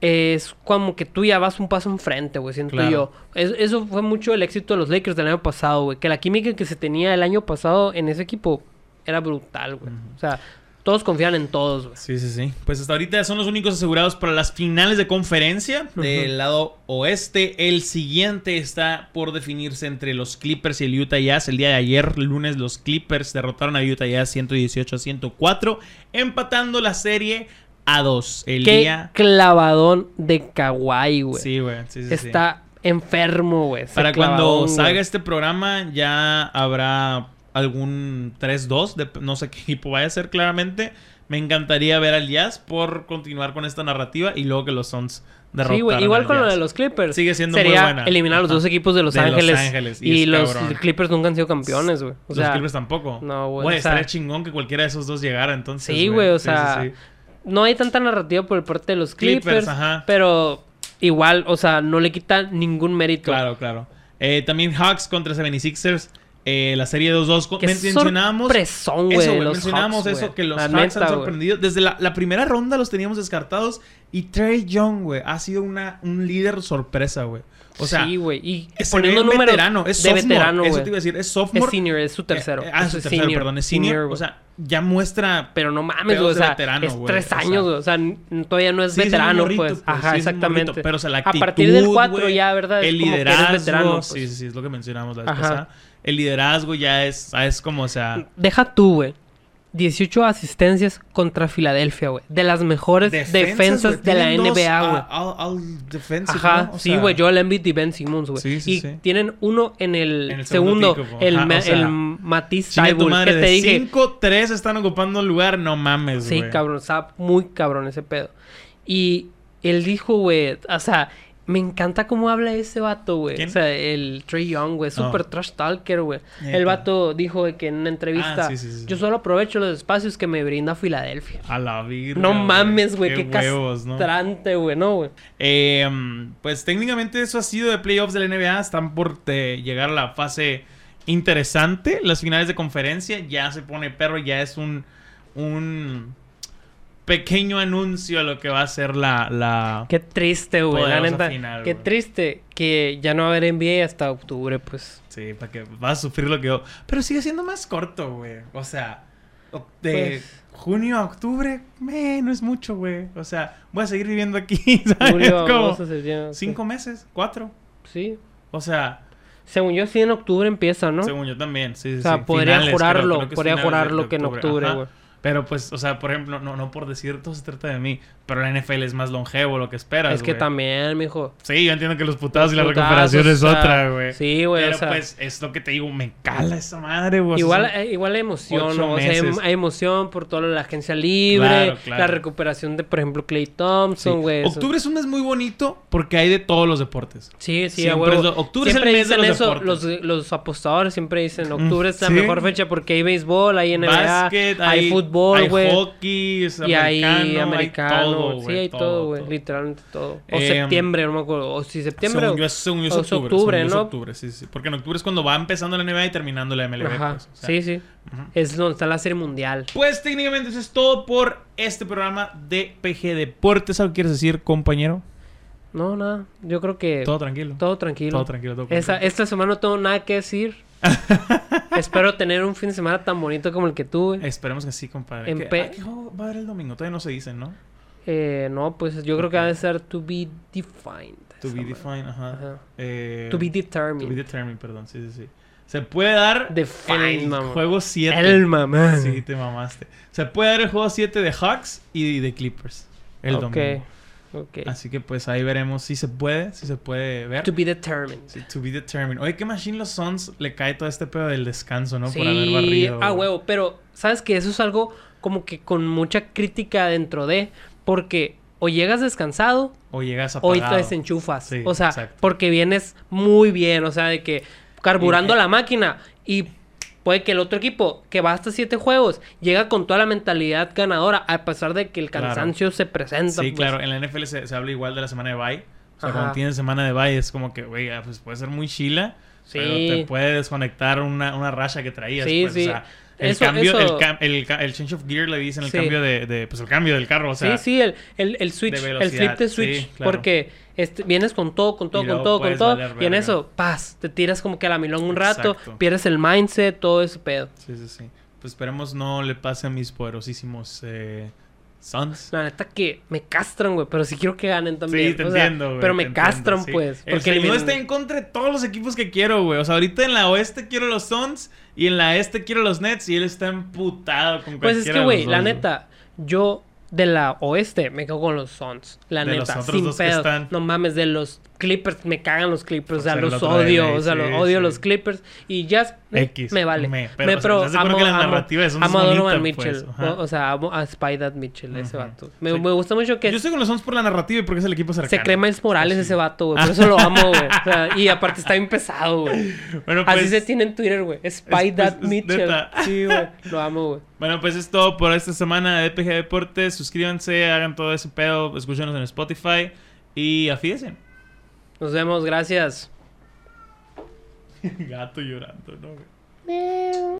[SPEAKER 2] es como que tú ya vas un paso enfrente, güey, siento
[SPEAKER 1] Claro.
[SPEAKER 2] yo. Es- eso fue mucho el éxito de los Lakers del año pasado, güey. Que la química que se tenía el año pasado en ese equipo era brutal, güey. O sea, todos confían en todos, güey.
[SPEAKER 1] Sí, sí, sí. Pues hasta ahorita son los únicos asegurados para las finales de conferencia del lado oeste. El siguiente está por definirse entre los Clippers y el Utah Jazz. El día de ayer, lunes, los Clippers derrotaron a Utah Jazz 118 a 104, empatando la serie a 2. El
[SPEAKER 2] Qué
[SPEAKER 1] día...
[SPEAKER 2] clavadón de Kawhi, güey.
[SPEAKER 1] Sí, güey. Sí, sí, sí.
[SPEAKER 2] está enfermo, güey. ese
[SPEAKER 1] Para
[SPEAKER 2] clavadón,
[SPEAKER 1] cuando
[SPEAKER 2] güey.
[SPEAKER 1] salga este programa ya habrá algún 3-2, de- no sé qué equipo vaya a ser claramente. Me encantaría ver al Jazz por continuar con esta narrativa y luego que los Suns derrotaran
[SPEAKER 2] Sí, güey. Igual
[SPEAKER 1] al
[SPEAKER 2] con lo
[SPEAKER 1] Jazz.
[SPEAKER 2] de los Clippers.
[SPEAKER 1] Sigue siendo muy
[SPEAKER 2] Sería
[SPEAKER 1] buena.
[SPEAKER 2] eliminar a los
[SPEAKER 1] Ajá.
[SPEAKER 2] dos equipos de Los
[SPEAKER 1] De Los
[SPEAKER 2] Ángeles.
[SPEAKER 1] Ángeles, y
[SPEAKER 2] Y,
[SPEAKER 1] es
[SPEAKER 2] los
[SPEAKER 1] cabrón.
[SPEAKER 2] Clippers nunca han sido campeones, güey. O
[SPEAKER 1] los
[SPEAKER 2] sea,
[SPEAKER 1] Clippers tampoco.
[SPEAKER 2] no, güey,
[SPEAKER 1] güey.
[SPEAKER 2] o sea-
[SPEAKER 1] estaría chingón que cualquiera de esos dos llegara entonces.
[SPEAKER 2] sí, güey. O sea,
[SPEAKER 1] sí, sí.
[SPEAKER 2] no hay tanta narrativa por parte de los Clippers.
[SPEAKER 1] Clippers, ajá.
[SPEAKER 2] Pero igual, o sea, no le quita ningún mérito.
[SPEAKER 1] Claro, claro. Eh, también Hawks contra 76ers. eh, la serie 2-2. con-
[SPEAKER 2] Qué
[SPEAKER 1] men- mencionamos.
[SPEAKER 2] sorpresón, güey,
[SPEAKER 1] Eso, güey.
[SPEAKER 2] los
[SPEAKER 1] Mencionamos
[SPEAKER 2] Hawks,
[SPEAKER 1] eso,
[SPEAKER 2] güey.
[SPEAKER 1] que los
[SPEAKER 2] La
[SPEAKER 1] Hawks
[SPEAKER 2] neta,
[SPEAKER 1] han
[SPEAKER 2] güey.
[SPEAKER 1] sorprendido. Desde la, la primera ronda los teníamos descartados. Y Trey Young, güey, ha sido una, un líder sorpresa, güey. O sea,
[SPEAKER 2] sí, güey. Y
[SPEAKER 1] se ve
[SPEAKER 2] poniendo números
[SPEAKER 1] veterano. Es
[SPEAKER 2] de
[SPEAKER 1] sophomore.
[SPEAKER 2] veterano,
[SPEAKER 1] eso
[SPEAKER 2] güey.
[SPEAKER 1] te iba a decir. Es
[SPEAKER 2] Es
[SPEAKER 1] sophomore.
[SPEAKER 2] senior, es su tercero.
[SPEAKER 1] Eh, ah, es su tercero, perdón. Es senior.
[SPEAKER 2] güey.
[SPEAKER 1] o sea, ya muestra
[SPEAKER 2] Pero no mames,
[SPEAKER 1] Pero
[SPEAKER 2] güey. O
[SPEAKER 1] es de
[SPEAKER 2] sea,
[SPEAKER 1] veterano,
[SPEAKER 2] es
[SPEAKER 1] güey,
[SPEAKER 2] tres
[SPEAKER 1] o sea.
[SPEAKER 2] años, güey. O sea, n- todavía no es
[SPEAKER 1] Sí, es un
[SPEAKER 2] veterano,
[SPEAKER 1] morrito,
[SPEAKER 2] pues.
[SPEAKER 1] pues, sí,
[SPEAKER 2] Ajá,
[SPEAKER 1] es un morrito,
[SPEAKER 2] exactamente.
[SPEAKER 1] pero, o sea, la
[SPEAKER 2] A partir del
[SPEAKER 1] actitud,
[SPEAKER 2] 4
[SPEAKER 1] güey,
[SPEAKER 2] ya, ¿verdad? Es
[SPEAKER 1] El
[SPEAKER 2] como que eres
[SPEAKER 1] liderazgo.
[SPEAKER 2] veterano, pues.
[SPEAKER 1] Sí, sí, sí, es lo que mencionamos la vez
[SPEAKER 2] Ajá.
[SPEAKER 1] pasada. El liderazgo ya es, ah, es como, o sea,
[SPEAKER 2] Deja tú, güey. 18 asistencias contra Filadelfia, güey. De las mejores
[SPEAKER 1] güey,
[SPEAKER 2] defensas, de la
[SPEAKER 1] tienen dos
[SPEAKER 2] NBA, güey.
[SPEAKER 1] all- all- all defensive,
[SPEAKER 2] Ajá,
[SPEAKER 1] ¿no? O
[SPEAKER 2] sí,
[SPEAKER 1] sea,
[SPEAKER 2] güey. Joel Embiid y Ben Simmons, güey.
[SPEAKER 1] Sí, sí,
[SPEAKER 2] y
[SPEAKER 1] sí.
[SPEAKER 2] tienen uno en el,
[SPEAKER 1] En el
[SPEAKER 2] segundo,
[SPEAKER 1] segundo pick,
[SPEAKER 2] el,
[SPEAKER 1] ajá,
[SPEAKER 2] ma-
[SPEAKER 1] o sea,
[SPEAKER 2] el Matisse
[SPEAKER 1] chinga tu
[SPEAKER 2] Tybul, que
[SPEAKER 1] madre,
[SPEAKER 2] te
[SPEAKER 1] de
[SPEAKER 2] dije.
[SPEAKER 1] cinco, tres están ocupando el lugar, no mames,
[SPEAKER 2] Sí,
[SPEAKER 1] Pues, güey.
[SPEAKER 2] cabrón, estaba muy cabrón ese pedo. Y él dijo, güey, o sea, me encanta cómo habla ese vato, güey.
[SPEAKER 1] ¿Quién?
[SPEAKER 2] O sea, el Trey Young, güey, super trash talker, güey.
[SPEAKER 1] Neta.
[SPEAKER 2] El vato dijo de que en una entrevista,
[SPEAKER 1] Ah, sí, sí, sí.
[SPEAKER 2] yo solo aprovecho los espacios que me brinda Filadelfia.
[SPEAKER 1] A la virga.
[SPEAKER 2] No mames, güey, qué,
[SPEAKER 1] huevos, ¿no?
[SPEAKER 2] castrante, güey, no, güey.
[SPEAKER 1] Eh, mm, pues técnicamente eso ha sido de playoffs de la NBA. Están por eh, llegar a la fase interesante. Las finales de conferencia ya se pone perro. Ya es un, un pequeño anuncio a lo que va a ser la... la...
[SPEAKER 2] Qué triste, güey, la
[SPEAKER 1] Poderosa
[SPEAKER 2] neta.
[SPEAKER 1] final,
[SPEAKER 2] qué
[SPEAKER 1] güey.
[SPEAKER 2] triste que ya no va a haber NBA hasta octubre, pues.
[SPEAKER 1] Sí, para que vas a sufrir lo que yo... Pero sigue siendo más corto, güey. O sea, o- de
[SPEAKER 2] Pues-
[SPEAKER 1] junio a octubre, meh, no es mucho, güey. O sea, voy a seguir viviendo aquí, ¿sabes?
[SPEAKER 2] Julio,
[SPEAKER 1] Como
[SPEAKER 2] agosto, septiembre,
[SPEAKER 1] cinco meses, cuatro.
[SPEAKER 2] Sí.
[SPEAKER 1] O sea,
[SPEAKER 2] Según yo, sí, en octubre empieza, ¿no?
[SPEAKER 1] Según yo también, sí, sí.
[SPEAKER 2] O sea,
[SPEAKER 1] sí.
[SPEAKER 2] podría
[SPEAKER 1] Finales,
[SPEAKER 2] jurarlo,
[SPEAKER 1] es finales
[SPEAKER 2] podría
[SPEAKER 1] de-
[SPEAKER 2] jurarlo
[SPEAKER 1] de
[SPEAKER 2] que en octubre,
[SPEAKER 1] Ajá.
[SPEAKER 2] güey.
[SPEAKER 1] Pero pues, o sea, por ejemplo, no, no por decir todo se trata de mí, pero la NFL es más longevo lo que esperas,
[SPEAKER 2] Es que
[SPEAKER 1] güey.
[SPEAKER 2] también, mijo.
[SPEAKER 1] Sí, yo entiendo que los putados y la
[SPEAKER 2] Los putazos,
[SPEAKER 1] recuperación es
[SPEAKER 2] o sea,
[SPEAKER 1] otra, güey.
[SPEAKER 2] sí, güey,
[SPEAKER 1] Pero
[SPEAKER 2] o sea.
[SPEAKER 1] pues es lo que te digo, me cala esa madre, güey.
[SPEAKER 2] Igual,
[SPEAKER 1] O sea,
[SPEAKER 2] eh, igual hay emoción,
[SPEAKER 1] Pues ocho
[SPEAKER 2] ¿no? O sea, hay, em-,
[SPEAKER 1] meses.
[SPEAKER 2] hay emoción por toda la agencia libre,
[SPEAKER 1] Claro, claro.
[SPEAKER 2] la recuperación de, por ejemplo, Clay
[SPEAKER 1] sí.
[SPEAKER 2] Thompson, güey. eso.
[SPEAKER 1] Octubre es un mes muy bonito porque hay de todos los deportes.
[SPEAKER 2] Sí, sí,
[SPEAKER 1] Siempre
[SPEAKER 2] a huevo.
[SPEAKER 1] es lo- octubre es el
[SPEAKER 2] Siempre
[SPEAKER 1] mes de
[SPEAKER 2] dicen
[SPEAKER 1] los
[SPEAKER 2] eso, los,
[SPEAKER 1] deportes.
[SPEAKER 2] los apostadores siempre dicen octubre es la
[SPEAKER 1] Mm,
[SPEAKER 2] mejor fecha porque hay béisbol, hay NBA,
[SPEAKER 1] Básquet,
[SPEAKER 2] hay,
[SPEAKER 1] hay
[SPEAKER 2] fútbol,
[SPEAKER 1] Hay
[SPEAKER 2] güey.
[SPEAKER 1] hockey, es
[SPEAKER 2] Y hay
[SPEAKER 1] americano,
[SPEAKER 2] americano,
[SPEAKER 1] hay todo, güey.
[SPEAKER 2] sí, hay todo, güey, literalmente todo. O
[SPEAKER 1] Em,
[SPEAKER 2] septiembre, no me acuerdo, o si septiembre
[SPEAKER 1] Según
[SPEAKER 2] o-
[SPEAKER 1] yo, es- según yo es
[SPEAKER 2] o
[SPEAKER 1] octubre.
[SPEAKER 2] octubre,
[SPEAKER 1] según yo es
[SPEAKER 2] ¿no?
[SPEAKER 1] octubre, sí, sí. Porque en octubre es cuando va empezando la NBA y terminando la MLB.
[SPEAKER 2] Ajá,
[SPEAKER 1] pues, o sea.
[SPEAKER 2] sí, sí. Es donde está la serie mundial.
[SPEAKER 1] Pues técnicamente eso es todo por este programa de PG Deportes. ¿Algo quieres decir, compañero?
[SPEAKER 2] No, nada, yo creo que
[SPEAKER 1] Todo tranquilo.
[SPEAKER 2] Eh, todo tranquilo.
[SPEAKER 1] Todo tranquilo, todo
[SPEAKER 2] Esa-
[SPEAKER 1] tranquilo.
[SPEAKER 2] esta semana no tengo nada que decir. Espero tener un fin de semana tan bonito como el que tuve.
[SPEAKER 1] Esperemos que sí, compadre.
[SPEAKER 2] En
[SPEAKER 1] ¿Qué-
[SPEAKER 2] P-
[SPEAKER 1] ah, ¿Qué juego va a haber el domingo? Todavía no se dicen, ¿no?
[SPEAKER 2] Eh, no, pues yo creo que va a ser to be defined.
[SPEAKER 1] To be
[SPEAKER 2] esa madre.
[SPEAKER 1] defined, ajá.
[SPEAKER 2] Ajá.
[SPEAKER 1] Eh,
[SPEAKER 2] To be
[SPEAKER 1] to be
[SPEAKER 2] determined.
[SPEAKER 1] determined, perdón. Sí, sí, sí. Se puede dar
[SPEAKER 2] Defined,
[SPEAKER 1] el
[SPEAKER 2] mamá.
[SPEAKER 1] juego 7.
[SPEAKER 2] El mamá.
[SPEAKER 1] Sí, te mamaste. Se puede dar el juego 7 de Hawks y de Clippers el
[SPEAKER 2] Ok,
[SPEAKER 1] domingo.
[SPEAKER 2] ok.
[SPEAKER 1] Así que pues ahí veremos si se puede, si se puede ver.
[SPEAKER 2] To be determined.
[SPEAKER 1] Sí, to be determined. Oye, qué machine los Suns le cae todo este pedo del descanso, ¿no? Por haber
[SPEAKER 2] Sí,
[SPEAKER 1] barrido.
[SPEAKER 2] ah,
[SPEAKER 1] güey.
[SPEAKER 2] huevo, pero sabes que eso es algo como que con mucha crítica dentro de, porque o llegas descansado
[SPEAKER 1] O llegas
[SPEAKER 2] o
[SPEAKER 1] apagado.
[SPEAKER 2] te desenchufas,
[SPEAKER 1] Sí,
[SPEAKER 2] o sea,
[SPEAKER 1] exacto.
[SPEAKER 2] porque vienes muy bien, o sea, de que carburando
[SPEAKER 1] Y- eh,
[SPEAKER 2] la máquina y puede que el otro equipo que va hasta siete juegos llega con toda la mentalidad ganadora a pesar de que el
[SPEAKER 1] Claro.
[SPEAKER 2] cansancio se presenta.
[SPEAKER 1] Sí,
[SPEAKER 2] pues.
[SPEAKER 1] claro. En la NFL se, se habla igual de la semana de bye. O sea,
[SPEAKER 2] Ajá.
[SPEAKER 1] cuando tienes semana de bye es como que, güey, ah, pues puede ser muy chila.
[SPEAKER 2] Sí.
[SPEAKER 1] Pero te puede desconectar una, una racha que traías.
[SPEAKER 2] Sí,
[SPEAKER 1] pues,
[SPEAKER 2] sí.
[SPEAKER 1] O sea, el
[SPEAKER 2] Eso-
[SPEAKER 1] cambio,
[SPEAKER 2] eso-
[SPEAKER 1] El, cam- el, ca- el change of gear le dicen, el
[SPEAKER 2] Sí.
[SPEAKER 1] cambio de, de- Pues el cambio del carro, o sea.
[SPEAKER 2] sí, sí, el, el, el switch,
[SPEAKER 1] de
[SPEAKER 2] el
[SPEAKER 1] velocidad,
[SPEAKER 2] flip de
[SPEAKER 1] sí,
[SPEAKER 2] switch,
[SPEAKER 1] claro.
[SPEAKER 2] porque este, vienes con todo, con todo,
[SPEAKER 1] Y
[SPEAKER 2] con
[SPEAKER 1] luego
[SPEAKER 2] todo, con
[SPEAKER 1] puedes
[SPEAKER 2] todo,
[SPEAKER 1] valer
[SPEAKER 2] y en
[SPEAKER 1] verga.
[SPEAKER 2] eso, paz, te tiras como que a la milón un rato,
[SPEAKER 1] Exacto.
[SPEAKER 2] pierdes el mindset, todo ese pedo.
[SPEAKER 1] Sí, sí, sí. Pues esperemos no le pase a mis poderosísimos eh, Suns.
[SPEAKER 2] La neta que me castran, güey, pero si quiero que ganen también.
[SPEAKER 1] Sí, te
[SPEAKER 2] o sea,
[SPEAKER 1] entiendo, güey.
[SPEAKER 2] Pero
[SPEAKER 1] te
[SPEAKER 2] me
[SPEAKER 1] entiendo,
[SPEAKER 2] castran,
[SPEAKER 1] sí.
[SPEAKER 2] pues.
[SPEAKER 1] El
[SPEAKER 2] Porque
[SPEAKER 1] señor
[SPEAKER 2] eliminan-
[SPEAKER 1] está en contra de todos los equipos que quiero, güey. O sea, ahorita en la oeste quiero los Suns y en la este quiero los Nets y él está emputado con
[SPEAKER 2] Pues es
[SPEAKER 1] cualquiera
[SPEAKER 2] que,
[SPEAKER 1] de
[SPEAKER 2] güey,
[SPEAKER 1] los
[SPEAKER 2] la
[SPEAKER 1] dos,
[SPEAKER 2] neta, yo de la oeste me cago con los Suns. La
[SPEAKER 1] De los
[SPEAKER 2] neta,
[SPEAKER 1] otros
[SPEAKER 2] sin
[SPEAKER 1] dos que
[SPEAKER 2] pedo.
[SPEAKER 1] están.
[SPEAKER 2] No mames, de los Clippers, me cagan los Clippers. O sea,
[SPEAKER 1] ser el
[SPEAKER 2] los
[SPEAKER 1] otro de
[SPEAKER 2] odio.
[SPEAKER 1] LA,
[SPEAKER 2] o sea, los
[SPEAKER 1] sí,
[SPEAKER 2] odio
[SPEAKER 1] sí.
[SPEAKER 2] los Clippers. Y Jazz eh,
[SPEAKER 1] X,
[SPEAKER 2] me vale.
[SPEAKER 1] me, pero,
[SPEAKER 2] pero,
[SPEAKER 1] o sea, ¿estás de acuerdo
[SPEAKER 2] amo,
[SPEAKER 1] que la
[SPEAKER 2] amo-
[SPEAKER 1] narrativa es- es
[SPEAKER 2] amo a
[SPEAKER 1] bonita,
[SPEAKER 2] Donovan
[SPEAKER 1] pues?
[SPEAKER 2] Mitchell.
[SPEAKER 1] Ajá.
[SPEAKER 2] O, o sea, amo a Spider Mitchell, ese
[SPEAKER 1] Ujú.
[SPEAKER 2] vato. Me,
[SPEAKER 1] Sí.
[SPEAKER 2] me gusta mucho que
[SPEAKER 1] Yo estoy con los Suns por la narrativa y porque es el equipo cercano. Ah.
[SPEAKER 2] se cree Miles Morales ese vato, güey. Por eso lo amo, güey. O sea, y aparte está bien pesado, güey.
[SPEAKER 1] Bueno,
[SPEAKER 2] Así
[SPEAKER 1] pues,
[SPEAKER 2] se tiene en Twitter, güey. Spy
[SPEAKER 1] es-
[SPEAKER 2] Dad
[SPEAKER 1] es
[SPEAKER 2] Mitchell.
[SPEAKER 1] neta.
[SPEAKER 2] Sí, güey. Lo amo, güey.
[SPEAKER 1] bueno, pues es todo por esta semana de PG Deportes. Suscríbanse, hagan todo ese pedo, escúchenos en Spotify y afídense.
[SPEAKER 2] Nos vemos, gracias.
[SPEAKER 1] Gato llorando, ¿no, güey?